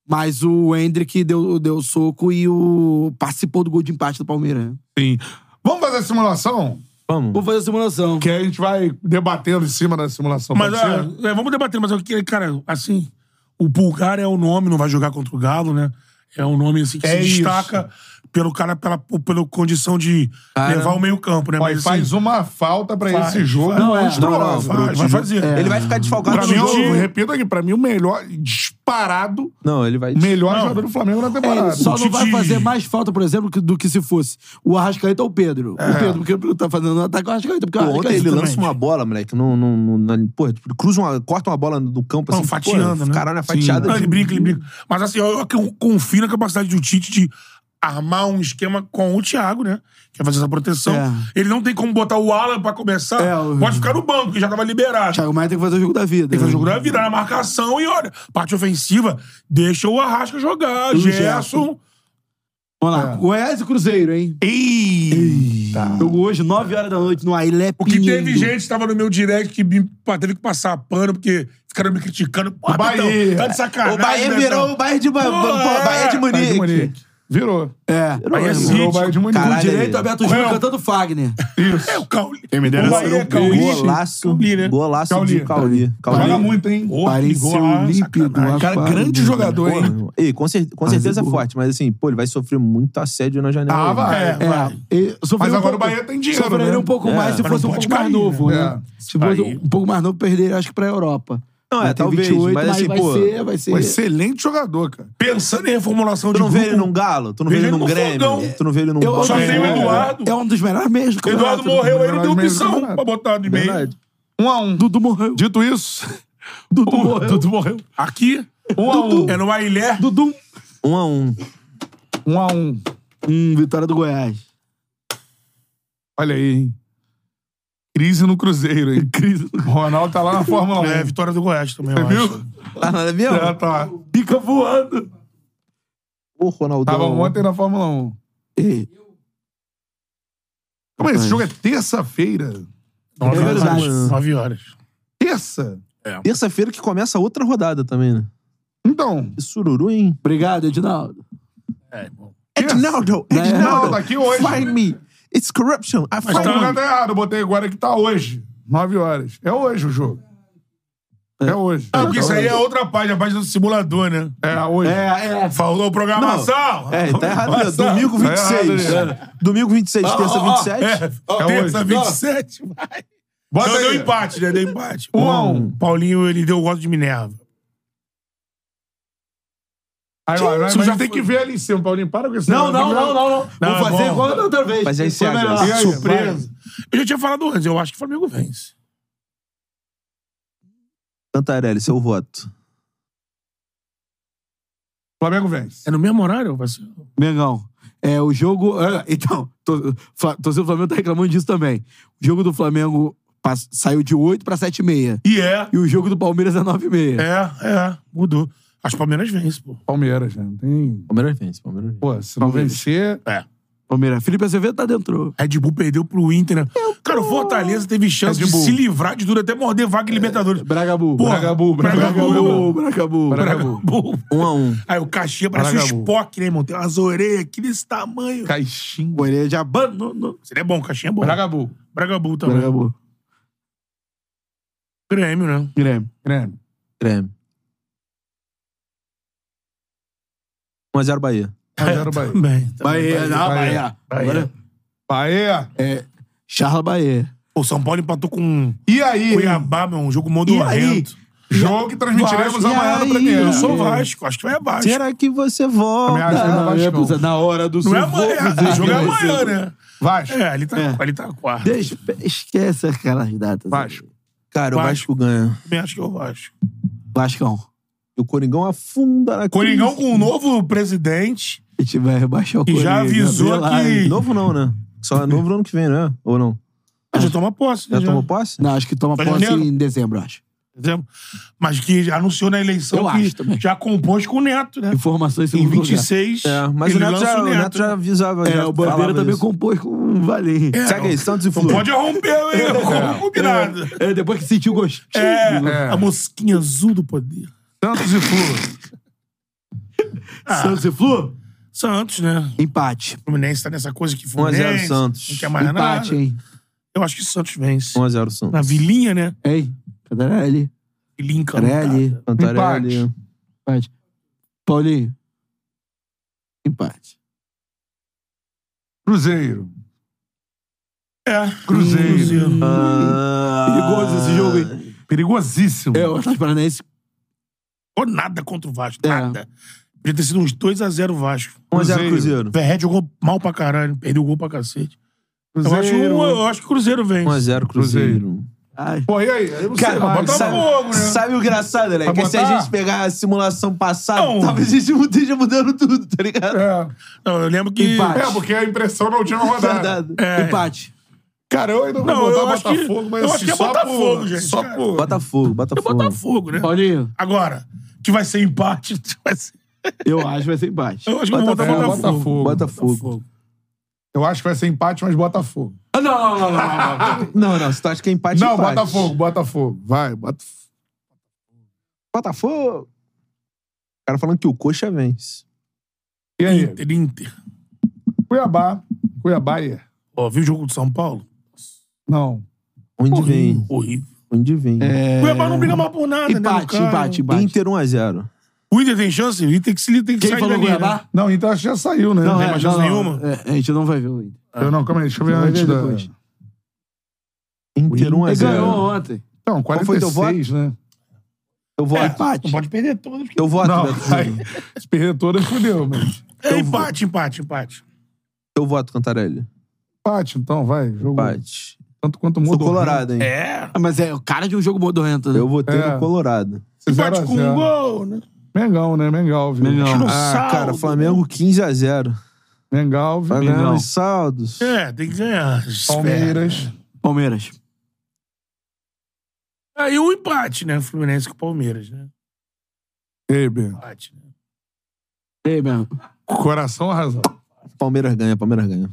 Speaker 3: mas o Hendrick deu, deu soco e o participou do gol de empate do Palmeiras. né?
Speaker 1: Sim. Vamos fazer a simulação?
Speaker 4: Vamos.
Speaker 3: Vou fazer a simulação.
Speaker 2: é
Speaker 1: Que aí a gente vai debatendo em cima da simulação.
Speaker 2: Mas,
Speaker 1: pode
Speaker 2: ah,
Speaker 1: ser?
Speaker 2: é, vamos debater, mas eu queria, cara, assim, o Pulgar é o nome, não vai jogar contra o Galo, né? É um nome assim, que
Speaker 1: É
Speaker 2: se
Speaker 1: isso.
Speaker 2: destaca pelo cara, pela, pela condição de levar o meio-campo, né?
Speaker 1: Ó, e
Speaker 2: Mas,
Speaker 1: faz
Speaker 2: assim,
Speaker 1: uma falta pra
Speaker 2: faz,
Speaker 1: esse jogo.
Speaker 2: faz. Não,
Speaker 3: é,
Speaker 1: monstruosa.
Speaker 3: não, não,
Speaker 1: Pra
Speaker 2: faz, vai fazer.
Speaker 4: Ele vai ficar desfalcado
Speaker 1: Pra
Speaker 4: no
Speaker 2: é um
Speaker 1: mim,
Speaker 4: jogo.
Speaker 1: eu repito aqui, pra mim o melhor, disparado,
Speaker 4: Não, ele vai... tipo,
Speaker 1: melhor
Speaker 2: Não.
Speaker 1: jogador do Flamengo na temporada.
Speaker 3: Ele É, só não vai
Speaker 2: Tite-
Speaker 3: fazer mais falta, por exemplo, que- do que se fosse o Arrascaeta ou o Pedro.
Speaker 2: É.
Speaker 3: O Pedro, porque não tá fazendo um ataque, o Arrascaeta, porque o
Speaker 4: Pô, ontem
Speaker 3: Arrascaeta
Speaker 4: ele
Speaker 3: também.
Speaker 4: lança uma bola, moleque. Não, não, não, não- pô, tipo, ele cruza uma, corta uma bola do campo
Speaker 2: Não,
Speaker 4: assim.
Speaker 2: fatiando,
Speaker 4: pô,
Speaker 2: né?
Speaker 4: Caralho, é fatiada.
Speaker 2: Não,
Speaker 4: de-
Speaker 2: ele brinca, ele brinca. Mas assim, eu, eu confio na capacidade do Tite de armar um esquema com o Thiago, né? Que é fazer essa proteção.
Speaker 3: É.
Speaker 2: Ele não tem como botar o Alan pra começar.
Speaker 3: É, o-
Speaker 2: Pode ficar no banco, que já tava liberado.
Speaker 3: Thiago Maia tem que fazer o jogo da vida. né?
Speaker 2: Tem que fazer o jogo da vida, na marcação e olha, parte ofensiva, deixa o Arrasca jogar,
Speaker 3: O Gerson.
Speaker 2: Gerson.
Speaker 3: Vamos
Speaker 2: É.
Speaker 3: lá. Goiás e Cruzeiro, hein? Eita. Jogo hoje, 9 horas da noite, no Ailé
Speaker 2: O que
Speaker 3: Pinheiro.
Speaker 2: teve gente que tava no meu direct que me- pá, teve que passar pano porque ficaram me criticando. Pô,
Speaker 1: Bahia.
Speaker 2: Betão, tá de sacanagem.
Speaker 4: O Bahia
Speaker 2: Betão.
Speaker 4: virou o Bahia de, ba
Speaker 2: Pô,
Speaker 4: pô,
Speaker 2: é.
Speaker 4: Bahia de
Speaker 1: Bayern de
Speaker 4: Munique.
Speaker 1: Munique. Virou.
Speaker 3: É.
Speaker 2: Bahia
Speaker 1: Virou
Speaker 2: City.
Speaker 1: o Bayern de Munique.
Speaker 3: Com
Speaker 4: Caralho,
Speaker 3: direito,
Speaker 4: aí.
Speaker 3: Alberto Gil cantando Fagner.
Speaker 2: É o Cauli.
Speaker 3: Quem me dera
Speaker 2: o
Speaker 3: ser
Speaker 2: Bahia,
Speaker 3: um
Speaker 2: Cauli.
Speaker 4: Golaço.
Speaker 2: Cauli, né?
Speaker 4: Golaço de
Speaker 1: Cauli.
Speaker 4: Cauli.
Speaker 1: Joga
Speaker 4: Cauli.
Speaker 1: muito, hein?
Speaker 2: Pô,
Speaker 3: Parecia
Speaker 2: que golaço,
Speaker 3: um límpido,
Speaker 2: sacanagem.
Speaker 3: Rafa.
Speaker 1: Cara, grande jogador,
Speaker 4: Pô,
Speaker 1: hein?
Speaker 4: irmão. E, com, cer com certeza é forte, mas assim, pô, ele vai sofrer muito assédio na janela.
Speaker 1: Ah,
Speaker 4: aí,
Speaker 1: vai.
Speaker 4: né?
Speaker 2: É,
Speaker 3: É.
Speaker 2: vai.
Speaker 3: e sofreria
Speaker 1: Mas
Speaker 3: um
Speaker 1: agora o
Speaker 3: pouco-
Speaker 1: Bahia tem dinheiro,
Speaker 3: Sofreria
Speaker 1: né?
Speaker 3: um pouco
Speaker 4: É,
Speaker 3: mais se
Speaker 2: mas
Speaker 3: fosse um
Speaker 2: não
Speaker 3: pouco
Speaker 2: pode
Speaker 3: mais
Speaker 2: cair,
Speaker 3: novo,
Speaker 1: né?
Speaker 3: né?
Speaker 1: É.
Speaker 3: Se fosse
Speaker 2: Bahia.
Speaker 3: um pouco mais novo, perderia, acho que, pra Europa.
Speaker 4: Não,
Speaker 3: Vai
Speaker 4: é,
Speaker 3: ter
Speaker 4: talvez, mas assim,
Speaker 3: vai
Speaker 4: pô,
Speaker 3: ser, vai ser...
Speaker 1: Um excelente jogador, cara.
Speaker 2: Pensando em reformulação
Speaker 4: Tu
Speaker 2: de
Speaker 4: não vê
Speaker 2: grupo,
Speaker 4: ele num galo? Tu não vê
Speaker 2: Vejo
Speaker 4: ele num
Speaker 2: ele no
Speaker 4: Grêmio?
Speaker 2: Fogão.
Speaker 4: Tu não vê ele num...
Speaker 3: Eu-
Speaker 2: Só
Speaker 3: É.
Speaker 2: tem o Eduardo.
Speaker 3: É um dos melhores meios do campeonato.
Speaker 2: Eduardo morreu, aí não deu
Speaker 1: Melhor meio do
Speaker 2: opção
Speaker 1: campeonato.
Speaker 2: pra botar de meio.
Speaker 1: Verdade. Um a um.
Speaker 3: Dudu morreu.
Speaker 1: Dito isso,
Speaker 3: Dudu
Speaker 1: o-
Speaker 3: morreu.
Speaker 1: Dudu morreu.
Speaker 2: Aqui,
Speaker 1: Um a um.
Speaker 2: é no Ailé.
Speaker 3: Dudu.
Speaker 4: Um a um.
Speaker 1: Um a um.
Speaker 3: Hum, vitória do Goiás.
Speaker 1: Olha aí, hein? Crise no Cruzeiro, hein? Crise no... Ronaldo tá lá na Fórmula 1.
Speaker 2: É, vitória do Goiás também,
Speaker 1: Você
Speaker 2: eu acho.
Speaker 1: viu?
Speaker 4: Tá nada mesmo?
Speaker 1: É, tá.
Speaker 3: Pica voando.
Speaker 4: Ô, Ronaldão.
Speaker 1: Tava ontem na Fórmula 1.
Speaker 3: Ei,
Speaker 1: Como é? Esse jogo é terça-feira.
Speaker 2: Nove
Speaker 3: É
Speaker 2: horas.
Speaker 3: verdade.
Speaker 2: Nove horas.
Speaker 1: Terça?
Speaker 4: Terça-feira que começa outra rodada também, né?
Speaker 1: Então.
Speaker 4: Que sururu, hein?
Speaker 3: obrigado, Edinaldo.
Speaker 2: É,
Speaker 4: Edinaldo!
Speaker 3: Né?
Speaker 1: Não,
Speaker 4: Edinaldo!
Speaker 1: tá aqui hoje.
Speaker 4: Find me! It's corruption! I
Speaker 1: Mas
Speaker 4: find
Speaker 1: tá
Speaker 4: you!
Speaker 1: jogando errado. Eu botei agora que tá hoje. 9 horas. É hoje o jogo. É hoje.
Speaker 2: Ah, porque isso aí é outra página, a página do simulador, né?
Speaker 1: É hoje.
Speaker 3: É, é.
Speaker 2: Falou programação!
Speaker 4: É, tá errado mesmo. Domingo
Speaker 1: Tá errado,
Speaker 4: 26. Domingo 26, terça
Speaker 3: ó, ó.
Speaker 4: 27.
Speaker 2: É, terça,
Speaker 1: hoje.
Speaker 2: 27. vai.
Speaker 1: Bota
Speaker 2: Então
Speaker 1: aí.
Speaker 2: deu empate, né? Deu empate.
Speaker 1: Um a um.
Speaker 2: Paulinho, ele deu o voto de Minerva.
Speaker 1: Aí, ó, mas
Speaker 2: Isso já
Speaker 1: já tem
Speaker 2: foi.
Speaker 1: que ver ali em cima, Paulinho. Para com isso.
Speaker 3: Não, não, não, não, não.
Speaker 2: Não, é
Speaker 3: Vou fazer
Speaker 2: bom.
Speaker 3: igual da outra vez.
Speaker 4: Mas aí
Speaker 3: Foi
Speaker 4: você
Speaker 3: melhor.
Speaker 4: agrada.
Speaker 1: E aí,
Speaker 2: Surpresa. Eu já tinha falado antes, eu acho que o Flamengo vence.
Speaker 4: Cantarelli, seu voto.
Speaker 1: Flamengo vence.
Speaker 2: É no mesmo horário, parceiro?
Speaker 3: Mengão. É, o jogo. é, então, tô, Fla- torcedor do Flamengo tá reclamando disso também. O jogo do Flamengo pass- saiu de 8 pra 7,6.
Speaker 2: E é.
Speaker 3: E o jogo do Palmeiras é 9,6.
Speaker 2: É, é. Mudou. Acho que o Palmeiras vence, pô.
Speaker 1: Palmeiras, né? Não tem.
Speaker 4: Palmeiras vence, Palmeiras vence.
Speaker 1: Pô, se não
Speaker 3: Palmeiras.
Speaker 1: vencer.
Speaker 2: É.
Speaker 3: Palmeiras. Felipe Azevedo tá dentro.
Speaker 2: Red Bull perdeu pro Inter, né? Cara, o Fortaleza teve chance
Speaker 1: Red
Speaker 2: de
Speaker 1: Bull.
Speaker 2: se livrar de tudo, até morder vaga em Libertadores.
Speaker 3: Bragabu.
Speaker 2: Porra,
Speaker 1: Bragabu, Bragabu.
Speaker 2: Bragabu.
Speaker 3: Bragabu.
Speaker 1: Bragabu.
Speaker 2: Bull.
Speaker 4: Um a um.
Speaker 2: Aí o Caxias parece um
Speaker 1: Bragabu.
Speaker 2: Spock, né, irmão? Tem umas orelhas aqui desse tamanho.
Speaker 1: Caixinha.
Speaker 3: Orelha de abandono.
Speaker 2: Seria bom, Caxinha é bom.
Speaker 1: Bragabu.
Speaker 2: Bragabu também.
Speaker 3: Bragabu.
Speaker 2: Grêmio, né?
Speaker 3: Grêmio.
Speaker 1: Grêmio.
Speaker 4: Grêmio. 1x0 Bahia.
Speaker 1: Mas
Speaker 2: *laughs*
Speaker 1: era o
Speaker 2: Tá
Speaker 1: Bahia.
Speaker 2: Também.
Speaker 3: Bahia, não,
Speaker 1: Bahia.
Speaker 3: Bahia. Agora, é,
Speaker 1: Bahia.
Speaker 3: Charla Bahia.
Speaker 2: O São Paulo empatou com
Speaker 1: E aí?
Speaker 2: Cuiabá, meu, um jogo
Speaker 3: E aí?
Speaker 2: modulento.
Speaker 1: Jogo que transmitiremos
Speaker 3: Vasco, e
Speaker 1: amanhã no
Speaker 3: aí?
Speaker 1: Premier.
Speaker 2: Eu sou Vasco, acho que vai abaixo.
Speaker 4: Será que você volta?
Speaker 1: Também acho que
Speaker 3: Não, eu ia
Speaker 1: não
Speaker 3: pensar,
Speaker 1: Vasco.
Speaker 3: na hora do
Speaker 2: Não é
Speaker 3: seu voo,
Speaker 2: amanhã,
Speaker 3: dizer
Speaker 2: o jogo
Speaker 3: que
Speaker 2: é
Speaker 3: vai ser-
Speaker 2: amanhã, né?
Speaker 1: Vasco.
Speaker 2: É, ali tá,
Speaker 3: É.
Speaker 2: ali tá quarto.
Speaker 3: Despe- Esquece aquelas datas.
Speaker 1: Vasco.
Speaker 4: Cara, o
Speaker 2: Vasco.
Speaker 4: Vasco ganha.
Speaker 2: Também acho que é o Vasco.
Speaker 3: Vascão.
Speaker 4: E o Coringão afunda na
Speaker 2: Coringão
Speaker 4: crise.
Speaker 2: com um novo presidente.
Speaker 3: A gente vai rebaixar o
Speaker 2: E já
Speaker 3: Corinthians,
Speaker 2: avisou
Speaker 3: vê lá,
Speaker 2: que-
Speaker 3: hein?
Speaker 4: Novo não, né? Só é novo no ano que vem, né? Ou não?
Speaker 2: Ah, já toma posse.
Speaker 4: Já
Speaker 2: né,
Speaker 4: tomou posse?
Speaker 3: Não, acho que toma
Speaker 2: Tá
Speaker 3: posse
Speaker 2: janeiro?
Speaker 3: em dezembro, acho.
Speaker 2: Entendeu? Mas que já anunciou na eleição
Speaker 3: Eu
Speaker 2: que
Speaker 3: acho também.
Speaker 2: já compôs com o Neto, né?
Speaker 3: Informações
Speaker 2: Em
Speaker 3: segundo
Speaker 2: 26,
Speaker 4: É, mas
Speaker 2: ele
Speaker 4: o Neto,
Speaker 2: lança
Speaker 4: já, o Neto
Speaker 2: né?
Speaker 4: já avisava.
Speaker 3: É,
Speaker 4: já
Speaker 3: o Bandeira
Speaker 4: falava
Speaker 3: também
Speaker 4: isso.
Speaker 3: compôs com o Valim.
Speaker 2: É,
Speaker 4: Será que é isso? Santos e
Speaker 2: Não
Speaker 4: Flu.
Speaker 2: pode romper, hein? Como combinado.
Speaker 3: É, depois que sentiu o gostinho. né?
Speaker 2: É,
Speaker 1: É.
Speaker 2: a mosquinha azul do poder.
Speaker 1: Santos e Flu.
Speaker 2: Ah.
Speaker 3: Santos e Flu?
Speaker 2: Santos, né?
Speaker 3: Empate.
Speaker 2: O Fluminense tá nessa coisa que
Speaker 4: 1 a 0
Speaker 2: Fluminense.
Speaker 4: Santos.
Speaker 2: Não quer mais
Speaker 3: Empate,
Speaker 2: nada.
Speaker 3: hein?
Speaker 2: Eu acho que o Santos vence.
Speaker 4: 1x0 Santos.
Speaker 2: Na vilinha, né?
Speaker 3: Ei, Cadarelli.
Speaker 2: Vilinha encantada.
Speaker 3: Cadarelli.
Speaker 4: Cantarelli.
Speaker 3: Empate. Paulinho. Empate.
Speaker 1: Cruzeiro.
Speaker 2: É.
Speaker 1: Cruzeiro.
Speaker 4: Ah,
Speaker 3: Perigoso esse jogo, hein?
Speaker 1: Perigosíssimo.
Speaker 3: É, o Atlético Paranaense.
Speaker 2: Ou nada contra o Vasco.
Speaker 3: É.
Speaker 2: Nada. Podia ter sido uns 2x0 Vasco.
Speaker 4: 1x0 Cruzeiro.
Speaker 2: O Verret jogou mal pra caralho. Perdeu o gol pra cacete. Eu acho, um- eu acho que o Cruzeiro vence.
Speaker 4: 1x0 Cruzeiro.
Speaker 3: Ai,
Speaker 1: Pô, e aí? Eu não sei mais.
Speaker 2: sabe- fogo, né?
Speaker 4: sabe o engraçado, né?
Speaker 1: Pra
Speaker 4: Que se a
Speaker 1: botar?
Speaker 4: gente pegar a simulação passada,
Speaker 2: Não.
Speaker 4: talvez a gente não esteja mudando tudo, tá ligado?
Speaker 1: É.
Speaker 2: Não, eu lembro que...
Speaker 3: Empate.
Speaker 1: É, porque a impressão não tinha rodada.
Speaker 4: Verdade.
Speaker 2: É.
Speaker 3: Empate.
Speaker 1: Cara, eu ainda vou
Speaker 2: Não,
Speaker 1: botar
Speaker 2: eu acho que-
Speaker 1: Botafogo, mas
Speaker 2: eu acho
Speaker 1: assim,
Speaker 2: que é
Speaker 1: só
Speaker 2: Botafogo,
Speaker 1: por,
Speaker 2: gente,
Speaker 1: Só
Speaker 2: cara.
Speaker 1: por...
Speaker 4: Botafogo,
Speaker 2: É
Speaker 4: Botafogo.
Speaker 2: Botafogo, né?
Speaker 3: Paulinho,
Speaker 2: Agora, que vai ser empate. *laughs* Vai ser...
Speaker 3: eu acho que vai ser empate.
Speaker 2: Eu acho que eu vou botar
Speaker 1: É,
Speaker 2: Botafogo.
Speaker 1: Botafogo.
Speaker 4: Botafogo.
Speaker 1: Eu acho que vai ser empate, mas Botafogo.
Speaker 3: Ah, não, não, não, não, não, não.
Speaker 4: Não, não, se tu acha que é empate,
Speaker 1: não,
Speaker 4: empate.
Speaker 1: Botafogo, Botafogo. Vai, Botafogo.
Speaker 4: Botafogo. O cara falando que o Coxa vence.
Speaker 1: E aí?
Speaker 2: Inter, Inter.
Speaker 1: Cuiabá. Cuiabá é.
Speaker 2: Ó, viu o jogo do São Paulo?
Speaker 1: Não.
Speaker 4: Onde vem?
Speaker 2: Horrível.
Speaker 4: Onde vem?
Speaker 2: O Cuiabá não briga mais por nada, né? no
Speaker 3: Empate,
Speaker 2: carro.
Speaker 3: empate, empate.
Speaker 4: Inter 1x0.
Speaker 2: O Inter tem chance? O Inter tem que, se, tem que
Speaker 3: Quem
Speaker 2: sair
Speaker 3: falou
Speaker 2: dali,
Speaker 3: Cuiabá?
Speaker 2: né?
Speaker 1: Não, então acho que já saiu, né?
Speaker 3: Não,
Speaker 2: tem
Speaker 3: é,
Speaker 2: mais chance
Speaker 3: não,
Speaker 2: nenhuma?
Speaker 3: não. É, a gente não vai ver o Inter.
Speaker 1: Eu não, calma aí, deixa eu ver
Speaker 3: Vai
Speaker 1: antes
Speaker 3: ver
Speaker 1: da...
Speaker 3: depois.
Speaker 4: Inter
Speaker 3: Ele
Speaker 4: 1x0.
Speaker 3: ganhou ontem.
Speaker 1: Então,
Speaker 4: Qual foi teu
Speaker 1: 46, né?
Speaker 4: Eu voto.
Speaker 2: Não
Speaker 3: Empate.
Speaker 2: pode perder todas. porque-
Speaker 4: Eu voto,
Speaker 1: Não,
Speaker 4: Beto
Speaker 1: aí,
Speaker 4: Júnior.
Speaker 1: se perder toda, fudeu, mas...
Speaker 2: É empate, empate, empate.
Speaker 4: Eu voto, Cantarelli.
Speaker 1: Empate, então, vai. Jogo
Speaker 4: Empate.
Speaker 1: tanto quanto né?
Speaker 4: Sou
Speaker 1: muda.
Speaker 4: colorado, hein?
Speaker 2: É.
Speaker 3: Ah, Mas é o cara de um jogo modorrento, né?
Speaker 4: Eu votei
Speaker 1: É.
Speaker 4: no Colorado.
Speaker 2: Empate com um gol, né?
Speaker 1: Mengão, né? Mengão, viu?
Speaker 3: Mengão.
Speaker 4: Ah,
Speaker 2: Saldo.
Speaker 4: cara, Flamengo 15x0.
Speaker 1: Mengão, viu?
Speaker 4: Vai
Speaker 3: Mengão.
Speaker 4: ganhar nos saldos.
Speaker 2: É, tem que ganhar.
Speaker 1: Palmeiras.
Speaker 3: Palmeiras.
Speaker 2: Espera. Aí um empate, né? Fluminense com o Palmeiras, né?
Speaker 1: E aí, B?
Speaker 2: Empate. né?
Speaker 3: Ei, mesmo.
Speaker 1: Coração arrasado.
Speaker 4: Palmeiras ganha, Palmeiras ganha.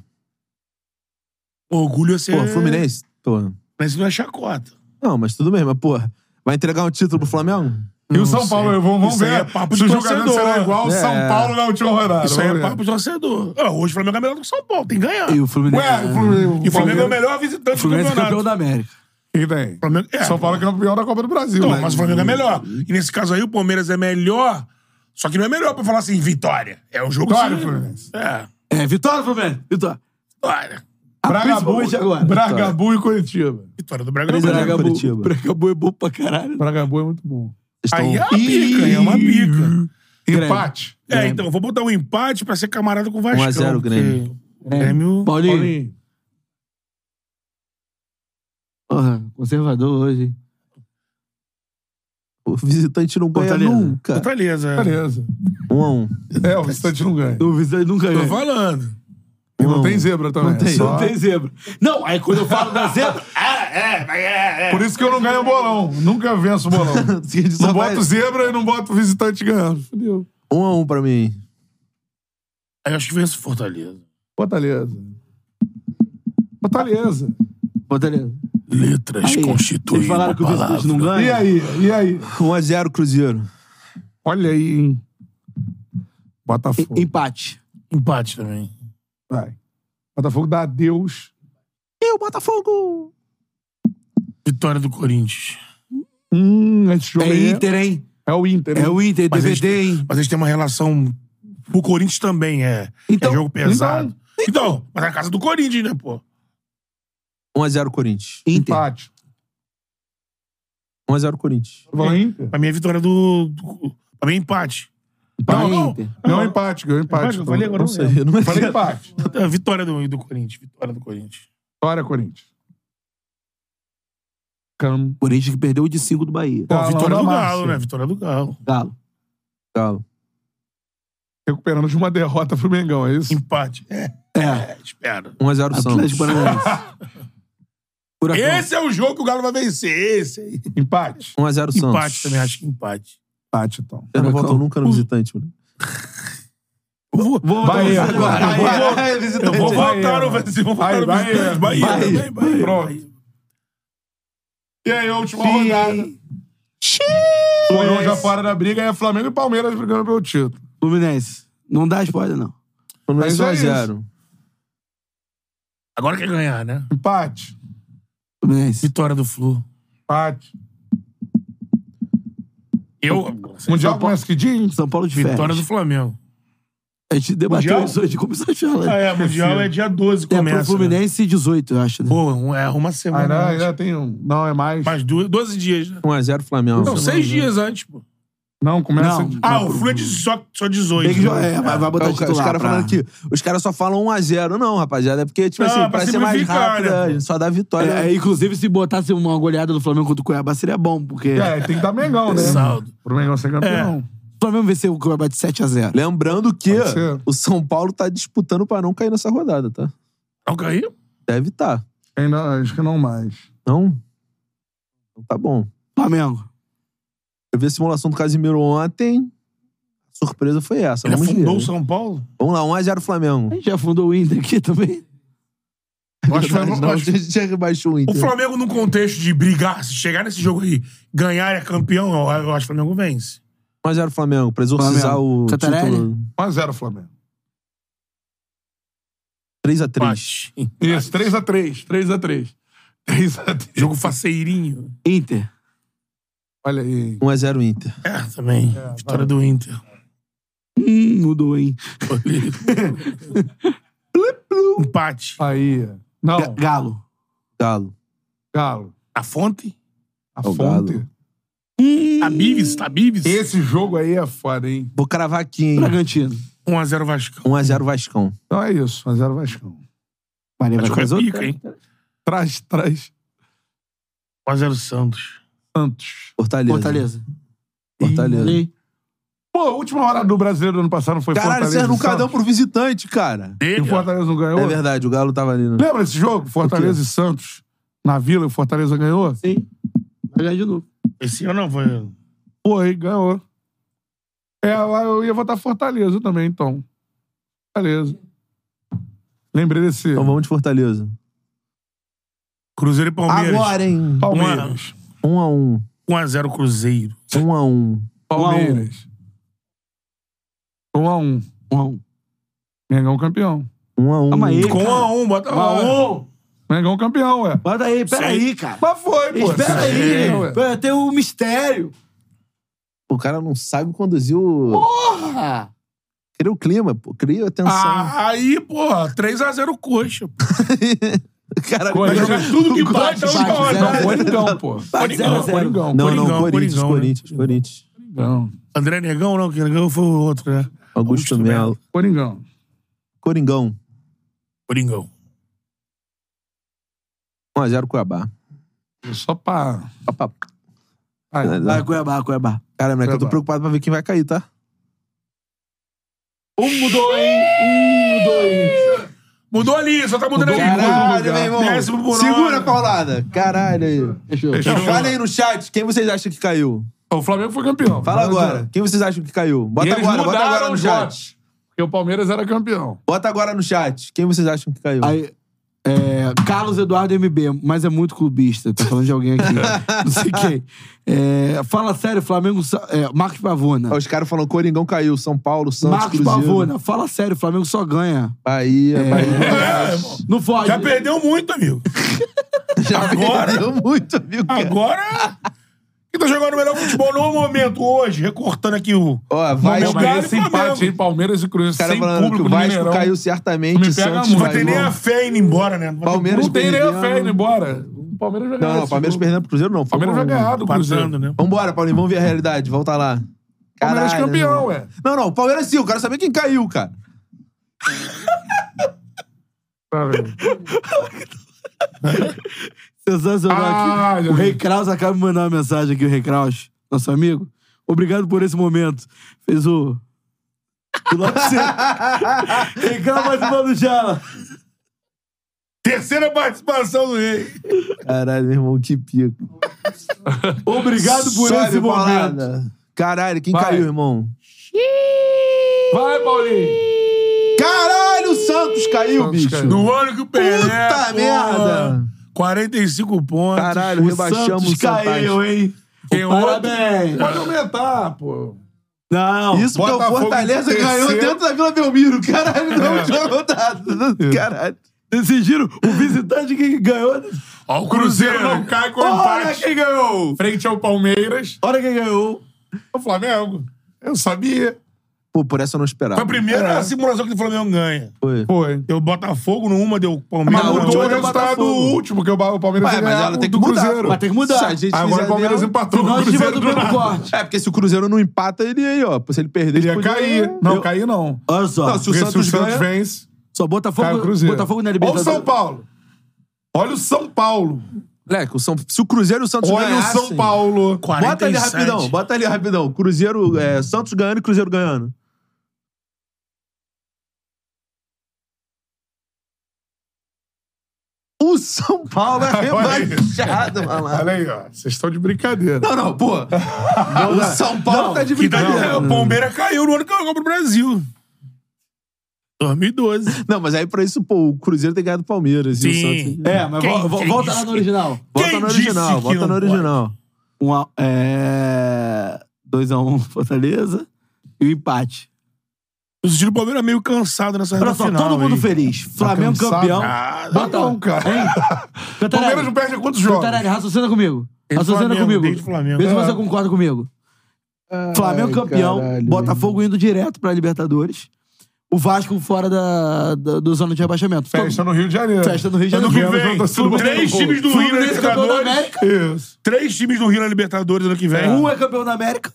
Speaker 2: Orgulho é ser...
Speaker 4: Pô, Fluminense? Pô.
Speaker 2: Fluminense não é chacota.
Speaker 4: Não, mas tudo bem, mas, porra, vai entregar um título pro Flamengo?
Speaker 1: E o
Speaker 2: Não
Speaker 1: São
Speaker 2: sei.
Speaker 1: Paulo, vamos, vamos
Speaker 2: Isso aí
Speaker 1: ver.
Speaker 2: é papo de
Speaker 1: se o
Speaker 2: torcedor.
Speaker 1: jogador será igual o
Speaker 4: É.
Speaker 1: São Paulo na última rodada.
Speaker 2: Isso aí é
Speaker 1: vamos ver.
Speaker 2: papo de torcedor. Ah, hoje o Flamengo é melhor do que o São Paulo, tem que ganhar.
Speaker 3: E o Fluminense.
Speaker 1: Ué, o Fluminense.
Speaker 2: E o Flamengo é o melhor visitante
Speaker 3: Fluminense
Speaker 2: do
Speaker 3: campeão
Speaker 2: campeonato.
Speaker 3: da América.
Speaker 1: Quem tem?
Speaker 2: Flamengo- é.
Speaker 1: São Paulo é campeão da Copa do Brasil.
Speaker 2: Então,
Speaker 1: né?
Speaker 2: mas o Flamengo é melhor. E nesse caso aí, o Palmeiras é melhor, só que não é melhor pra falar assim, vitória. É um jogo
Speaker 1: Vitória,
Speaker 2: assim,
Speaker 1: Fluminense.
Speaker 2: É,
Speaker 3: É, vitória, Flamengo. Vitória.
Speaker 2: vitória.
Speaker 1: Bragabu,
Speaker 3: Principalmente agora.
Speaker 1: Bragabu e Curitiba.
Speaker 2: Vitória do Braga.
Speaker 4: Braga-
Speaker 3: Bragabu,
Speaker 4: Curitiba.
Speaker 3: Bragabu é bom pra caralho.
Speaker 1: Bragabu é muito bom.
Speaker 2: Aí é uma
Speaker 3: Ih.
Speaker 2: pica, aí é uma pica.
Speaker 1: Empate.
Speaker 2: É, então, eu vou botar um empate pra ser camarada com o Vasco.
Speaker 4: 1 a 0 Grêmio. É.
Speaker 2: O Grêmio...
Speaker 3: É. Paulinho.
Speaker 1: Paulinho.
Speaker 3: Porra, conservador hoje. hein?
Speaker 4: O visitante não ganha
Speaker 3: Fortaleza.
Speaker 4: nunca.
Speaker 2: Fortaleza. é.
Speaker 1: Beleza.
Speaker 4: Um a um.
Speaker 1: É, o visitante não ganha.
Speaker 3: O visitante nunca
Speaker 2: Tô
Speaker 3: ganha.
Speaker 2: falando.
Speaker 1: E não
Speaker 4: Não.
Speaker 1: tem zebra também.
Speaker 4: Não tem.
Speaker 1: só-
Speaker 3: Não tem zebra. Não, aí quando eu falo da zebra,
Speaker 4: *laughs*
Speaker 2: é,
Speaker 1: Por isso que eu não ganho bolão. Nunca venço bolão.
Speaker 4: *laughs* Só
Speaker 1: Não
Speaker 4: vai-
Speaker 1: boto zebra e não boto visitante ganhando. Fudeu.
Speaker 4: Um a um pra mim.
Speaker 2: Aí eu acho que vence o Fortaleza.
Speaker 1: Fortaleza. Fortaleza.
Speaker 3: Fortaleza.
Speaker 2: Letras
Speaker 3: Aí, Vocês falaram que o visitante não
Speaker 1: E
Speaker 3: ganha?
Speaker 1: aí? E aí?
Speaker 4: 1x0 Cruzeiro.
Speaker 1: Olha aí, hein? Botafogo.
Speaker 3: E- Empate.
Speaker 2: Empate também.
Speaker 1: Vai. Botafogo dá adeus.
Speaker 4: E o Botafogo?
Speaker 2: Vitória do Corinthians.
Speaker 1: Hum, esse jogo
Speaker 3: É
Speaker 1: aí
Speaker 3: Inter, hein?
Speaker 1: É o Inter. hein?
Speaker 3: É o Inter,
Speaker 2: Mas
Speaker 3: DVD,
Speaker 2: eles-
Speaker 3: hein?
Speaker 2: Mas eles têm uma relação. O Corinthians também é.
Speaker 3: Então-
Speaker 2: é jogo pesado. Então, mas é a casa do Corinthians, né, pô?
Speaker 4: 1x0 Corinthians.
Speaker 3: Inter.
Speaker 1: Empate.
Speaker 4: 1x0 Corinthians.
Speaker 1: Vai Inter.
Speaker 2: Pra mim é vitória do. do pra mim é empate.
Speaker 3: Vai,
Speaker 2: não, é
Speaker 3: Inter.
Speaker 1: Ganhou é empate, ganhou empate.
Speaker 2: Empate, eu É. falei agora,
Speaker 4: Não
Speaker 2: não
Speaker 4: sei,
Speaker 2: lembro.
Speaker 4: eu não
Speaker 1: Falei empate.
Speaker 2: É, Vitória do, do Corinthians. Vitória do Corinthians.
Speaker 1: Vitória, Corinthians. Cam.
Speaker 3: Corinthians que perdeu o de 5 do Bahia.
Speaker 1: Galão
Speaker 2: vitória
Speaker 1: da
Speaker 2: do
Speaker 1: Márcia.
Speaker 2: Galo, né? Vitória do Galo.
Speaker 3: Galo.
Speaker 4: Galo.
Speaker 1: Recuperando de uma derrota pro Mengão, é isso?
Speaker 2: Empate. É,
Speaker 3: É.
Speaker 2: espera.
Speaker 4: 1x0 Santos.
Speaker 3: Atlético Paranaense.
Speaker 2: *laughs*
Speaker 3: Furacão.
Speaker 2: Esse é o jogo que o Galo vai vencer. Esse aí.
Speaker 1: Empate.
Speaker 4: 1x0 Santos.
Speaker 2: Empate também, acho que empate.
Speaker 1: Empate, então.
Speaker 4: Eu não
Speaker 3: Furacão.
Speaker 4: voto nunca no visitante, mano.
Speaker 2: Vou,
Speaker 1: Bahia.
Speaker 3: agora.
Speaker 2: Eu vou-
Speaker 4: Vai, visitante.
Speaker 2: Eu vou
Speaker 1: Bahia.
Speaker 2: votar no Brasil. Vou votar no
Speaker 1: Vai, Bahia.
Speaker 2: Bahia. Bahia.
Speaker 1: Bahia.
Speaker 2: também, Bahia.
Speaker 1: Pronto.
Speaker 2: Bahia.
Speaker 1: E aí, a última rodada. Sonhou já fora da briga, é Flamengo e Palmeiras brigando pelo título.
Speaker 3: Fluminense. Não dá spoiler, não.
Speaker 4: Fluminense
Speaker 1: Mas é
Speaker 4: 1x0.
Speaker 2: Agora quer ganhar, né?
Speaker 1: Empate.
Speaker 3: Fluminense.
Speaker 2: Vitória do Flu.
Speaker 1: Empate.
Speaker 2: Eu.
Speaker 1: Mundial começa que dia? hein?
Speaker 3: São Paulo de férias.
Speaker 2: Vitória do Flamengo.
Speaker 3: A gente debateu
Speaker 2: Mundial?
Speaker 3: isso hoje, começou a falar.
Speaker 2: é, Mundial é dia 12
Speaker 3: É, pro Fluminense 18, eu acho. Né?
Speaker 2: Pô, um- é uma
Speaker 1: Ah,
Speaker 2: semana.
Speaker 1: não,
Speaker 2: antes.
Speaker 1: ainda tem um. Não, é mais.
Speaker 2: Mais duas, 12 dias, né?
Speaker 4: 1x0 Flamengo.
Speaker 2: Não, seis dias antes, pô.
Speaker 1: Não, começa.
Speaker 3: Não.
Speaker 2: Ah, o Flu é de- só, só 18.
Speaker 3: Tem que jogar,
Speaker 2: né?
Speaker 3: é, vai, vai botar
Speaker 4: Os
Speaker 3: titular.
Speaker 4: caras
Speaker 3: pra- É,
Speaker 4: falando que os caras só falam 1x0. Não, rapaziada. É porque, tipo
Speaker 2: Não,
Speaker 4: assim,
Speaker 2: pra
Speaker 4: pra ser mais
Speaker 2: simplificar, né,
Speaker 4: rápida,
Speaker 2: pô?
Speaker 4: só dá vitória.
Speaker 3: É, inclusive, se botasse uma goleada do Flamengo contra o Cuiabá, seria bom, porque
Speaker 1: É, tem que dar Mengão, né?
Speaker 2: Saldo.
Speaker 1: Pro Mengão ser campeão.
Speaker 3: o Flamengo venceu o Cuiabá de 7x0.
Speaker 4: Lembrando que
Speaker 1: Pode ser.
Speaker 4: o São Paulo tá disputando pra não cair nessa rodada, tá?
Speaker 2: Não caiu?
Speaker 4: Deve tá.
Speaker 1: Ainda, acho que não mais.
Speaker 4: Não? Então tá bom.
Speaker 3: Flamengo.
Speaker 4: Eu vi a simulação do Casimiro ontem. A surpresa foi essa.
Speaker 2: Ele
Speaker 4: Vamos ver.
Speaker 2: afundou o
Speaker 4: né?
Speaker 2: São Paulo?
Speaker 4: Vamos lá, 1x0 Flamengo.
Speaker 3: A gente já fundou o Inter aqui também.
Speaker 1: Eu Acho que vai,
Speaker 4: *laughs* Não, a gente já rebaixou o
Speaker 2: O
Speaker 4: Inter.
Speaker 2: Flamengo, num contexto de brigar, se chegar nesse jogo aí, ganhar é campeão, eu acho que o Flamengo vence.
Speaker 4: 1x0 Flamengo, pra exorcizar
Speaker 3: Flamengo.
Speaker 4: o
Speaker 3: Santarelli?
Speaker 4: título.
Speaker 1: 1x0 Flamengo.
Speaker 4: 3x3.
Speaker 2: Empate.
Speaker 1: Isso, 3x3. *laughs* 3x3. 3x3.
Speaker 2: Jogo faceirinho.
Speaker 3: Inter.
Speaker 1: Olha aí.
Speaker 4: 1x0 Inter.
Speaker 2: É, também. Vitória do Inter.
Speaker 3: Hum, mudou, hein?
Speaker 2: Empate.
Speaker 1: Bahia.
Speaker 3: Ga-
Speaker 1: é. Não,
Speaker 3: Galo.
Speaker 4: Galo.
Speaker 1: Galo.
Speaker 2: A fonte?
Speaker 1: A
Speaker 4: É o
Speaker 1: fonte.
Speaker 4: Galo.
Speaker 2: A Bives? A Bives?
Speaker 1: Esse jogo aí é foda, hein?
Speaker 4: Vou cravar aqui, hein?
Speaker 3: Bragantino.
Speaker 2: 1x0 Vasco.
Speaker 4: 1x0 Vascão.
Speaker 1: Então é isso. 1x0 Vascão.
Speaker 3: Maria vai
Speaker 2: Vasco
Speaker 3: fazer
Speaker 2: é
Speaker 3: outra.
Speaker 2: pica, hein?
Speaker 1: Traz, traz.
Speaker 2: 1x0 Santos.
Speaker 1: Santos.
Speaker 4: Fortaleza.
Speaker 3: Fortaleza.
Speaker 4: Fortaleza.
Speaker 3: Ih,
Speaker 1: Pô, a última hora do brasileiro do ano passado não foi
Speaker 4: Caralho, um
Speaker 1: Fortaleza.
Speaker 4: vocês
Speaker 1: e
Speaker 4: nunca dão
Speaker 1: Santos?
Speaker 4: pro visitante, cara.
Speaker 1: E o Fortaleza não ganhou?
Speaker 4: É verdade, o Galo tava ali. Né?
Speaker 1: Lembra desse jogo? Fortaleza e Santos. Na vila, o Fortaleza ganhou?
Speaker 3: Sim. Vai ganhar de novo.
Speaker 2: Esse ano não foi.
Speaker 1: Foi, ganhou. É, lá eu ia votar Fortaleza também, então. Fortaleza. Lembrei desse.
Speaker 4: Então vamos de Fortaleza.
Speaker 2: Cruzeiro e Palmeiras.
Speaker 4: Agora, hein?
Speaker 1: Palmeiras.
Speaker 4: 1x1.
Speaker 2: 1x0 Cruzeiro.
Speaker 4: 1x1.
Speaker 1: Palmeiras. 1 a 1
Speaker 3: 1 a 1.
Speaker 1: Então, Mengão campeão.
Speaker 3: Calma aí.
Speaker 4: 1x1.
Speaker 2: Com 1x1, bota
Speaker 1: Calma aí.
Speaker 2: 1x1. Mengão campeão, ué.
Speaker 3: Bota aí, peraí, cara.
Speaker 2: Mas foi, pô.
Speaker 3: Espera
Speaker 2: Sim,
Speaker 3: aí.
Speaker 2: ué.
Speaker 3: Pô, Tem o mistério.
Speaker 4: O cara não sabe conduzir o. Porra! Cria o clima, pô. Cria a tensão.
Speaker 1: Ah, aí, porra, 3x0 coxa. pô.
Speaker 4: *laughs* Cara,
Speaker 1: Vai
Speaker 2: Corinthians-
Speaker 1: jogar tudo que bate,
Speaker 3: bate,
Speaker 1: tá
Speaker 3: bate,
Speaker 1: uma
Speaker 2: Não,
Speaker 1: hora.
Speaker 2: Coringão, pô.
Speaker 3: Bate zero a zero.
Speaker 2: Coringão.
Speaker 4: não,
Speaker 1: Coringão,
Speaker 4: não,
Speaker 1: Coringão,
Speaker 4: Corinthians,
Speaker 1: né?
Speaker 4: Corinthians, Corinthians.
Speaker 2: Coringão.
Speaker 1: André Negão, não, que Negão foi o outro, né?
Speaker 4: Augusto, Melo.
Speaker 2: Coringão.
Speaker 4: Coringão.
Speaker 1: Coringão.
Speaker 4: 1x0 Cuiabá.
Speaker 2: É Só pra...
Speaker 4: Pá, pá, pá.
Speaker 2: Ai,
Speaker 3: Vai, Cuiabá, Cuiabá.
Speaker 4: Cara, moleque, eu tô
Speaker 2: Cuiabá.
Speaker 4: preocupado pra ver quem vai cair, tá?
Speaker 2: Um mudou, hein? Um mudou, hein?
Speaker 1: Mudou ali, só tá mudando ali.
Speaker 4: Caralho, meu irmão.
Speaker 1: Décimo por
Speaker 4: Segura a
Speaker 1: hora.
Speaker 4: paulada. Caralho aí.
Speaker 2: Fechou.
Speaker 4: Fala aí no chat, quem vocês acham que caiu?
Speaker 2: O Flamengo foi campeão.
Speaker 4: Fala agora. Quem vocês acham que caiu? Bota
Speaker 2: E eles
Speaker 4: agora, bota
Speaker 2: mudaram
Speaker 4: agora no
Speaker 2: os
Speaker 4: chat.
Speaker 2: votos. Porque o Palmeiras era campeão.
Speaker 4: Bota agora no chat. Quem vocês acham que caiu?
Speaker 3: Aí, é, Carlos Eduardo MB, mas é muito clubista. Tá falando de alguém aqui.
Speaker 1: *laughs*
Speaker 3: não sei quem. É, fala sério, Flamengo. só- é, Marcos Pavona.
Speaker 4: Ó, Os caras falam Coringão caiu, São Paulo, Santos,
Speaker 3: Marcos
Speaker 4: Cruzeiro.
Speaker 3: Pavona, fala sério, Flamengo só ganha.
Speaker 4: Bahia,
Speaker 2: *laughs*
Speaker 4: Bahia.
Speaker 3: Não pode.
Speaker 1: É, Já perdeu muito, amigo.
Speaker 4: Já
Speaker 1: Agora-
Speaker 4: perdeu muito, viu, cara?
Speaker 1: Agora. Quem tá jogando o melhor futebol no momento hoje, recortando aqui o.
Speaker 4: Ó, vai,
Speaker 1: Não,
Speaker 4: os
Speaker 2: Pô, mas
Speaker 1: Galo e
Speaker 2: esse
Speaker 1: Flamengo.
Speaker 2: empate, hein? Palmeiras e Cruzeiro
Speaker 4: caras
Speaker 2: sem
Speaker 4: falando que
Speaker 2: público
Speaker 4: o
Speaker 2: no
Speaker 4: Vasco
Speaker 2: Mineirão.
Speaker 4: caiu certamente,
Speaker 2: Me pega
Speaker 4: Santos
Speaker 2: muito.
Speaker 1: Não vai ter nem
Speaker 4: caiu.
Speaker 1: a fé indo embora, né? Não vai ter
Speaker 4: Palmeiras
Speaker 2: Não tem nem a
Speaker 4: perdendo.
Speaker 2: fé indo embora. O Palmeiras vai ganhar
Speaker 4: Não, o
Speaker 2: esse
Speaker 4: Palmeiras
Speaker 2: jogo.
Speaker 4: perdendo pro Cruzeiro, não.
Speaker 2: O Palmeiras vai ganhar do
Speaker 1: ninguém empatando,
Speaker 2: Cruzeiro.
Speaker 1: né?
Speaker 4: Vambora, Paulinho, vamos ver a realidade. Volta lá.
Speaker 2: Palmeiras é
Speaker 4: Caralho,
Speaker 2: campeão,
Speaker 4: né?
Speaker 2: ué.
Speaker 4: Não, não, o Palmeiras sim, eu quero saber quem caiu, cara.
Speaker 2: Tá
Speaker 4: *laughs*
Speaker 2: vendo?
Speaker 3: Sensacional
Speaker 2: Ah,
Speaker 3: aqui.
Speaker 2: já
Speaker 3: O
Speaker 2: vi.
Speaker 3: Rei Kraus acaba de mandar uma mensagem aqui, o Rei Kraus, nosso amigo. Obrigado por esse momento. Fez o. o lance. Rei Kraus participando já.
Speaker 1: Terceira participação do Rei.
Speaker 4: Caralho, meu irmão, que pico.
Speaker 3: Obrigado por
Speaker 4: Sobe,
Speaker 3: esse momento.
Speaker 4: Paulada. Caralho, quem
Speaker 2: Vai.
Speaker 4: caiu, irmão?
Speaker 2: Vai, Paulinho.
Speaker 4: Caralho, o Santos caiu,
Speaker 2: Santos
Speaker 4: bicho.
Speaker 2: caiu.
Speaker 1: No ano que o Pelé.
Speaker 4: Puta
Speaker 1: porra,
Speaker 4: merda.
Speaker 1: 45 pontos.
Speaker 4: Caralho,
Speaker 3: O
Speaker 4: rebaixamos
Speaker 3: Santos
Speaker 4: o Santos.
Speaker 3: caiu, hein?
Speaker 1: Tem
Speaker 3: Parabéns.
Speaker 2: Pode aumentar, pô.
Speaker 3: Não.
Speaker 4: Isso porque o
Speaker 1: Botafogo
Speaker 4: Fortaleza
Speaker 1: em
Speaker 4: ganhou
Speaker 1: terceiro.
Speaker 4: dentro da Vila Belmiro. Caralho, não última rodada. Caralho.
Speaker 3: Decidiram o visitante que ganhou.
Speaker 1: Ó, o Cruzeiro não cai com
Speaker 3: Olha
Speaker 1: empate.
Speaker 3: quem ganhou.
Speaker 2: Frente ao Palmeiras,
Speaker 3: Olha quem ganhou.
Speaker 2: É o Flamengo. Eu sabia.
Speaker 4: Pô, por essa eu não esperava.
Speaker 1: Foi a primeira
Speaker 3: É.
Speaker 1: simulação que o Flamengo ganha.
Speaker 4: Foi.
Speaker 2: Foi.
Speaker 1: Deu Botafogo numa, deu Palmeiras.
Speaker 2: Mas
Speaker 4: Não,
Speaker 1: na
Speaker 2: mudou o
Speaker 1: outra.
Speaker 4: é
Speaker 2: resultado
Speaker 4: Botafogo.
Speaker 2: último, que o Ba- o Palmeiras
Speaker 4: Ué,
Speaker 2: ia
Speaker 4: mas
Speaker 2: ganhar
Speaker 4: ela tem que
Speaker 2: do
Speaker 4: mudar.
Speaker 2: Cruzeiro.
Speaker 3: Mas tem que mudar.
Speaker 4: Se a
Speaker 1: Ah,
Speaker 4: gente
Speaker 2: Agora
Speaker 4: fizer
Speaker 2: o Palmeiras
Speaker 1: é
Speaker 4: dela-
Speaker 2: empatou com o
Speaker 3: Nós tivemos
Speaker 2: Cruzeiro
Speaker 3: o
Speaker 2: do
Speaker 3: primeiro
Speaker 2: nada. *laughs*
Speaker 3: corte.
Speaker 4: É, porque se o Cruzeiro não empata, ele aí, ó. Se ele perder,
Speaker 2: Ele ia
Speaker 4: podia-
Speaker 2: cair. Não, cair não.
Speaker 3: Olha só.
Speaker 4: Não, se o
Speaker 2: Porque
Speaker 4: Santos ganha-
Speaker 2: vence,
Speaker 3: Só
Speaker 1: Ah,
Speaker 2: cai o
Speaker 3: Botafogo,
Speaker 2: Cruzeiro.
Speaker 3: Botafogo na
Speaker 2: Olha o
Speaker 3: Libertadores.
Speaker 2: São Paulo. Olha o São Paulo.
Speaker 4: Moleque, o São... se o Cruzeiro e o Santos
Speaker 2: Olha o
Speaker 4: ganhassem...
Speaker 2: São Paulo.
Speaker 4: Bota ali
Speaker 1: 47.
Speaker 4: rapidão, bota ali rapidão. Cruzeiro, é, Santos ganhando e Cruzeiro ganhando. O São Paulo é rebaixado,
Speaker 3: Ah.
Speaker 4: malandro.
Speaker 2: Olha aí, ó. Vocês estão de brincadeira.
Speaker 4: Não, não, pô. O São Paulo tá de
Speaker 1: Que daí,
Speaker 4: brincadeira.
Speaker 1: o Palmeiras caiu no ano que eu pro Brasil. 2012.
Speaker 4: Não, mas aí pra isso, pô, o Cruzeiro tem ganhado o Palmeiras. E o
Speaker 1: Sim.
Speaker 4: Santos...
Speaker 3: É, mas
Speaker 1: Quem
Speaker 3: vo- vo-
Speaker 1: disse
Speaker 3: volta lá
Speaker 1: que-
Speaker 3: no original.
Speaker 4: Bota
Speaker 1: Quem
Speaker 4: no
Speaker 1: disse
Speaker 4: original,
Speaker 1: que
Speaker 4: bota
Speaker 1: não
Speaker 4: no
Speaker 1: pode?
Speaker 4: original.
Speaker 3: Um a, é... 2x1 um, *laughs* Fortaleza e o empate.
Speaker 1: Eu senti o Palmeiras é meio cansado
Speaker 2: É
Speaker 1: nessa
Speaker 3: Olha
Speaker 1: reta
Speaker 3: só,
Speaker 1: final.
Speaker 3: todo mundo
Speaker 1: hein?
Speaker 3: feliz. Flamengo
Speaker 2: Tá cansado?
Speaker 3: campeão.
Speaker 1: Ah,
Speaker 2: Não,
Speaker 3: Bota um.
Speaker 2: não, cara. Palmeiras não
Speaker 3: Cantarelli,
Speaker 2: perde quantos jogos?
Speaker 3: Cantarelli, Então, raciocina comigo.
Speaker 1: Tem
Speaker 3: raciocina
Speaker 1: Flamengo,
Speaker 3: comigo.
Speaker 1: tem de Flamengo.
Speaker 3: Vê se
Speaker 1: Ah.
Speaker 3: você concorda comigo. Flamengo campeão,
Speaker 4: caralho,
Speaker 3: Botafogo indo direto pra Libertadores. O Vasco fora da, da- do zona de rebaixamento.
Speaker 2: Festa no Rio de Janeiro.
Speaker 3: Festa no Rio de
Speaker 1: Ano
Speaker 3: Janeiro.
Speaker 1: que
Speaker 2: Vemos,
Speaker 1: vem,
Speaker 2: tá tudo bom.
Speaker 1: três times do Rio na
Speaker 3: Fluminense é campeão da
Speaker 1: Libertadores.
Speaker 3: América.
Speaker 2: Isso.
Speaker 1: Três times do Rio na Libertadores ano que vem.
Speaker 3: Um é campeão da América.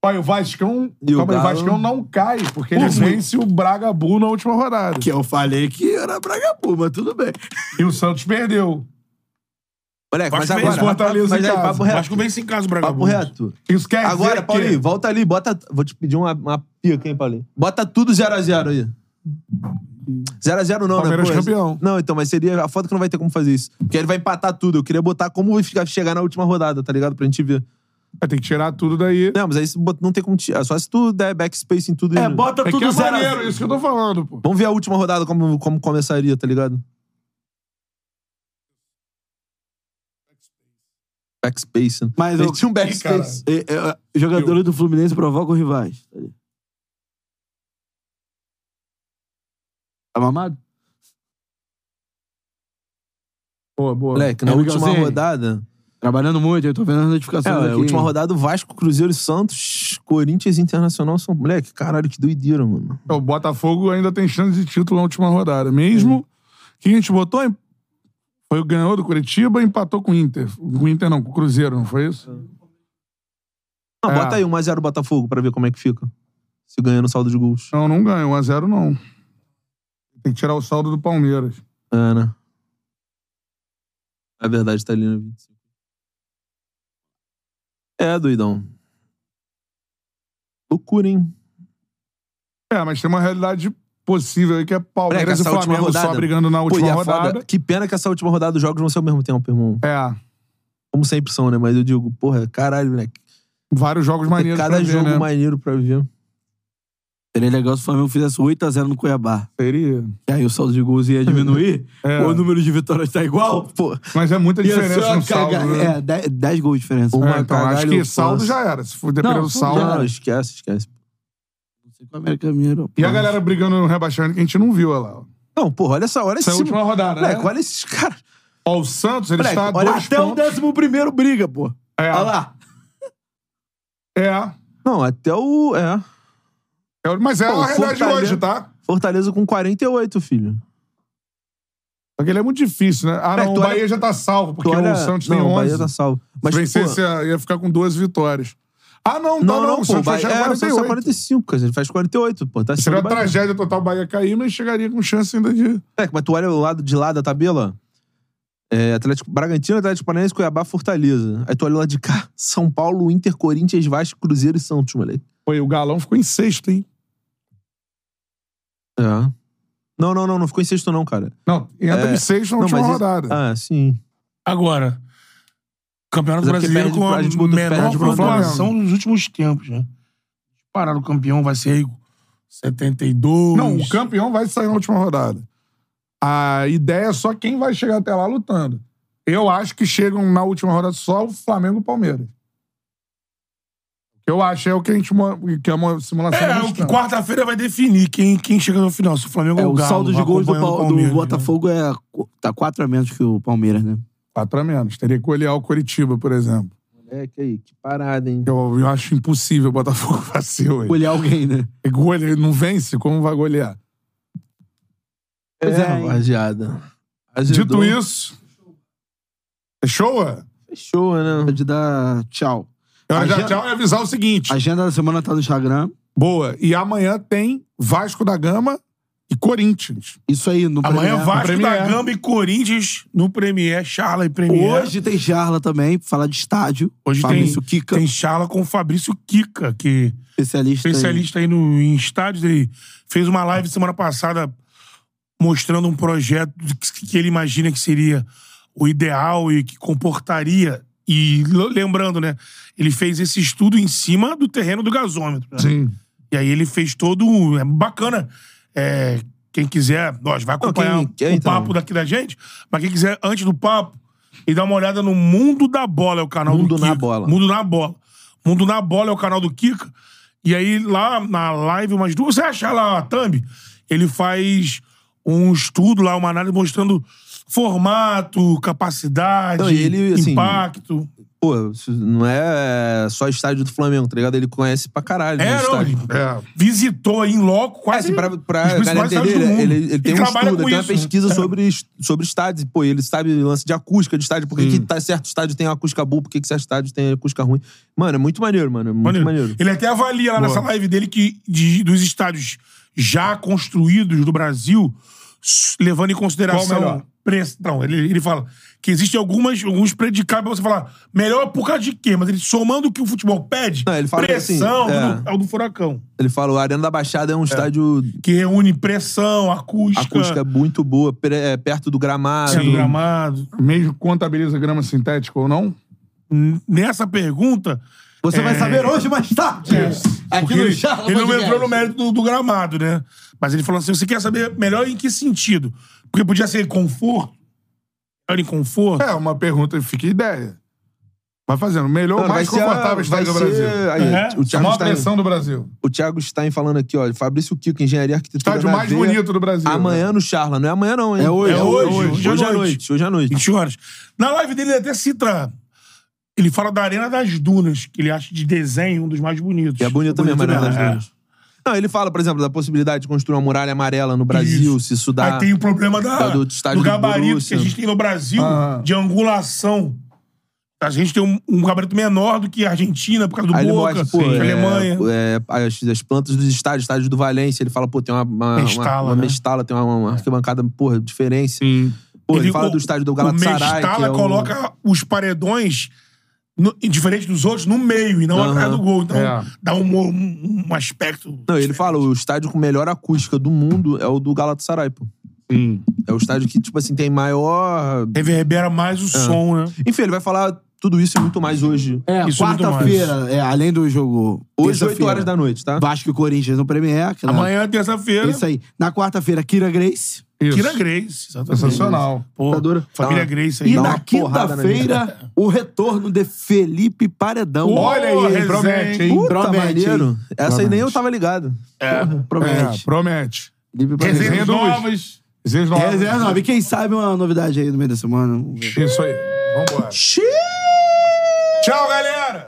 Speaker 2: Pai, o Vascão...
Speaker 4: E o
Speaker 2: calma aí, o
Speaker 4: Galo?
Speaker 2: Vascão não cai, porque ele vence o Braga Bull na última rodada.
Speaker 3: um. Que eu falei que era Bragapu, mas tudo bem.
Speaker 2: E o Santos perdeu.
Speaker 4: Moleque, mas
Speaker 1: Vasco vence
Speaker 4: agora.
Speaker 2: Fortaleza
Speaker 4: mas
Speaker 2: em
Speaker 4: aí,
Speaker 2: casa.
Speaker 4: papo
Speaker 1: Acho que
Speaker 4: reto.
Speaker 1: vence em casa o Bragantino.
Speaker 4: Papo reto.
Speaker 2: Isso
Speaker 3: É
Speaker 2: quer
Speaker 4: Agora,
Speaker 2: dizer
Speaker 4: Paulinho,
Speaker 2: que...
Speaker 4: volta ali, bota. Vou te pedir uma, uma pica, hein, Paulinho. Bota tudo 0x0 aí. 0x0 não,
Speaker 2: Palmeiras
Speaker 4: né?
Speaker 2: campeão.
Speaker 4: Não, então, mas seria a foto que não vai ter como fazer isso. Porque ele vai empatar tudo. Eu queria botar como vai ficar- chegar na última rodada, tá ligado? Pra gente ver.
Speaker 1: É,
Speaker 2: Vai ter que tirar tudo daí.
Speaker 4: Não, mas aí você bota- não tem como tirar. Só se tu der backspace em tudo.
Speaker 3: É,
Speaker 4: e-
Speaker 3: bota
Speaker 2: É que
Speaker 3: tudo
Speaker 2: é
Speaker 3: zero. a
Speaker 2: maneiro,
Speaker 3: zero.
Speaker 2: isso que eu tô falando, pô.
Speaker 4: Vamos ver a última rodada como, como começaria, tá ligado? Backspace. né?
Speaker 3: Mas
Speaker 4: Ele
Speaker 3: eu,
Speaker 4: tinha um backspace.
Speaker 3: É, é, é, jogadores do Fluminense provocam rivais. Tá mamado?
Speaker 1: Boa, boa.
Speaker 4: Moleque, na
Speaker 3: É,
Speaker 4: última
Speaker 3: legalzinho.
Speaker 4: rodada.
Speaker 3: Trabalhando muito, eu tô vendo as
Speaker 4: É,
Speaker 3: notificações
Speaker 4: a
Speaker 3: aqui. um-
Speaker 4: última rodada, Vasco, Cruzeiro e Santos, Corinthians e Internacional são. Moleque, caralho, que doideira, mano.
Speaker 1: O Botafogo ainda tem chance de título na última rodada. Mesmo que a gente botou. em- Foi o ganhou do Curitiba e empatou com o Inter. Com o Inter não, com o Cruzeiro, não foi isso?
Speaker 4: Não,
Speaker 1: É.
Speaker 4: Ah, bota aí 1x0 Botafogo pra ver como é que fica. Se ganha no saldo de gols.
Speaker 1: Não, não ganha. 1x0 não. Tem que tirar o saldo do Palmeiras.
Speaker 4: É, né? A verdade tá ali no 25. É, doidão. Loucura, hein?
Speaker 1: É, mas tem uma realidade possível aí que é
Speaker 4: Moleque,
Speaker 1: Palmeiras
Speaker 4: essa
Speaker 1: e
Speaker 4: última
Speaker 1: Flamengo só
Speaker 4: rodada-
Speaker 1: brigando na
Speaker 4: Pô,
Speaker 1: última
Speaker 4: e é
Speaker 1: rodada.
Speaker 4: foda- Que pena que essa última rodada os jogos vão ser ao mesmo tempo, irmão.
Speaker 1: É,
Speaker 4: Como sempre são, né? Mas eu digo, porra, caralho, moleque.
Speaker 1: vários jogos
Speaker 4: Tem
Speaker 1: maneiros
Speaker 4: cada
Speaker 1: pra ver,
Speaker 4: jogo
Speaker 1: né?
Speaker 4: maneiro pra ver.
Speaker 3: Seria legal se o Flamengo fizesse 8x0 no Cuiabá.
Speaker 1: Seria.
Speaker 3: E aí o saldo de gols ia diminuir,
Speaker 4: *laughs*
Speaker 1: É.
Speaker 3: ou o número de vitórias tá igual, pô.
Speaker 1: Mas é muita
Speaker 3: Ia ser
Speaker 1: diferença
Speaker 3: uma
Speaker 1: no saldo,
Speaker 3: caga-
Speaker 1: né?
Speaker 3: É, 10, gols de diferença.
Speaker 4: Uma
Speaker 1: É, então, acho
Speaker 4: Ah, caralho,
Speaker 1: que saldo
Speaker 4: pô.
Speaker 1: já era. Se for dependendo
Speaker 3: Não,
Speaker 1: do saldo.
Speaker 3: já
Speaker 4: Não,
Speaker 3: era.
Speaker 4: esquece, esquece.
Speaker 3: Com a América Mineiro,
Speaker 1: E a
Speaker 3: pô.
Speaker 1: galera brigando no rebaixamento que a gente não viu, olha lá.
Speaker 4: Não, porra, olha essa hora.
Speaker 1: Essa é a última rodada, né?
Speaker 4: Moleque, olha esses caras.
Speaker 1: Ó, o Santos, ele
Speaker 4: Moleque,
Speaker 1: está a
Speaker 4: olha
Speaker 1: dois
Speaker 3: Até o
Speaker 1: pontos.
Speaker 3: décimo primeiro briga, pô.
Speaker 1: É,
Speaker 3: Olha lá.
Speaker 1: é,
Speaker 4: Não, até o. É.
Speaker 1: É, Mas é
Speaker 4: Pô,
Speaker 1: a realidade de
Speaker 4: Fortaleza-
Speaker 1: hoje, tá?
Speaker 4: Fortaleza com 48, filho.
Speaker 1: Porque ele é muito difícil, né? Ah,
Speaker 4: Moleque,
Speaker 1: não,
Speaker 4: tu
Speaker 1: o
Speaker 4: olha-
Speaker 1: Bahia já tá salvo, porque
Speaker 4: Tu olha-
Speaker 1: o Santos
Speaker 4: não,
Speaker 1: tem
Speaker 4: o Bahia
Speaker 1: 11.
Speaker 4: tá salvo. Mas,
Speaker 1: Se
Speaker 4: pô,
Speaker 1: vencesse, a- ia ficar com duas vitórias. Ah, não, tá,
Speaker 4: Não,
Speaker 1: não,
Speaker 4: não,
Speaker 1: o
Speaker 4: pô.
Speaker 1: Santos vai
Speaker 4: Bahia,
Speaker 1: chegar a
Speaker 4: é, o Santos é
Speaker 1: 48.
Speaker 4: 45, cara. Ele faz 48, pô. Tá
Speaker 1: Seria
Speaker 4: sendo
Speaker 1: uma tragédia total o Bahia cair, mas chegaria com chance ainda de.
Speaker 4: Moleque, É, mas tu olha o lado de lá da tabela. É, Atlético Bragantino, Atlético Paranaense, Cuiabá, Fortaleza. Aí tu olha lá de cá, *laughs* São Paulo, Inter, Corinthians, Vasco, Cruzeiro e Santos, moleque.
Speaker 1: Foi, o Galão ficou em sexto, hein?
Speaker 4: É. Não, não, não, não ficou em sexto, não, cara.
Speaker 1: Não, entra
Speaker 4: É.
Speaker 1: em sexto na
Speaker 4: Não,
Speaker 1: última
Speaker 4: mas isso-
Speaker 2: É.
Speaker 1: rodada.
Speaker 4: Ah, sim.
Speaker 2: Agora, Campeonato
Speaker 4: Mas é porque
Speaker 2: Brasileiro
Speaker 4: perde
Speaker 2: com
Speaker 4: pro- a
Speaker 2: a
Speaker 4: gente botou-
Speaker 2: menor
Speaker 4: perde pro
Speaker 2: pontuação dos últimos tempos, né? Parado, o campeão vai ser 72.
Speaker 1: Não, o campeão vai sair na última rodada. A ideia é só quem vai chegar até lá lutando. Eu acho que chegam na última rodada só o Flamengo e o Palmeiras. Eu acho, é o que a gente mo- que é uma simulação.
Speaker 2: É, o que quarta-feira vai definir quem, quem chega no final. Se o Flamengo
Speaker 3: É,
Speaker 2: ou o
Speaker 3: o
Speaker 2: Galo.
Speaker 3: saldo de gols do,
Speaker 2: acompanhando o
Speaker 3: Pal- do
Speaker 2: Palmeiras, né?
Speaker 3: Botafogo é, qu- tá 4 a menos que o Palmeiras, né?
Speaker 1: Quatro a menos. Teria que olhar o Coritiba, por exemplo.
Speaker 4: Moleque, aí, que parada, hein?
Speaker 1: Eu, eu acho impossível o Botafogo *laughs* vacil. aí.
Speaker 3: Olhar alguém, né?
Speaker 1: E Goleiro não vence, como vai golear?
Speaker 4: É,
Speaker 3: Pois é, hein?
Speaker 4: rapaziada.
Speaker 1: Dito
Speaker 4: Azedou.
Speaker 1: isso. Fechou? ué?
Speaker 4: Fechou, né?
Speaker 3: Pode dar tchau.
Speaker 1: Eu já
Speaker 3: Agenda-
Speaker 1: tchau e avisar o seguinte.
Speaker 3: A agenda da semana tá no Instagram.
Speaker 1: Boa. E amanhã tem Vasco da Gama e Corinthians.
Speaker 3: Isso aí, no
Speaker 2: Amanhã
Speaker 3: Premier.
Speaker 2: Vasco da
Speaker 1: Premier.
Speaker 2: Gama e Corinthians no Premier, Charla e Premier.
Speaker 3: Hoje tem Jarla também, pra falar de estádio.
Speaker 2: Hoje tem-
Speaker 3: Fabrício Kika,
Speaker 2: Tem Charla com o Fabrício Kika, que
Speaker 3: especialista. em-
Speaker 2: especialista aí no, em estádios. Ele fez uma live semana passada mostrando um projeto que, que ele imagina que seria o ideal e que comportaria. E l- lembrando, né? Ele fez esse estudo em cima do terreno do gasômetro. né?
Speaker 1: Sim.
Speaker 2: E aí ele fez todo um. É bacana. É, quem quiser, nós vai acompanhar
Speaker 4: quem quer,
Speaker 2: o
Speaker 4: então.
Speaker 2: papo daqui da gente. Mas quem quiser, antes do papo, e dar uma olhada no Mundo da Bola, é o canal
Speaker 4: Mundo
Speaker 2: do
Speaker 4: na
Speaker 2: Kika.
Speaker 4: Bola.
Speaker 2: Mundo na Bola. Mundo na Bola é o canal do Kika. E aí, lá na live, umas duas, você achar lá a thumb, ele faz um estudo lá, uma análise mostrando formato, capacidade,
Speaker 4: Não, e ele, assim,
Speaker 2: impacto.
Speaker 4: Pô, isso não é só estádio do Flamengo, tá ligado? Ele conhece pra caralho. né,
Speaker 2: É, não,
Speaker 4: estádio.
Speaker 2: ele
Speaker 1: É.
Speaker 2: visitou em loco
Speaker 4: É,
Speaker 2: quase.
Speaker 4: assim, pra,
Speaker 2: os
Speaker 4: pra galera
Speaker 2: principais
Speaker 4: entender,
Speaker 2: estádios do
Speaker 4: ele,
Speaker 2: mundo.
Speaker 4: ele, ele tem
Speaker 2: E
Speaker 4: um
Speaker 2: trabalha
Speaker 4: estudo,
Speaker 2: com
Speaker 4: ele tem uma
Speaker 2: isso, né?
Speaker 4: pesquisa
Speaker 2: É.
Speaker 4: sobre, es- sobre estádios. Pô, ele sabe o lance de acústica de estádio, por que, que tá certo estádio tem acústica boa, por que, que certo estádio tem acústica ruim. Mano, é muito maneiro, mano. É muito maneiro.
Speaker 2: Maneiro. Ele até avalia lá nessa live dele que de- dos estádios já construídos do Brasil, s- levando em
Speaker 1: Qual o
Speaker 2: consideração.
Speaker 1: melhor?
Speaker 2: preço. Não, ele, ele fala que existem algumas, alguns predicados pra você falar melhor por causa de quê, mas ele somando o que o futebol pede,
Speaker 4: Não, ele fala
Speaker 2: pressão
Speaker 4: assim, é.
Speaker 2: do, é o do furacão.
Speaker 4: Ele fala, o Arena da Baixada é um estádio
Speaker 2: Que reúne pressão, acústica,
Speaker 4: acústica é muito boa, pre- é, perto do gramado.
Speaker 2: sendo gramado.
Speaker 1: Mesmo contabiliza grama sintética ou não?
Speaker 2: N- Nessa pergunta.
Speaker 3: Você
Speaker 2: É.
Speaker 3: vai saber hoje mais tarde. Aqui
Speaker 2: Porque
Speaker 3: no
Speaker 2: ele,
Speaker 3: Jarla.
Speaker 2: ele não
Speaker 3: Podcast.
Speaker 2: entrou no mérito do, do gramado, né? Mas ele falou assim: você quer saber melhor em que sentido? Porque podia ser conforto, melhor em conforto.
Speaker 1: É, uma pergunta, fica ideia. Vai fazendo. Melhor,
Speaker 4: Mano,
Speaker 1: mais
Speaker 4: vai ser a-
Speaker 1: confortável está
Speaker 4: vai
Speaker 1: do
Speaker 4: ser-
Speaker 1: Brasil.
Speaker 4: aí,
Speaker 2: É.
Speaker 4: o, Thiago
Speaker 1: maior
Speaker 4: Stein,
Speaker 1: pressão do Brasil.
Speaker 4: o Thiago Stein falando aqui, ó. Fabrício Kiko, Engenharia e Arquitetura.
Speaker 1: Estádio
Speaker 4: na
Speaker 1: mais
Speaker 4: veia.
Speaker 1: bonito do Brasil. né?
Speaker 4: Amanhã no Charla. Não é amanhã, não, hein?
Speaker 3: É hoje.
Speaker 2: É hoje, hoje à
Speaker 4: Hoje à
Speaker 2: noite.
Speaker 4: noite. Hoje à noite.
Speaker 2: 20 horas. Na live dele ele até cita. Ele fala da Arena das Dunas, que ele acha de desenho um dos mais bonitos.
Speaker 4: E é bonito mesmo,
Speaker 2: né?
Speaker 4: né? das dunas. Não, ele fala, por exemplo, da possibilidade de construir uma muralha amarela no Brasil,
Speaker 2: Isso.
Speaker 4: se isso dá.
Speaker 2: Aí tem um o problema da-
Speaker 4: da- do
Speaker 2: do,
Speaker 4: estádio do
Speaker 2: gabarito que
Speaker 4: Borussia.
Speaker 2: a gente tem no Brasil,
Speaker 1: Ah.
Speaker 2: de angulação. A gente tem um, um gabarito menor do que a Argentina, por causa do
Speaker 4: Aí ele
Speaker 2: Boca,
Speaker 4: mostra, pô,
Speaker 2: a
Speaker 4: é,
Speaker 2: Alemanha.
Speaker 4: é, as, as plantas dos estádios, estádio do Valência, ele fala, pô, tem uma, uma,
Speaker 2: Mestala,
Speaker 4: uma, uma
Speaker 2: né?
Speaker 4: mestala, tem uma, uma arquibancada, porra, diferente. Pô, ele, fala
Speaker 2: o-
Speaker 4: do estádio do Galatasaray.
Speaker 2: O Mestala
Speaker 4: que é um-
Speaker 2: coloca os paredões, no- diferente dos outros, no meio e não
Speaker 4: Aham.
Speaker 2: atrás do gol. Então
Speaker 1: É.
Speaker 2: dá um, um- um aspecto.
Speaker 4: Não, ele fala, o estádio com melhor acústica do mundo é o do Galatasaray, pô.
Speaker 1: Sim.
Speaker 4: É o estádio que, tipo assim, tem maior.
Speaker 2: Reverbera mais o
Speaker 4: Ah.
Speaker 2: som, né?
Speaker 4: Enfim, ele vai falar tudo isso e muito mais hoje.
Speaker 3: É,
Speaker 2: Isso é muito
Speaker 3: quarta-feira, é, além do jogo.
Speaker 4: Hoje, 8
Speaker 3: terça-feira,
Speaker 4: horas da noite, tá?
Speaker 3: Vasco e Corinthians no Premier. que na-
Speaker 2: Amanhã, terça-feira,
Speaker 3: Isso aí. Na quarta-feira, Kira Grace.
Speaker 1: Isso.
Speaker 2: Kira Grace. Exatamente.
Speaker 1: Sensacional.
Speaker 2: Pô,
Speaker 4: Tá
Speaker 3: Lutadora.
Speaker 2: família
Speaker 4: Dá uma-
Speaker 2: Grace aí.
Speaker 3: E
Speaker 4: Dá
Speaker 3: na
Speaker 4: uma porrada na
Speaker 3: quinta-feira, o retorno de Felipe Paredão.
Speaker 1: Olha
Speaker 2: Pô,
Speaker 1: aí,
Speaker 2: resenha,
Speaker 1: promete, hein?
Speaker 3: Puta,
Speaker 4: maneiro.
Speaker 3: maneiro.
Speaker 4: Essa aí nem eu tava ligado.
Speaker 3: Porra,
Speaker 1: É,
Speaker 3: promete.
Speaker 1: promete.
Speaker 3: Felipe Paredão.
Speaker 2: Resenhas
Speaker 1: Resenha dos-
Speaker 2: novas.
Speaker 1: Resenhas
Speaker 3: É,
Speaker 1: novas.
Speaker 3: é, não, e quem sabe uma novidade aí no meio da semana. Vamos ver.
Speaker 2: É.
Speaker 1: Isso aí. Vambora. Tchau, galera!